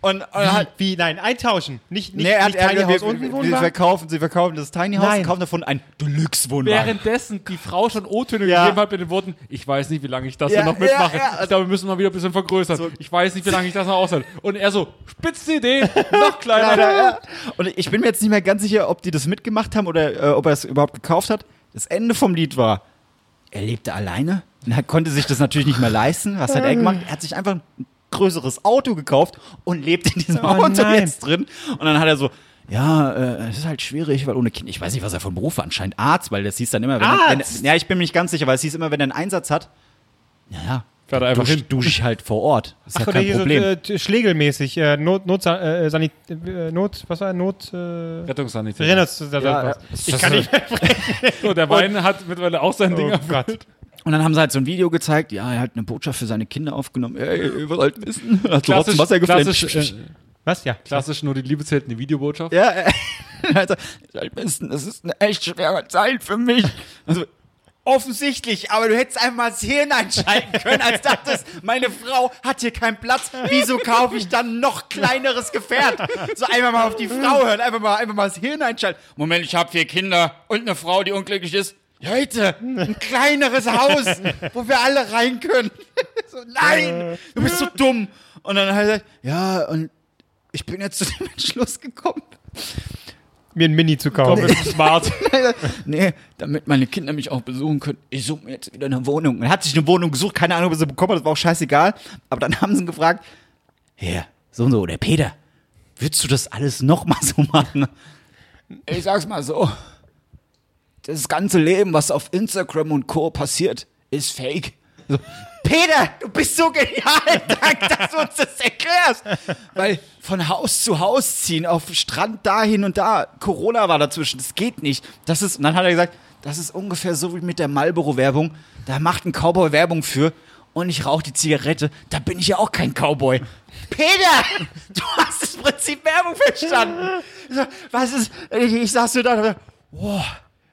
B: Und, äh, und hat,
C: Ah, Wie, nein, eintauschen. Nicht, nicht,
B: ah, nee, er hat
C: nicht Tiny
B: er,
C: House
B: wir,
C: und ein
B: wir, wir
C: Wohnwagen.
B: verkaufen, sie verkaufen das Tiny House
C: Nein.
B: und kaufen davon ein Deluxe-Wohnwagen.
A: währenddessen die Frau schon O-Töne
B: Ja.
A: gegeben hat mit den Worten, ich weiß nicht, wie lange ich das
B: Ja,
A: hier noch mitmache.
B: ja, ja, also-
A: ich glaube, wir müssen mal wieder ein bisschen vergrößern. Ich weiß nicht, wie lange ich das noch aushalte. Und er so, spitze
B: [laughs]
A: Idee, noch kleiner.
B: Leider, ja. Und ich bin mir jetzt nicht mehr ganz sicher, ob die das mitgemacht haben oder äh, ob er es überhaupt gekauft hat. Das Ende vom Lied war, er lebte alleine, und er konnte sich das natürlich nicht mehr leisten. Was hat er
C: Hm.
B: gemacht? Er hat sich einfach ein größeres Auto gekauft und lebt in diesem Auto
C: Oh nein.
B: jetzt drin. Und dann hat er so, ja, äh, es ist halt schwierig, weil ohne Kind, ich weiß nicht, was er von Beruf war, anscheinend Arzt, weil das hieß dann immer, wenn,
C: Arzt?
B: wenn ja, ich bin mir nicht ganz sicher, weil es hieß immer, wenn er einen Einsatz hat, naja,
A: Fährt er einfach
B: dusche
A: hin.
B: dusch ich halt vor Ort. Ist ja
C: Ach, oder
B: kein
C: hier
B: Problem.
C: so äh, t- schlegelmäßig, äh, Not, Not, äh, Sanit, äh, Not, was war Not, äh,
A: Rettungssanitäter.
C: Erinnerst du dich Oh
B: Ja,
C: daran?
B: ja.
C: Ich kann nicht mehr
A: [laughs] So, der Wein hat mittlerweile auch sein Ding
C: Oh
A: erfüllt.
C: Gott.
B: Und dann haben sie halt so ein Video gezeigt, ja, er hat eine Botschaft für seine Kinder aufgenommen. Ey, ihr wollt halt wissen. [laughs] Hat so Tropfen Wasser
A: klassisch,
B: geflennt.
A: äh,
C: Was? Ja.
A: klassisch, nur die Liebe zählt eine Videobotschaft.
B: [laughs] Ja, äh, also, ihr wollt wissen, das ist eine echt schwere Zeit für mich. Also, offensichtlich, aber du hättest einmal das Hirn einschalten können, als dachtest, meine Frau hat hier keinen Platz, wieso kaufe ich dann noch kleineres Gefährt? So einmal mal auf die Frau hören, einfach mal, einfach mal das Hirn einschalten. Moment, ich habe vier Kinder und eine Frau, die unglücklich ist. Leute, ein kleineres Haus, wo wir alle rein können. [laughs] So, nein, du bist so dumm. Und dann hat er gesagt, ja, und ich bin jetzt zu dem Entschluss gekommen,
C: Mir ein Mini zu kaufen. [laughs]
A: Smart.
B: Genau. [laughs] nee, damit meine Kinder mich auch besuchen können, ich suche mir jetzt wieder eine Wohnung. Und hat sich eine Wohnung gesucht, keine Ahnung, ob er sie bekommen hat, das war auch scheißegal. Aber dann haben sie ihn gefragt, ja, so und so, der Peter, würdest du das alles nochmal so machen? Ich sag's mal so, das ganze Leben, was auf Instagram und Co. passiert, ist fake. So, Peter, du bist so genial, [laughs] danke, dass du uns das erklärst. Weil von Haus zu Haus ziehen, auf den Strand dahin und da, Corona war dazwischen, das geht nicht. Das ist, und dann hat er gesagt, das ist ungefähr so wie mit der Marlboro-Werbung. Da macht ein Cowboy Werbung für und ich rauche die Zigarette. Da bin ich ja auch kein Cowboy. Peter, [laughs] du hast das Prinzip Werbung verstanden. So, Was ist, ich, ich saß so da und dachte, boah,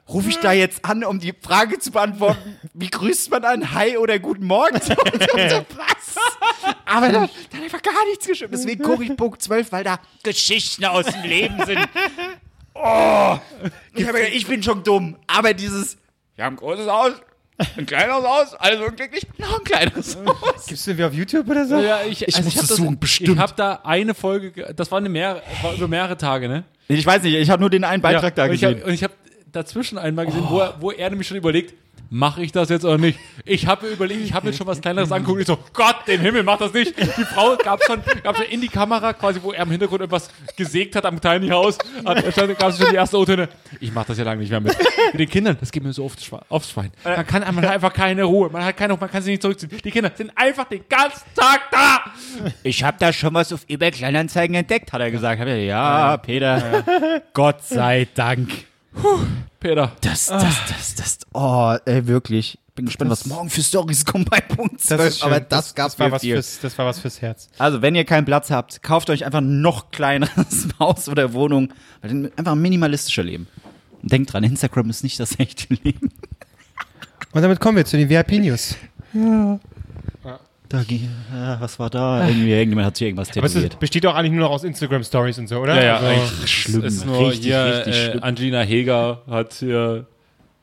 B: rufe ich da jetzt an, um die Frage zu beantworten, wie grüßt man einen Hi oder Guten Morgen? [laughs] So, und so, was? Aber da, da hat einfach gar nichts gestimmt. Deswegen gucke ich Punkt 12, weil da Geschichten aus dem Leben sind. Oh,
F: Ich, hab mir gedacht, ich bin schon dumm, aber dieses, wir haben ein großes Haus, ein kleineres Haus, alles unglücklich, noch ein kleineres Haus.
C: Gibst du wie auf YouTube oder so?
A: Ja, ich,
B: muss
A: hab
B: also das suchen, bestimmt.
A: Ich habe da eine Folge, ge- das war, eine mehr, war über mehrere Tage, ne?
B: Ich weiß nicht, ich habe nur den einen Beitrag da
A: und ich
B: gesehen.
A: hab- Und ich habe dazwischen einmal gesehen, wo, er, wo er nämlich schon überlegt, mache ich das jetzt oder nicht? Ich habe überlegt, ich habe mir schon was Kleineres angeguckt. Ich so, Gott, den Himmel, mach das nicht. Die Frau gab schon, gab schon in die Kamera, quasi, wo er im Hintergrund etwas gesägt hat am Tiny House. Hat, gab es schon die erste O-Töne. Ich mache das ja lange nicht mehr mit. Äh. Mit den Kindern, das geht mir so oft schwa- aufs Schwein. Man kann man hat einfach keine Ruhe. Man hat keine, man kann sie nicht zurückziehen. Die Kinder sind einfach den ganzen Tag da.
B: Ich habe da schon was auf eBay Kleinanzeigen entdeckt, hat er gesagt. Hab ich- Ja, Peter. Gott sei Dank.
A: Peter.
B: Das, das, das, das. Oh, ey, wirklich. Bin gespannt, was morgen für Stories [laughs] kommen bei Punkt 12.
C: Das ist schön.
B: aber das, gab's
C: das war
B: mir
C: was
B: viel.
C: fürs, Das war was fürs Herz.
B: Also, wenn ihr keinen Platz habt, kauft euch einfach ein noch kleineres [laughs] Haus oder Wohnung. Weil dann einfach minimalistischer leben. Und denkt dran, Instagram ist nicht das echte Leben.
C: Und damit kommen wir zu den VIP-News.
B: Da, ging- ah, was war da? Irgendwie, irgendjemand hat sich irgendwas
C: Aber es
B: tätowiert.
C: ist, besteht auch eigentlich nur noch aus Instagram-Stories und so, oder?
A: Ja, ja,
C: Also-
A: eigentlich
B: schlimm.
A: ist nur
B: Richtig,
A: hier,
B: richtig
A: äh,
B: schlimm.
A: Angelina Heger hat hier,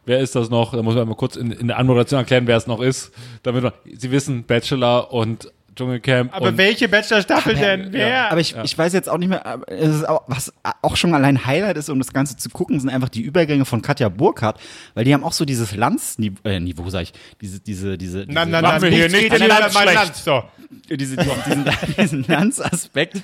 A: wer ist das noch? Da muss man mal kurz in, in der Anmoderation erklären, wer es noch ist, damit man, Sie wissen, Bachelor und Dschungelcamp
C: Aber
A: und
C: welche Bachelor-Staffel denn? Wer?
B: Aber ich, ich weiß jetzt auch nicht mehr, aber es ist auch, was auch schon allein Highlight ist, um das Ganze zu gucken, sind einfach die Übergänge von Katja Burkhardt, weil die haben auch so dieses Landsniveau, äh, Niveau, sag ich, diese, diese, diese,
C: Nein,
B: diese
C: nein, nein,
A: Machen wir hier
C: nichts
A: nicht
C: gegen
A: an
C: mein
A: Land
C: Land. So.
B: äh, diese,
C: [laughs]
B: diesen, diesen Lanzaspekt.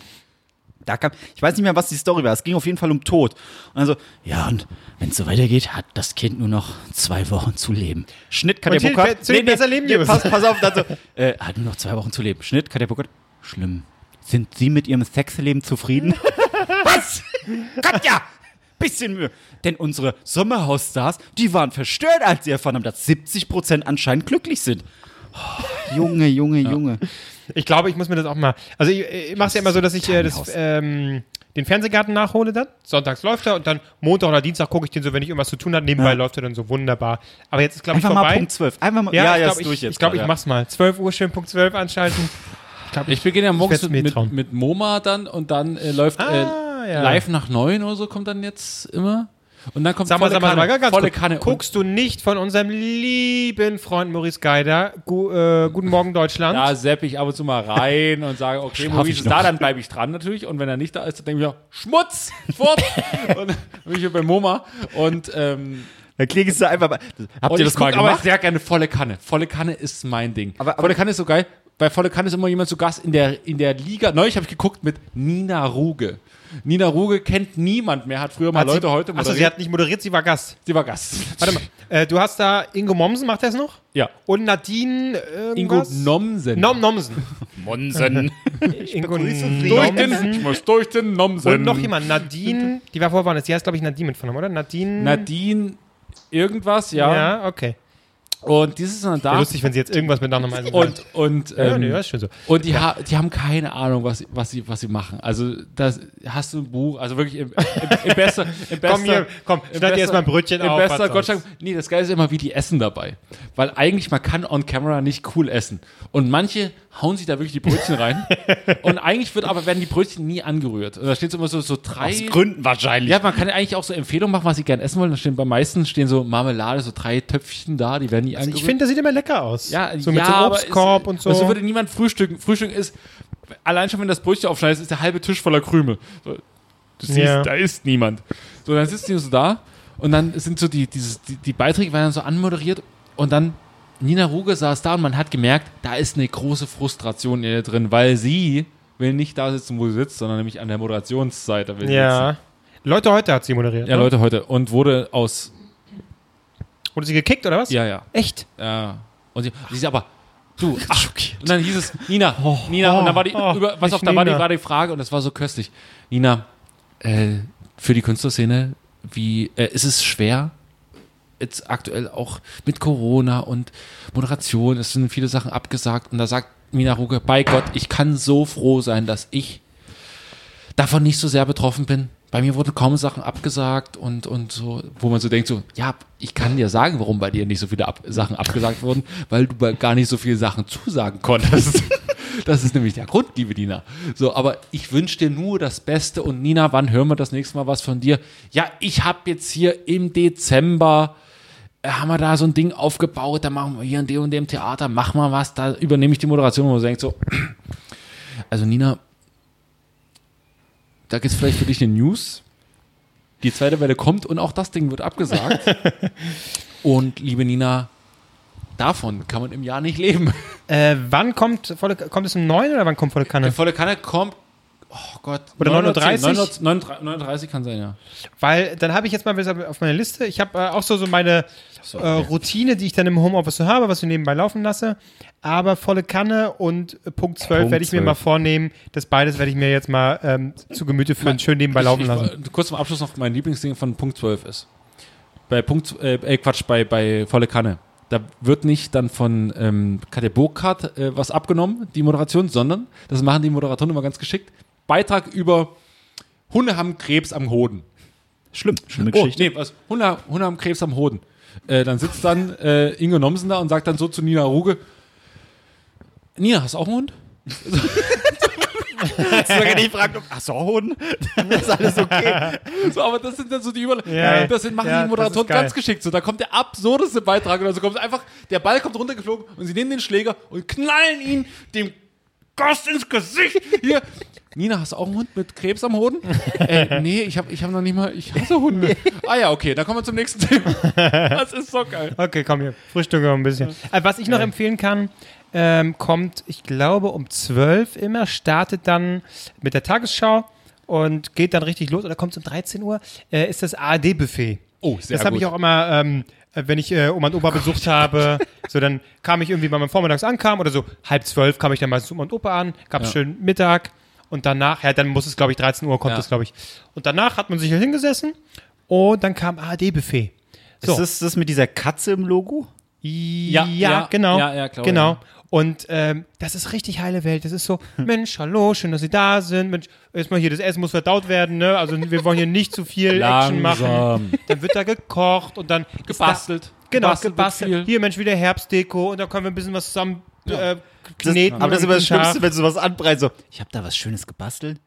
B: Da kam, ich weiß nicht mehr, was die Story war. Es ging auf jeden Fall um Tod. Und also, ja, und wenn es so weitergeht, hat das Kind nur noch zwei Wochen zu leben. Schnitt Katja
C: Und hier
B: Burkhardt.
C: zu den besser leben News.
B: pass, pass
C: [laughs]
B: auf, dann so, äh, hat nur noch zwei Wochen zu leben. Schnitt Katja Burkhardt. Schlimm. Sind Sie mit Ihrem Sexleben
C: [laughs]
B: zufrieden? was? Katja! Bisschen Mühe. Denn unsere Sommerhausstars, die waren verstört, als sie erfahren haben, dass 70% anscheinend glücklich sind. Oh, Junge, Junge, Junge.
C: Ich glaube, ich muss mir das auch mal. Also ich, ich mache es ja immer so, dass ich äh, das,
B: Tiny House.
C: ähm, den Fernsehgarten nachhole dann. Sonntags läuft er und dann Montag oder Dienstag gucke ich den so, wenn ich irgendwas zu tun habe. Nebenbei
B: Ja.
C: läuft er dann so wunderbar. Aber jetzt ist, glaube ich,
B: Einfach mal
C: vorbei.
B: Punkt 12. Einfach mal,
C: ja,
B: ja,
C: ich
B: ja,
C: glaube,
B: ist
C: ich,
B: durch jetzt.
C: ich, glaub, ich
B: gerade.
C: mach's mal. 12 Uhr schön Punkt 12 anschalten.
A: ich beginne ja morgens
C: werd's
A: mit,
C: mir
A: mit,
C: trauen.
A: mit MoMA dann und dann äh, läuft
C: Ah,
A: äh,
C: ja.
A: live nach neun oder so kommt dann jetzt immer und dann kommt
C: Sag mal,
A: volle
C: sag mal, sag mal
A: Kanne,
C: ganz
A: volle
C: kurz.
A: Kanne. Und
C: Guckst du nicht von unserem lieben Freund Maurice Geider, Gu äh, Guten Morgen Deutschland?
A: da sepp ich ab und zu mal rein und
B: [laughs]
A: sage, okay, Maurice
B: ich
A: ist da, dann bleibe ich dran natürlich. Und wenn er nicht da ist, dann denke ich mir, Schmutz,
B: [laughs]
A: fort. und dann bin ich hier bei MoMA. Und ähm,
B: Dann klickst du einfach mal. Habt
A: Und
B: ihr
A: Oh, ich
B: das mal
A: guck aber
B: gemacht?
A: sehr gerne volle Kanne. Volle Kanne ist mein Ding.
B: Aber- aber-
A: volle Kanne ist so geil. Bei volle Kanne ist immer jemand zu Gast in der, in der Liga. Neulich habe ich geguckt mit Nina Ruge. Nina Ruge kennt niemand mehr, hat früher mal Leute heute
C: Achso, Also sie
A: moderiert.
C: hat nicht moderiert, sie war Gast.
A: Die war Gast.
C: [laughs] Warte mal, äh, du hast da Ingo Mommsen, macht er es noch?
A: Ja.
C: Und Nadine
A: Ingo
C: irgendwas?
A: Nomsen.
C: Nom Nomsen.
B: Monsen.
C: Ingo
A: durch
C: Nomsen.
A: den, ich muss durch den Nomsen.
C: Und noch jemand, Nadine, die war vorher, sie heißt glaube ich Nadine mit Vornamen, oder? Nadine.
A: Nadine irgendwas, ja.
C: Ja, okay.
A: Und dieses ist dann
C: Wär
A: da.
C: lustig, wenn sie jetzt irgendwas mit Nachnamen heißen würde.
A: Und, und,
C: ja,
A: ähm,
C: nee, das ist schön so.
A: Und die, ha die haben keine Ahnung, was, was, sie, was sie machen. Also, das hast du ein Buch, also wirklich im, im, im besten. Im
C: Komm
A: bester-
C: hier, komm,
A: im
C: schneid dir erst mal ein Brötchen
A: im
C: auf,
A: Bester
C: was
A: Gott sei
C: sonst?
A: Dank, nee, das Geile ist immer, wie die essen dabei. Weil eigentlich, man kann on camera nicht cool essen. Und manche hauen sich da wirklich die Brötchen
C: [laughs]
A: rein. Und eigentlich wird aber, werden die Brötchen nie angerührt. Und da steht immer so, so drei.
B: [laughs] Aus Gründen wahrscheinlich.
A: Ja, man kann eigentlich auch so Empfehlungen machen, was sie gerne essen wollen. Da stehen bei meisten stehen so Marmelade, so drei Töpfchen da, die werden nie angerührt.
C: Also Ich finde, das sieht immer lecker aus.
A: Also Ja,
C: so mit
A: ja,
C: so einem
A: aber
C: Obstkorb
A: es-
C: und so.
A: aber So würde niemand frühstücken. Frühstück ist, allein schon wenn das Brötchen aufschneidest, ist der halbe Tisch voller Krümel. So, Du siehst,
C: Ja.
A: da ist niemand. So, dann sitzen die so da und dann sind so die, dieses, die, die Beiträge werden dann so anmoderiert und dann Nina Ruge saß da und man hat gemerkt, da ist eine große Frustration in ihr drin, weil sie will nicht da sitzen, wo sie sitzt, sondern nämlich an der Moderationsseite will sie sitzen.
C: ja. Leute heute hat sie moderiert.
A: Ja,
C: ne?
A: Leute, heute. Und wurde aus,
C: Wurde sie gekickt oder was?
A: ja, ja.
C: Echt?
A: Ja. Und sie, sie ist aber,
C: [laughs]
A: du, ach, und dann hieß es, Nina, Nina, und dann war die,
C: oh,
A: über, was
C: ich
A: auf, da war die,
C: Nina.
A: war die Frage, und das war so köstlich. Nina, äh, für die Künstlerszene, wie, äh, ist es schwer, jetzt aktuell auch mit Corona und Moderation, es sind viele Sachen abgesagt, und da sagt Nina Ruge, bei Gott, ich kann so froh sein, dass ich davon nicht so sehr betroffen bin. Bei mir wurden kaum Sachen abgesagt und, und so, wo man so denkt, so, ja, ich kann dir sagen, warum bei dir nicht so viele ab Sachen abgesagt wurden, weil du bei- gar nicht so viele Sachen zusagen konntest. [laughs] Das ist nämlich der Grund, liebe Nina. So, aber ich wünsche dir nur das Beste und Nina, wann hören wir das nächste Mal was von dir? Ja, ich habe jetzt hier im Dezember äh, haben wir da so ein Ding aufgebaut, da machen wir hier in dem und dem Theater, mach mal was, da übernehme ich die Moderation und man denkt so, [clears throat] also Nina, da gibt es vielleicht für dich eine News. Die zweite Welle kommt und auch das Ding wird abgesagt. und liebe Nina, davon kann man im Jahr nicht leben.
C: Äh, wann kommt, volle, kommt es um 9 oder wann kommt volle Kanne?
A: Der volle Kanne kommt. Oh Gott.
C: Oder
A: 9:10,
C: 9:30?
A: 9:30, 39 kann sein, ja.
C: Weil dann habe ich jetzt mal was auf meiner Liste. Ich habe äh, auch so, so meine äh, Routine, die ich dann im Homeoffice so habe, was ich nebenbei laufen lasse. Aber volle Kanne und äh, Punkt 12
B: Punkt
C: werde ich mir
B: 12.
C: mal vornehmen. Das beides werde ich mir jetzt mal ähm, zu Gemüte führen, schön nebenbei laufen
A: Ich- ich-
C: lassen.
A: Kurz zum Abschluss noch mein Lieblingsding von Punkt 12 ist. Bei Punkt, äh, ey, Quatsch, bei, bei volle Kanne. Da wird nicht dann von ähm, Katja Burkhardt äh, was abgenommen, die Moderation, sondern das machen die Moderatoren immer ganz geschickt. Beitrag über Hunde haben Krebs am Hoden.
B: Schlimm, schlimme
A: Oh,
B: Geschichte.
A: nee, was? Hunde, Hunde haben Krebs am Hoden. Äh, dann sitzt dann äh, Ingo Nomsen da und sagt dann so zu Nina Ruge: Nina, hast du auch einen Hund?
B: sogar nicht fragen, [laughs] ob, ach so, Hoden? Das ist alles okay.
A: So, aber das sind dann so die Überleitungen.
C: Ja,
A: das sind, machen
C: ja,
A: die
C: das
A: Moderatoren
C: ist geil.
A: ganz geschickt. So, da kommt der absurdeste Beitrag oder so kommt einfach, der Ball kommt runtergeflogen und sie nehmen den Schläger und knallen ihn dem Gast ins Gesicht. Hier. Nina, hast du auch einen Hund mit Krebs am
C: [laughs]
A: Hoden? äh, nee, ich habe ich hab noch nicht mal, ich hasse Hunde. ah ja, okay, dann kommen wir zum nächsten
C: [laughs]
A: Thema. Das ist so geil.
C: Okay, komm hier. Frühstück noch ein bisschen. Äh, was ich noch empfehlen kann, ähm, kommt, ich glaube, um 12 immer, startet dann mit der Tagesschau und geht dann richtig los oder kommt um 13 Uhr, äh, ist das ARD-Buffet.
A: Oh, sehr
C: Das habe
A: gut. Oh
C: ich auch immer, ähm, äh, wenn ich äh, Oma und Opa besucht habe, so dann kam ich irgendwie, wenn man vormittags ankam oder so halb zwölf kam ich dann meistens Oma und Opa an, gab
A: Ja.
C: schön Mittag und danach, ja, dann muss es, glaube ich, 13 Uhr kommt
A: Ja.
C: das, glaube ich. Und danach hat man sich hier hingesessen und dann kam ARD-Buffet. So.
B: Ist das das mit dieser Katze im Logo?
C: Ja,
A: ja,
C: genau.
A: ja, ja, glaube,
C: genau.
A: ja. Hm.
C: Und ähm, das ist richtig heile Welt. Das ist so, Mensch, hallo, schön, dass Sie da sind. Mensch, erstmal hier, das Essen muss verdaut werden, ne? Also wir wollen hier nicht zu viel Action machen.
A: Langsam.
C: Dann wird da gekocht und dann ist
A: Gebastelt.
C: Da, genau, gebastelt.
A: Gebastelt wird viel.
C: Hier, Mensch, wieder Herbstdeko und da können wir ein bisschen was zusammen äh,
B: Das,
C: kneten.
B: aber das ist
C: und
B: immer das
C: guten Tag.
B: Schlimmste, wenn sowas anbreitest. So, ich habe da was Schönes gebastelt.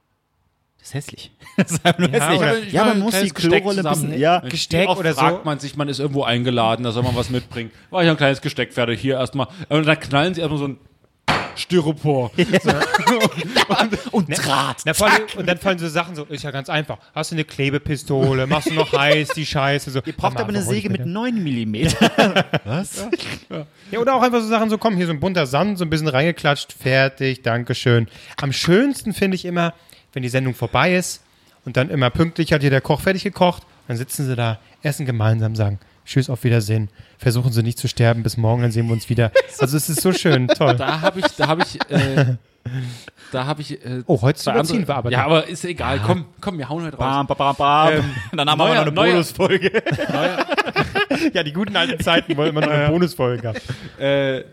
B: Das ist hässlich. [laughs] Das ist einfach nur hässlich.
C: oder-
B: ja, man muss die Klorolle ein bisschen. Ja,
C: Gesteck
A: Oft
C: oder so.
A: fragt man sich, man ist irgendwo eingeladen, da soll man was mitbringen. War ich ein kleines Gesteck fertig hier erstmal. Und dann knallen sie erstmal so ein Styropor.
B: und Draht.
C: Na, vor allem, und dann fallen so Sachen so, ist ja ganz einfach. Hast du eine Klebepistole, machst du noch
B: [laughs]
C: heiß, die Scheiße. So.
B: Ihr braucht aber eine Säge mit 9 mm. Was?
C: Ja, oder auch einfach so Sachen, so komm, hier so ein bunter Sand, so ein bisschen reingeklatscht, fertig, Dankeschön. Am schönsten finde ich immer, wenn die Sendung vorbei ist und dann immer pünktlich hat hier der Koch fertig gekocht, dann sitzen sie da, essen gemeinsam, sagen Tschüss, auf Wiedersehen, versuchen sie nicht zu sterben, bis morgen, dann sehen wir uns wieder. Also es ist so schön, toll.
A: Da habe ich, da habe ich, äh, da habe ich. Äh,
C: Oh, heute
A: zwei
C: überziehen
A: andere-
C: wir aber.
A: Ja, aber ist egal. Komm, komm, wir hauen heute raus.
B: Bam, bam, bam, bam. Dann haben
A: Ähm, neuer-
B: wir noch eine
A: neuer-
B: Bonusfolge. [laughs]
C: ja, die guten alten Zeiten, wo immer noch eine Bonusfolge gab.
A: Äh,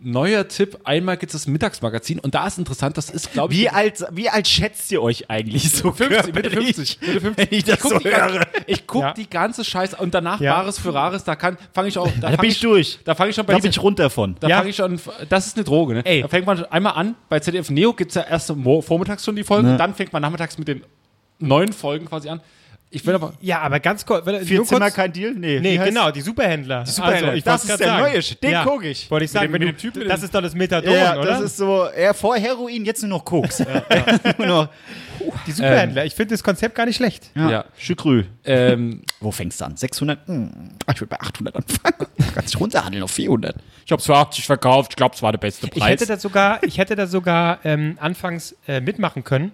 A: neuer Tipp: Einmal gibt es das Mittagsmagazin und da ist interessant. Das ist, glaube ich,
B: Wie alt, wie alt schätzt ihr euch eigentlich so?
A: 50, Mitte
B: körperlich?
A: 50, Mitte 50.
B: Wenn ich das
A: guck
B: so
A: die ganze-
B: höre.
A: Ich guck
C: Ja.
A: die ganze Scheiße und danach
C: Ja.
A: Bares für Rares. Da kann, fange ich auch. Da,
B: Da
A: fang
B: bin ich durch.
A: Da fange ich schon bei
B: Da bin ich runter von.
A: Da
C: Ja.
A: fange ich schon, das ist eine Droge, ne?
C: Ey.
A: Da fängt man schon einmal an, bei ZDF Neo gibt es ja erst mo- vormittags schon die Folgen,
B: Ne.
A: und dann fängt man nachmittags mit den neuen Folgen quasi an. Ich will aber.
C: Ja, aber ganz kurz.
B: Vier Zimmer, kein Deal? Nee,
C: Nee,
B: wie heißt-
C: genau, die Superhändler. Die
B: Superhändler.
C: ich
B: Das
C: wollt's
B: ist
C: grad
B: der
C: sagen.
B: neue Shit, den
C: ja.
B: guck ich.
C: Wollte ich sagen,
A: dem-
C: wenn
A: mit
C: du,
A: dem Typ mit
C: das
A: dem-
C: ist doch das Methadon,
B: Ja,
C: oder?
B: das ist so, er vor Heroin, jetzt nur noch Koks. nur noch,
C: Die Superhändler. ich finde das Konzept gar nicht schlecht.
B: ja.
A: Ja.
B: Chicrü.
A: Ähm,
B: Wo fängst du an? 600? Hm, ich will bei 800 anfangen. [laughs] Du kannst dich runterhandeln auf 400.
A: ich hab's für 80 verkauft, ich glaube, es war der beste
C: Ich hätte da sogar, ich hätte da sogar ähm, anfangs äh, mitmachen können,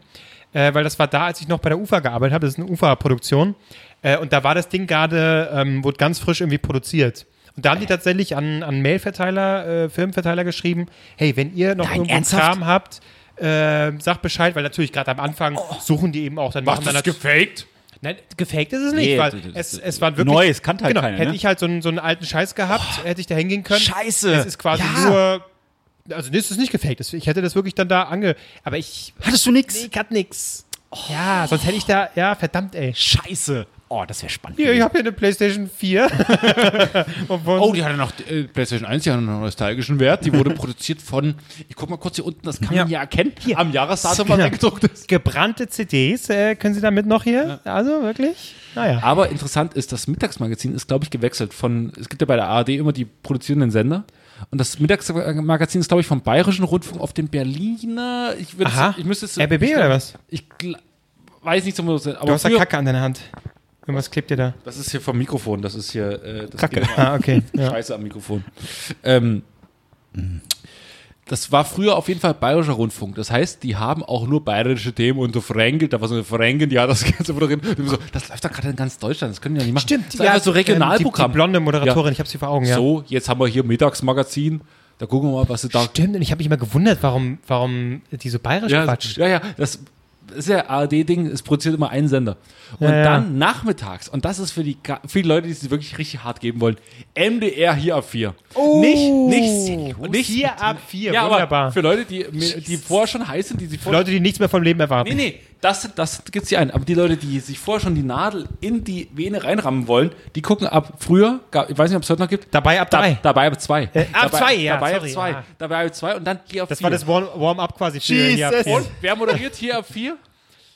C: äh, weil das war da, als ich noch bei der UFA gearbeitet habe. Das ist eine UFA-Produktion. Äh, und da war das Ding gerade, ähm, wurde ganz frisch irgendwie produziert. Und da haben die tatsächlich an, an Mailverteiler, äh, Filmverteiler geschrieben, hey, wenn ihr noch
B: Nein,
C: irgendeinen
B: ernsthaft?
C: Kram habt, äh, sagt Bescheid, weil natürlich gerade am Anfang
B: Oh.
C: suchen die eben auch, dann machen dann nat-
A: gefaked?
C: Nein, gefaked ist es nicht,
B: Nee,
C: weil
B: das- das-
C: es, es waren wirklich.
B: Neues kannte halt keiner,
C: Hätte
B: ne? Oh.
C: ich halt so einen, so einen alten Scheiß gehabt, hätte ich da hingehen können.
B: Scheiße.
C: Es ist quasi
B: Ja.
C: nur. Also, nee, es ist nicht gefaked. Es- Ich hätte das wirklich dann da ange. Aber ich. Oh.
B: Hattest du nix?
C: ich hatte nix. Ja, sonst hätte ich da. Ja, verdammt, ey.
B: Scheiße. Oh, Oh, das wäre spannend.
C: Hier, ich habe hier eine Playstation [laughs] 4.
F: Oh, die hatte noch äh, PlayStation 1, die hatte noch einen nostalgischen Wert. Die
A: [laughs]
F: wurde produziert von, ich guck mal kurz hier unten, das kann man ja erkennen, am Jahresdatum, was
C: Genau.
F: eingedruckt ist.
C: Gebrannte CDs äh, können Sie damit noch hier? Also wirklich? Naja.
A: Aber interessant ist, das Mittagsmagazin ist, glaube ich, gewechselt von, es gibt ja bei der ARD immer die produzierenden Sender. Und das Mittagsmagazin ist, glaube ich, vom Bayerischen Rundfunk auf den Berliner. Ich, würd's-
C: Aha.
A: ich müsste es.
C: RBB
A: ich,
C: oder was?
A: Ich gl- weiß nicht, so genau, aber
C: Du hast da
A: früher-
C: Kacke an deiner Hand. Irgendwas klebt dir da.
A: Das ist hier vom Mikrofon, das ist hier äh, das
C: Kacke.
A: geht immer
C: Ah, okay. [laughs] Ja.
A: Scheiße am Mikrofon. Ähm, das war früher auf jeden Fall bayerischer Rundfunk. Das heißt, die haben auch nur bayerische Themen und so Fränkel, da war so eine Fränkel, ja, das [laughs] ganze immer drin. Und So, das läuft doch gerade in ganz Deutschland, das können die ja nicht machen. das ist einfach so
C: Ähm, Die,
A: Regionalprogramm.
C: die blonde Moderatorin,
A: Ja.
C: ich habe sie vor Augen, ja.
A: So, jetzt haben wir hier Mittagsmagazin, da gucken wir mal, was sie da.
C: Stimmt, und ich habe mich immer gewundert, warum, warum die so bayerisch
A: Ja,
C: quatscht.
A: ja, ja, das ist ja ARD-Ding, es produziert immer einen Sender. Und
C: Ja, ja.
A: dann nachmittags, und das ist für die, ga- für die Leute, die es wirklich richtig hart geben wollen, MDR hier ab 4. Nicht, nicht seriös. Oh. Nicht,
C: Oh. Hier ab vier,
A: ja, aber
C: wunderbar.
A: für Leute, die, die vorher schon heiß sind, die sich vorher.
C: Leute, die nichts mehr vom Leben erwarten.
A: Nee, nee, das, das gibt's ja ein. Aber die Leute, die sich vorher schon die Nadel in die Vene reinrammen wollen, die gucken ab früher, ga- ich weiß nicht, ob es heute noch gibt.
C: Dabei ab drei.
A: dabei ab zwei.
C: Äh, ab
A: dabei,
C: zwei, ja,
A: Dabei
C: sorry,
A: ab zwei.
C: ja.
A: Dabei ab zwei und dann hier auf
C: Das
A: vier.
C: war das Warm- Warm-up quasi. für hier ab vier. Ähm,
A: Und wer moderiert hier ab
C: [laughs]
A: 4?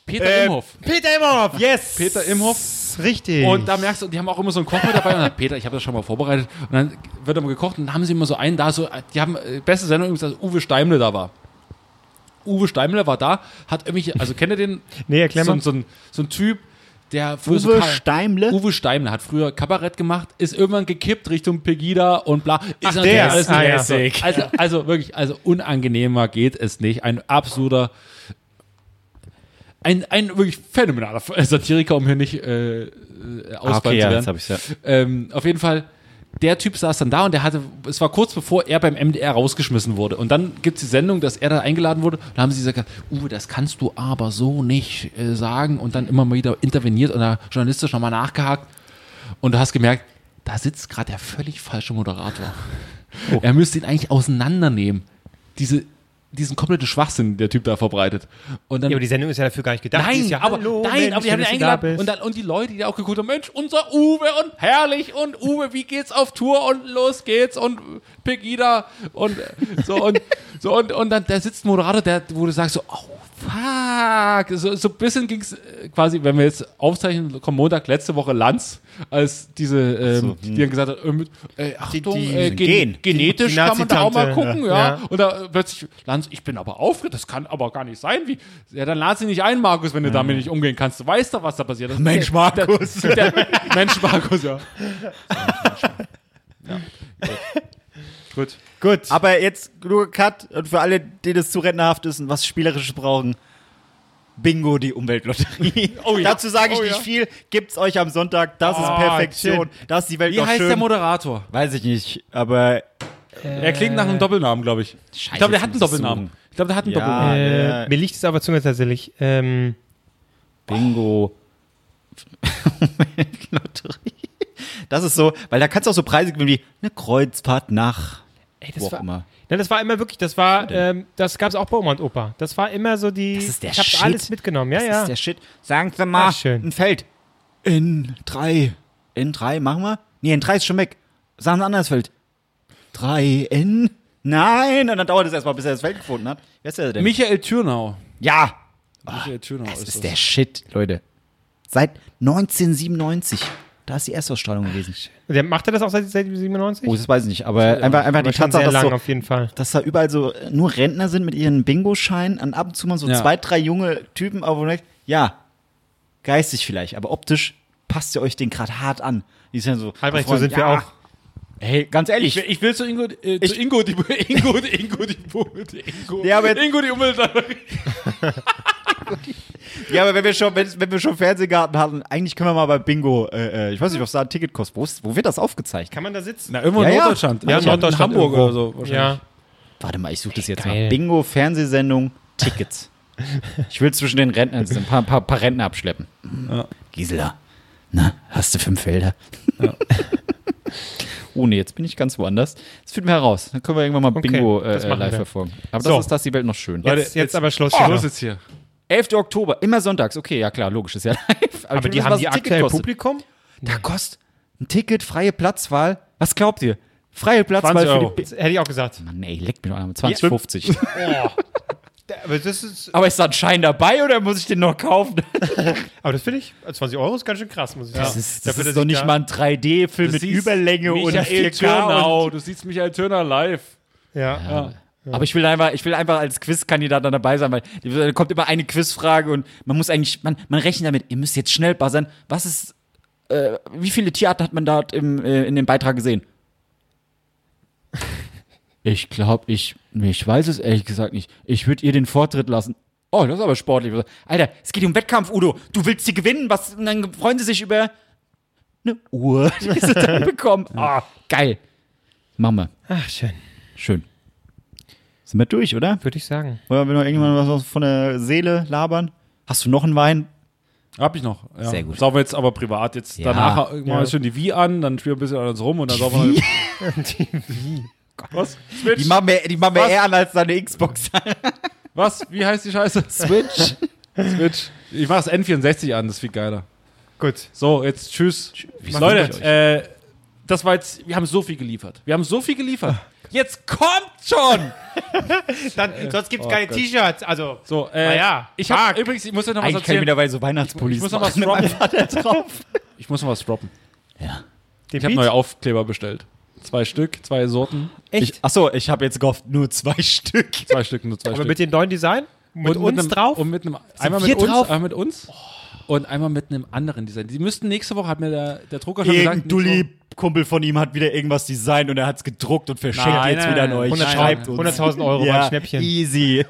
A: Peter
C: Äh,
A: Imhoff.
C: Peter
A: [laughs]
C: Imhoff, yes!
A: Peter Imhoff.
C: Richtig.
A: Und da merkst du, die haben auch immer so einen Koch mit dabei. Und dann, Peter, ich habe das schon mal vorbereitet. Und dann wird immer gekocht und dann haben sie immer so einen da. So, die haben, äh, beste Sendung übrigens, dass Uwe Steimle da war. Uwe Steimle war da, hat irgendwelche, also kennt ihr den?
C: Nee, erklär
A: so,
C: mal.
A: So, ein, so ein Typ, der früher so
B: Uwe
A: Ka-
B: Steimle?
A: Uwe Steimle hat früher Kabarett gemacht, ist irgendwann gekippt Richtung Pegida und bla. Ist Ach,
C: der ist
A: ein,
C: lässig.
A: also, also wirklich, also unangenehmer geht es nicht. Ein absoluter ein, ein wirklich phänomenaler Satiriker, um hier nicht äh, äh, ausfallen
B: Ah, okay,
A: zu
B: ja,
A: werden.
B: jetzt habe ich ja.
A: Ähm, auf jeden Fall, der Typ saß dann da und der hatte, es war kurz bevor er beim MDR rausgeschmissen wurde. Und dann gibt es die Sendung, dass er da eingeladen wurde. Da haben sie gesagt, Uwe, das kannst du aber so nicht äh, sagen. Und dann immer mal wieder interveniert und da journalistisch nochmal nachgehakt. Und du hast gemerkt, da sitzt gerade der völlig falsche Moderator. Er müsste ihn eigentlich auseinandernehmen. Diese, diesen kompletten Schwachsinn, den der Typ da verbreitet. Und dann
C: ja, aber die Sendung ist ja dafür gar nicht gedacht. die
A: Nein,
C: ist ja,
A: aber,
C: hallo,
A: nein,
C: Mensch,
A: aber die
C: schön,
A: haben ihn
C: dass du da
A: eingeladen.
C: bist.
A: Und, dann, und die Leute, die da auch geguckt haben, Mensch, unser Uwe und herrlich und Uwe, wie geht's auf Tour und los geht's und Pegida und äh, so
C: [laughs]
A: und so und, und dann der sitzt ein Moderator, der, wo du sagst so, oh fuck, so, so ein bisschen ging's äh, quasi, wenn wir jetzt aufzeichnen, kommt Montag letzte Woche Lanz, als diese, ähm,
C: hm.
A: die dann gesagt hat, ähm, äh, Achtung,
B: die
A: äh, gen
B: Gen.
A: genetisch
C: Die
A: kann man da auch mal
C: Nazi-Tante,
A: gucken,
C: ja.
A: ja.
C: Ja.
A: Und da äh, plötzlich, Lanz, ich bin aber aufgeregt, das kann aber gar nicht sein. Wie? Ja, dann lad sie nicht ein, Markus, wenn du damit nicht umgehen kannst. Du weißt doch, was da passiert. Das
B: Mensch, Markus.
A: Der, [laughs] der, Mensch, Markus, ja.
C: Gut.
B: Aber jetzt nur Cut und für alle, die das zu rentenhaft ist und was Spielerisches brauchen. Bingo, die Umweltlotterie.
A: [laughs] Oh ja.
B: Dazu sage ich
A: Oh
B: nicht
A: ja. Ah,
B: viel. Gibt's euch am Sonntag. Das ist Perfektion. Das ist die Welt
A: Wie
B: noch
A: heißt
B: schön.
A: der Moderator? Äh,
B: Weiß ich nicht, aber [laughs]
A: Er klingt nach einem Doppelnamen, glaube ich. ich glaube, der hat einen
B: jetzt muss ich
A: Doppelnamen. Ich glaube, der hat einen
B: Ja.
A: Doppelnamen.
C: äh,
B: äh,
C: mir liegt es aber zu mir tatsächlich. Ähm,
B: Bingo. Umweltlotterie. Das ist so, weil da kannst du auch so Preise gewinnen wie eine Kreuzfahrt nach.
C: ey,
B: Wo auch immer.
C: Nein, das war immer wirklich, das war, ähm, das gab es auch bei Oma und Opa. Das war immer so die.
B: Das ist der
C: ich hab
B: Shit.
C: alles mitgenommen, ja,
B: das
C: ja.
B: ist der Shit. Sagen Sie mal,
C: Ach, schön.
B: ein Feld. In drei. In drei, machen wir? Nee, in drei ist schon weg. Sagen Sie ein anderes Feld. Drei in. Nein, und dann dauert es erstmal, bis er das Feld gefunden hat. Wer ist der denn?
A: Michael Thürnau.
B: Ja,
C: Oh,
A: Michael Thürnau
B: das
A: ist,
B: ist
A: das.
B: der Shit, Leute. Seit 1997. Da ist die Erstausstrahlung gewesen.
C: Der macht er das auch seit, seit 97?
B: Oh, das weiß ich nicht, aber einfach, einfach die
C: Aber schon
B: Tatsache,
C: sehr
B: dass
C: lang
B: so,
C: auf jeden Fall.
B: dass da überall so äh, nur Rentner sind mit ihren Bingo-Scheinen und ab und zu mal so
A: Ja.
B: zwei, drei junge Typen, aber wo man denkt, ja, geistig vielleicht, aber optisch passt ihr euch den gerade hart an. Die sind so,
C: Albrecht, so
B: Freunde,
C: sind wir
B: ja.
C: auch.
B: Hey, ganz ehrlich,
A: Ich, ich will zu Ingo, äh, zu
B: Ich-
A: Ingo die Ingo, die- Ingo die Bude, Ingo,
B: Ja, aber jetzt-
A: Ingo die Umweltleiterin.
B: ja, aber wenn wir schon, wenn, wenn wir schon Fernsehgarten hatten, eigentlich können wir mal bei Bingo, äh, äh, ich weiß nicht, was da ein Ticket kostet. Wo, ist, wo wird das aufgezeichnet?
C: Kann man da sitzen?
A: Na, irgendwo
B: Ja,
A: in
B: ja.
A: Norddeutschland.
C: Ja, Norddeutschland
A: In Hamburg
C: irgendwo.
A: oder so wahrscheinlich.
C: ja.
B: Warte mal, ich suche das jetzt
C: geil.
B: mal. Bingo, Fernsehsendung,
C: [laughs]
B: Tickets. ich will zwischen den Rentnern sitzen, ein paar, paar, paar Rentner abschleppen. Gisela, na, hast du fünf Felder? [laughs] oh nee, jetzt bin ich ganz woanders. Das finden wir heraus. Dann können wir irgendwann mal
C: Okay,
B: Bingo äh,
C: das machen
B: live
C: wir.
B: verfolgen. Aber
C: So.
B: das ist das die Welt noch schön.
C: Jetzt, jetzt, aber Schluss.
A: Oh,
C: hier.
A: Schluss jetzt hier.
B: 11. Oktober, immer sonntags. Okay, ja klar, logisch, ist ja [laughs] live. Aber, ich will
C: die
B: wissen,
C: haben
B: was
C: die
B: ein Ticket
C: aktuell
B: kostet.
C: Publikum?
B: Da kostet ein Ticket, freie Platzwahl. Was glaubt ihr? Freie Platzwahl
A: 20
B: für
A: Euro.
B: die.
C: Das hätte ich auch gesagt.
B: Mann, ey, leck mich doch einmal. 2050.
C: Aber das ist,
B: Aber ist da ein Schein dabei oder muss ich den noch kaufen?
C: aber das finde ich, 20 Euro ist ganz schön krass, muss ich sagen.
B: Das ist,
C: Dafür, dass
B: doch
C: ich
B: nicht
C: da-
B: mal ein 3D-Film mit Überlänge und
A: Michael
B: 4K.
A: Türnau, du siehst Michael Turner live.
C: Ja.
B: Und, aber ich will, einfach, ich will einfach als Quizkandidat dann dabei sein, weil da kommt immer eine Quizfrage und man muss eigentlich, man, man rechnet damit, ihr müsst jetzt schnell buzzern. Was ist, äh, wie viele Tierarten hat man dort im, äh, in dem Beitrag gesehen? [laughs] Ich glaube, ich, nee, ich weiß es ehrlich gesagt nicht. Ich würde ihr den Vortritt lassen. Oh, das ist aber sportlich. Alter, es geht um Wettkampf, Udo. Du willst sie gewinnen, was? Und dann freuen sie sich über eine Uhr, die sie [laughs] dann bekommen. Ah, geil. Machen wir.
C: Ach, schön.
B: Schön. Sind wir durch, oder?
C: Würde ich sagen.
B: Oder will noch irgendjemand was von der Seele labern? Hast du noch einen Wein?
A: Hab ich noch. Ja.
B: Sehr gut.
A: Saufen wir jetzt aber privat. Jetzt
B: Ja.
A: danach machen wir schon die Wii an, dann spielen wir ein bisschen an uns rum und dann saufen wir.
B: [laughs]
A: Was? Switch?
B: Die machen mir, die machen mir
A: Was?
B: eher an als deine Xbox.
A: Was? Wie heißt die Scheiße?
B: [laughs] Switch.
A: Switch. Ich mach das N64 an, das ist viel geiler.
C: Gut.
A: So, jetzt tschüss. Leute, äh, das war jetzt, wir haben so viel geliefert. Wir haben so viel geliefert.
B: Ah.
A: Jetzt kommt schon!
C: Dann, sonst gibt es keine T-Shirts. Also,
A: So, äh,
C: Na ja,
A: ich habe übrigens, ich muss ja noch was
B: Eigentlich kann ich mir
A: erzählen.
B: dabei so Weihnachtspullis
A: Ich muss noch was
B: machen mit meinem [laughs]
A: droppen.
B: Vater drauf.
A: Ich muss noch was droppen.
C: den
A: Ich habe
C: Beat-
A: neue Aufkleber bestellt. Zwei Stück, zwei Sorten.
B: Ich, achso, ich habe jetzt gehofft, nur zwei [laughs] Stück.
A: Zwei Stück, nur zwei
C: Aber
A: Stück.
C: mit dem neuen Design?
A: Und
C: Mit uns
A: einem, Um-
C: drauf?
A: Und mit einem, einmal
C: wir
A: mit uns,
C: drauf?
A: einmal mit uns. Und einmal mit einem anderen Design. Die müssten nächste Woche, hat mir der, der Drucker schon
B: Irgendein
A: gesagt. nächste Woche-
B: Dulli-Kumpel von ihm hat wieder irgendwas designt und er hat's gedruckt und verschenkt
A: Nein,
B: jetzt
A: nein,
B: wieder an
A: nein,
B: euch.
A: nein,
B: Schreibt uns.
C: 100.000 Euro war ein Schnäppchen.
B: easy.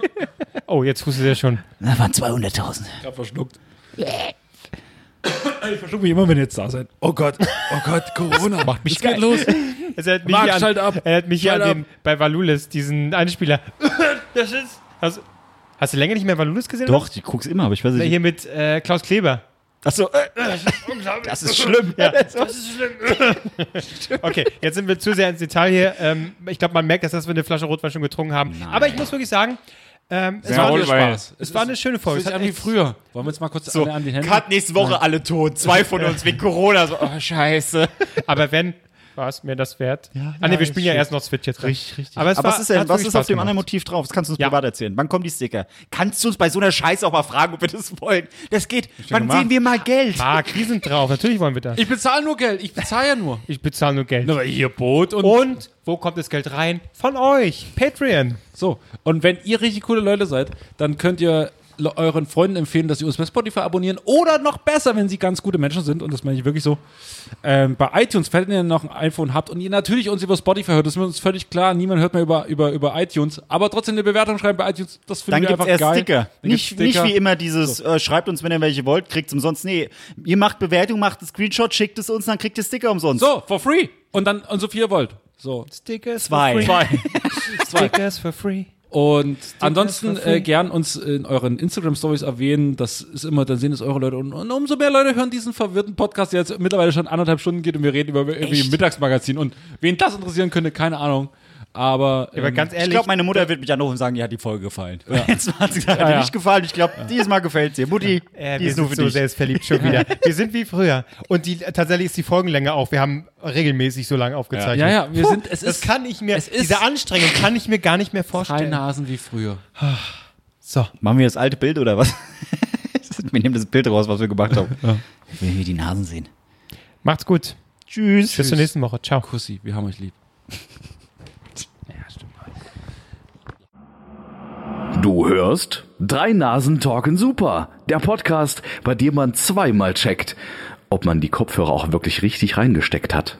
C: Oh, jetzt hustet er schon.
B: Da waren 200.000.
A: Ich hab verschluckt. ich verschluck mich immer, wenn ihr jetzt da seid. Oh Gott, oh Gott, Corona. macht mich geil. los.
C: Es erinnert mich
A: Marc,
C: hier an,
A: schalt ab.
C: erinnert mich hier
A: Schalt
C: an den, bei Valulis, diesen Einspieler. [laughs] das ist. Hast, hast du länger nicht mehr Valulis gesehen?
B: Doch, ich guck's immer, aber ich weiß
C: Der
B: nicht.
C: Hier mit äh, Klaus Kleber.
B: Achso, äh, [laughs] das ist schlimm. Ja.
C: [laughs] Okay, jetzt sind wir zu sehr ins Detail hier. Ähm, ich glaube, man merkt, dass das wir eine Flasche Rotwein schon getrunken haben. Aber ich muss wirklich sagen, ähm, es, war,
A: Macht mir
C: eine-
A: Spaß.
C: es war eine schöne Folge.
A: Es ist
C: Es hat
A: an wie
C: echt-
A: früher. Wollen wir jetzt mal kurz alle an die Hände?
B: Cut nächste Woche alle tot. Zwei von uns wegen Corona. So, oh, scheiße.
C: Aber wenn, war es mir das wert?
B: Ja,
C: ah, nee,
B: ja,
C: wir spielen ja
B: stimmt.
C: erst noch Switch jetzt. Richtig, richtig. Aber, es
B: Aber
C: war,
B: was ist, denn,
C: hat
B: was
C: wirklich
B: ist auf
C: Spaß
B: dem
C: gemacht.
B: anderen Motiv drauf? Das kannst du uns
C: Ja.
B: privat erzählen. Wann kommen die Sticker? Kannst du uns bei so einer Scheiße auch mal fragen, ob wir das wollen? Das geht. Wann
A: gemacht.
B: sehen wir mal Geld?
C: Marc, Ah, die sind drauf. Natürlich wollen wir das.
A: Ich bezahle nur Geld. Ich bezahle ja nur. Oh,
C: Ich bezahle nur Geld.
A: Aber hier Boot und,
C: Und wo kommt das Geld rein? Von euch. Patreon.
A: so. Und wenn ihr richtig coole Leute seid, dann könnt ihr le- euren Freunden empfehlen, dass sie uns bei Spotify abonnieren oder noch besser, wenn sie ganz gute Menschen sind und das meine ich wirklich so, ähm, bei iTunes, falls ihr noch ein iPhone habt und ihr natürlich uns über Spotify hört, das ist uns völlig klar, niemand hört mehr über, über, über iTunes, aber trotzdem eine Bewertung schreiben bei iTunes, das
B: Dann
A: finden wir
B: gibt's
A: einfach
B: erst
A: geil.
B: Sticker.
A: Dann
B: Nicht,
A: gibt's Sticker.
B: nicht wie immer dieses, äh, schreibt uns, wenn ihr welche wollt, kriegt's umsonst. Nee, ihr macht Bewertung, macht einen Screenshot, schickt es uns, dann kriegt ihr Sticker umsonst.
A: So, for free. Und dann, und so viel ihr wollt. So.
C: Stickers.
B: Zwei.
C: Stickers for free.
A: Und ansonsten
C: for free.
A: äh, gern uns in euren Instagram-Stories erwähnen. Das ist immer, dann sehen es eure Leute. Und, und umso mehr Leute hören diesen verwirrten Podcast, der jetzt mittlerweile schon anderthalb Stunden geht und wir reden über irgendwie ein Mittagsmagazin. Und wen das interessieren könnte, keine Ahnung. Aber,
C: Aber
A: ähm,
C: ganz ehrlich,
B: Ich glaube, meine Mutter wird mich anrufen und sagen, ja, hat die Folge [laughs] gefallen. Jetzt hat sie gesagt, hat
A: ja.
B: dir nicht gefallen. Ich glaube, dieses Mal gefällt's dir. Mutti,
C: äh,
B: die
C: wir
B: ist nur
C: sind
B: für
C: so
B: dich.
C: selbstverliebt schon [laughs] wieder. Wir sind wie früher. Und die, tatsächlich ist die Folgenlänge auch. Wir haben regelmäßig so lange aufgezeichnet.
A: ja, ja, wir sind, es
C: Das
A: ist
C: kann ich mir,
A: es ist-
C: diese Anstrengung kann ich mir gar nicht mehr
A: kein
C: vorstellen.
A: Hasen wie früher.
B: Machen wir das alte Bild oder was? [laughs] wir nehmen das Bild raus, was wir gemacht haben. Ich will hier die Nasen sehen.
C: Macht's gut.
B: Tschüss.
C: Bis zur nächsten Woche. Ciao.
A: Kussi, wir haben euch lieb.
H: Du hörst Drei Nasen Talken Super, der Podcast, bei dem man zweimal checkt, ob man die Kopfhörer auch wirklich richtig reingesteckt hat.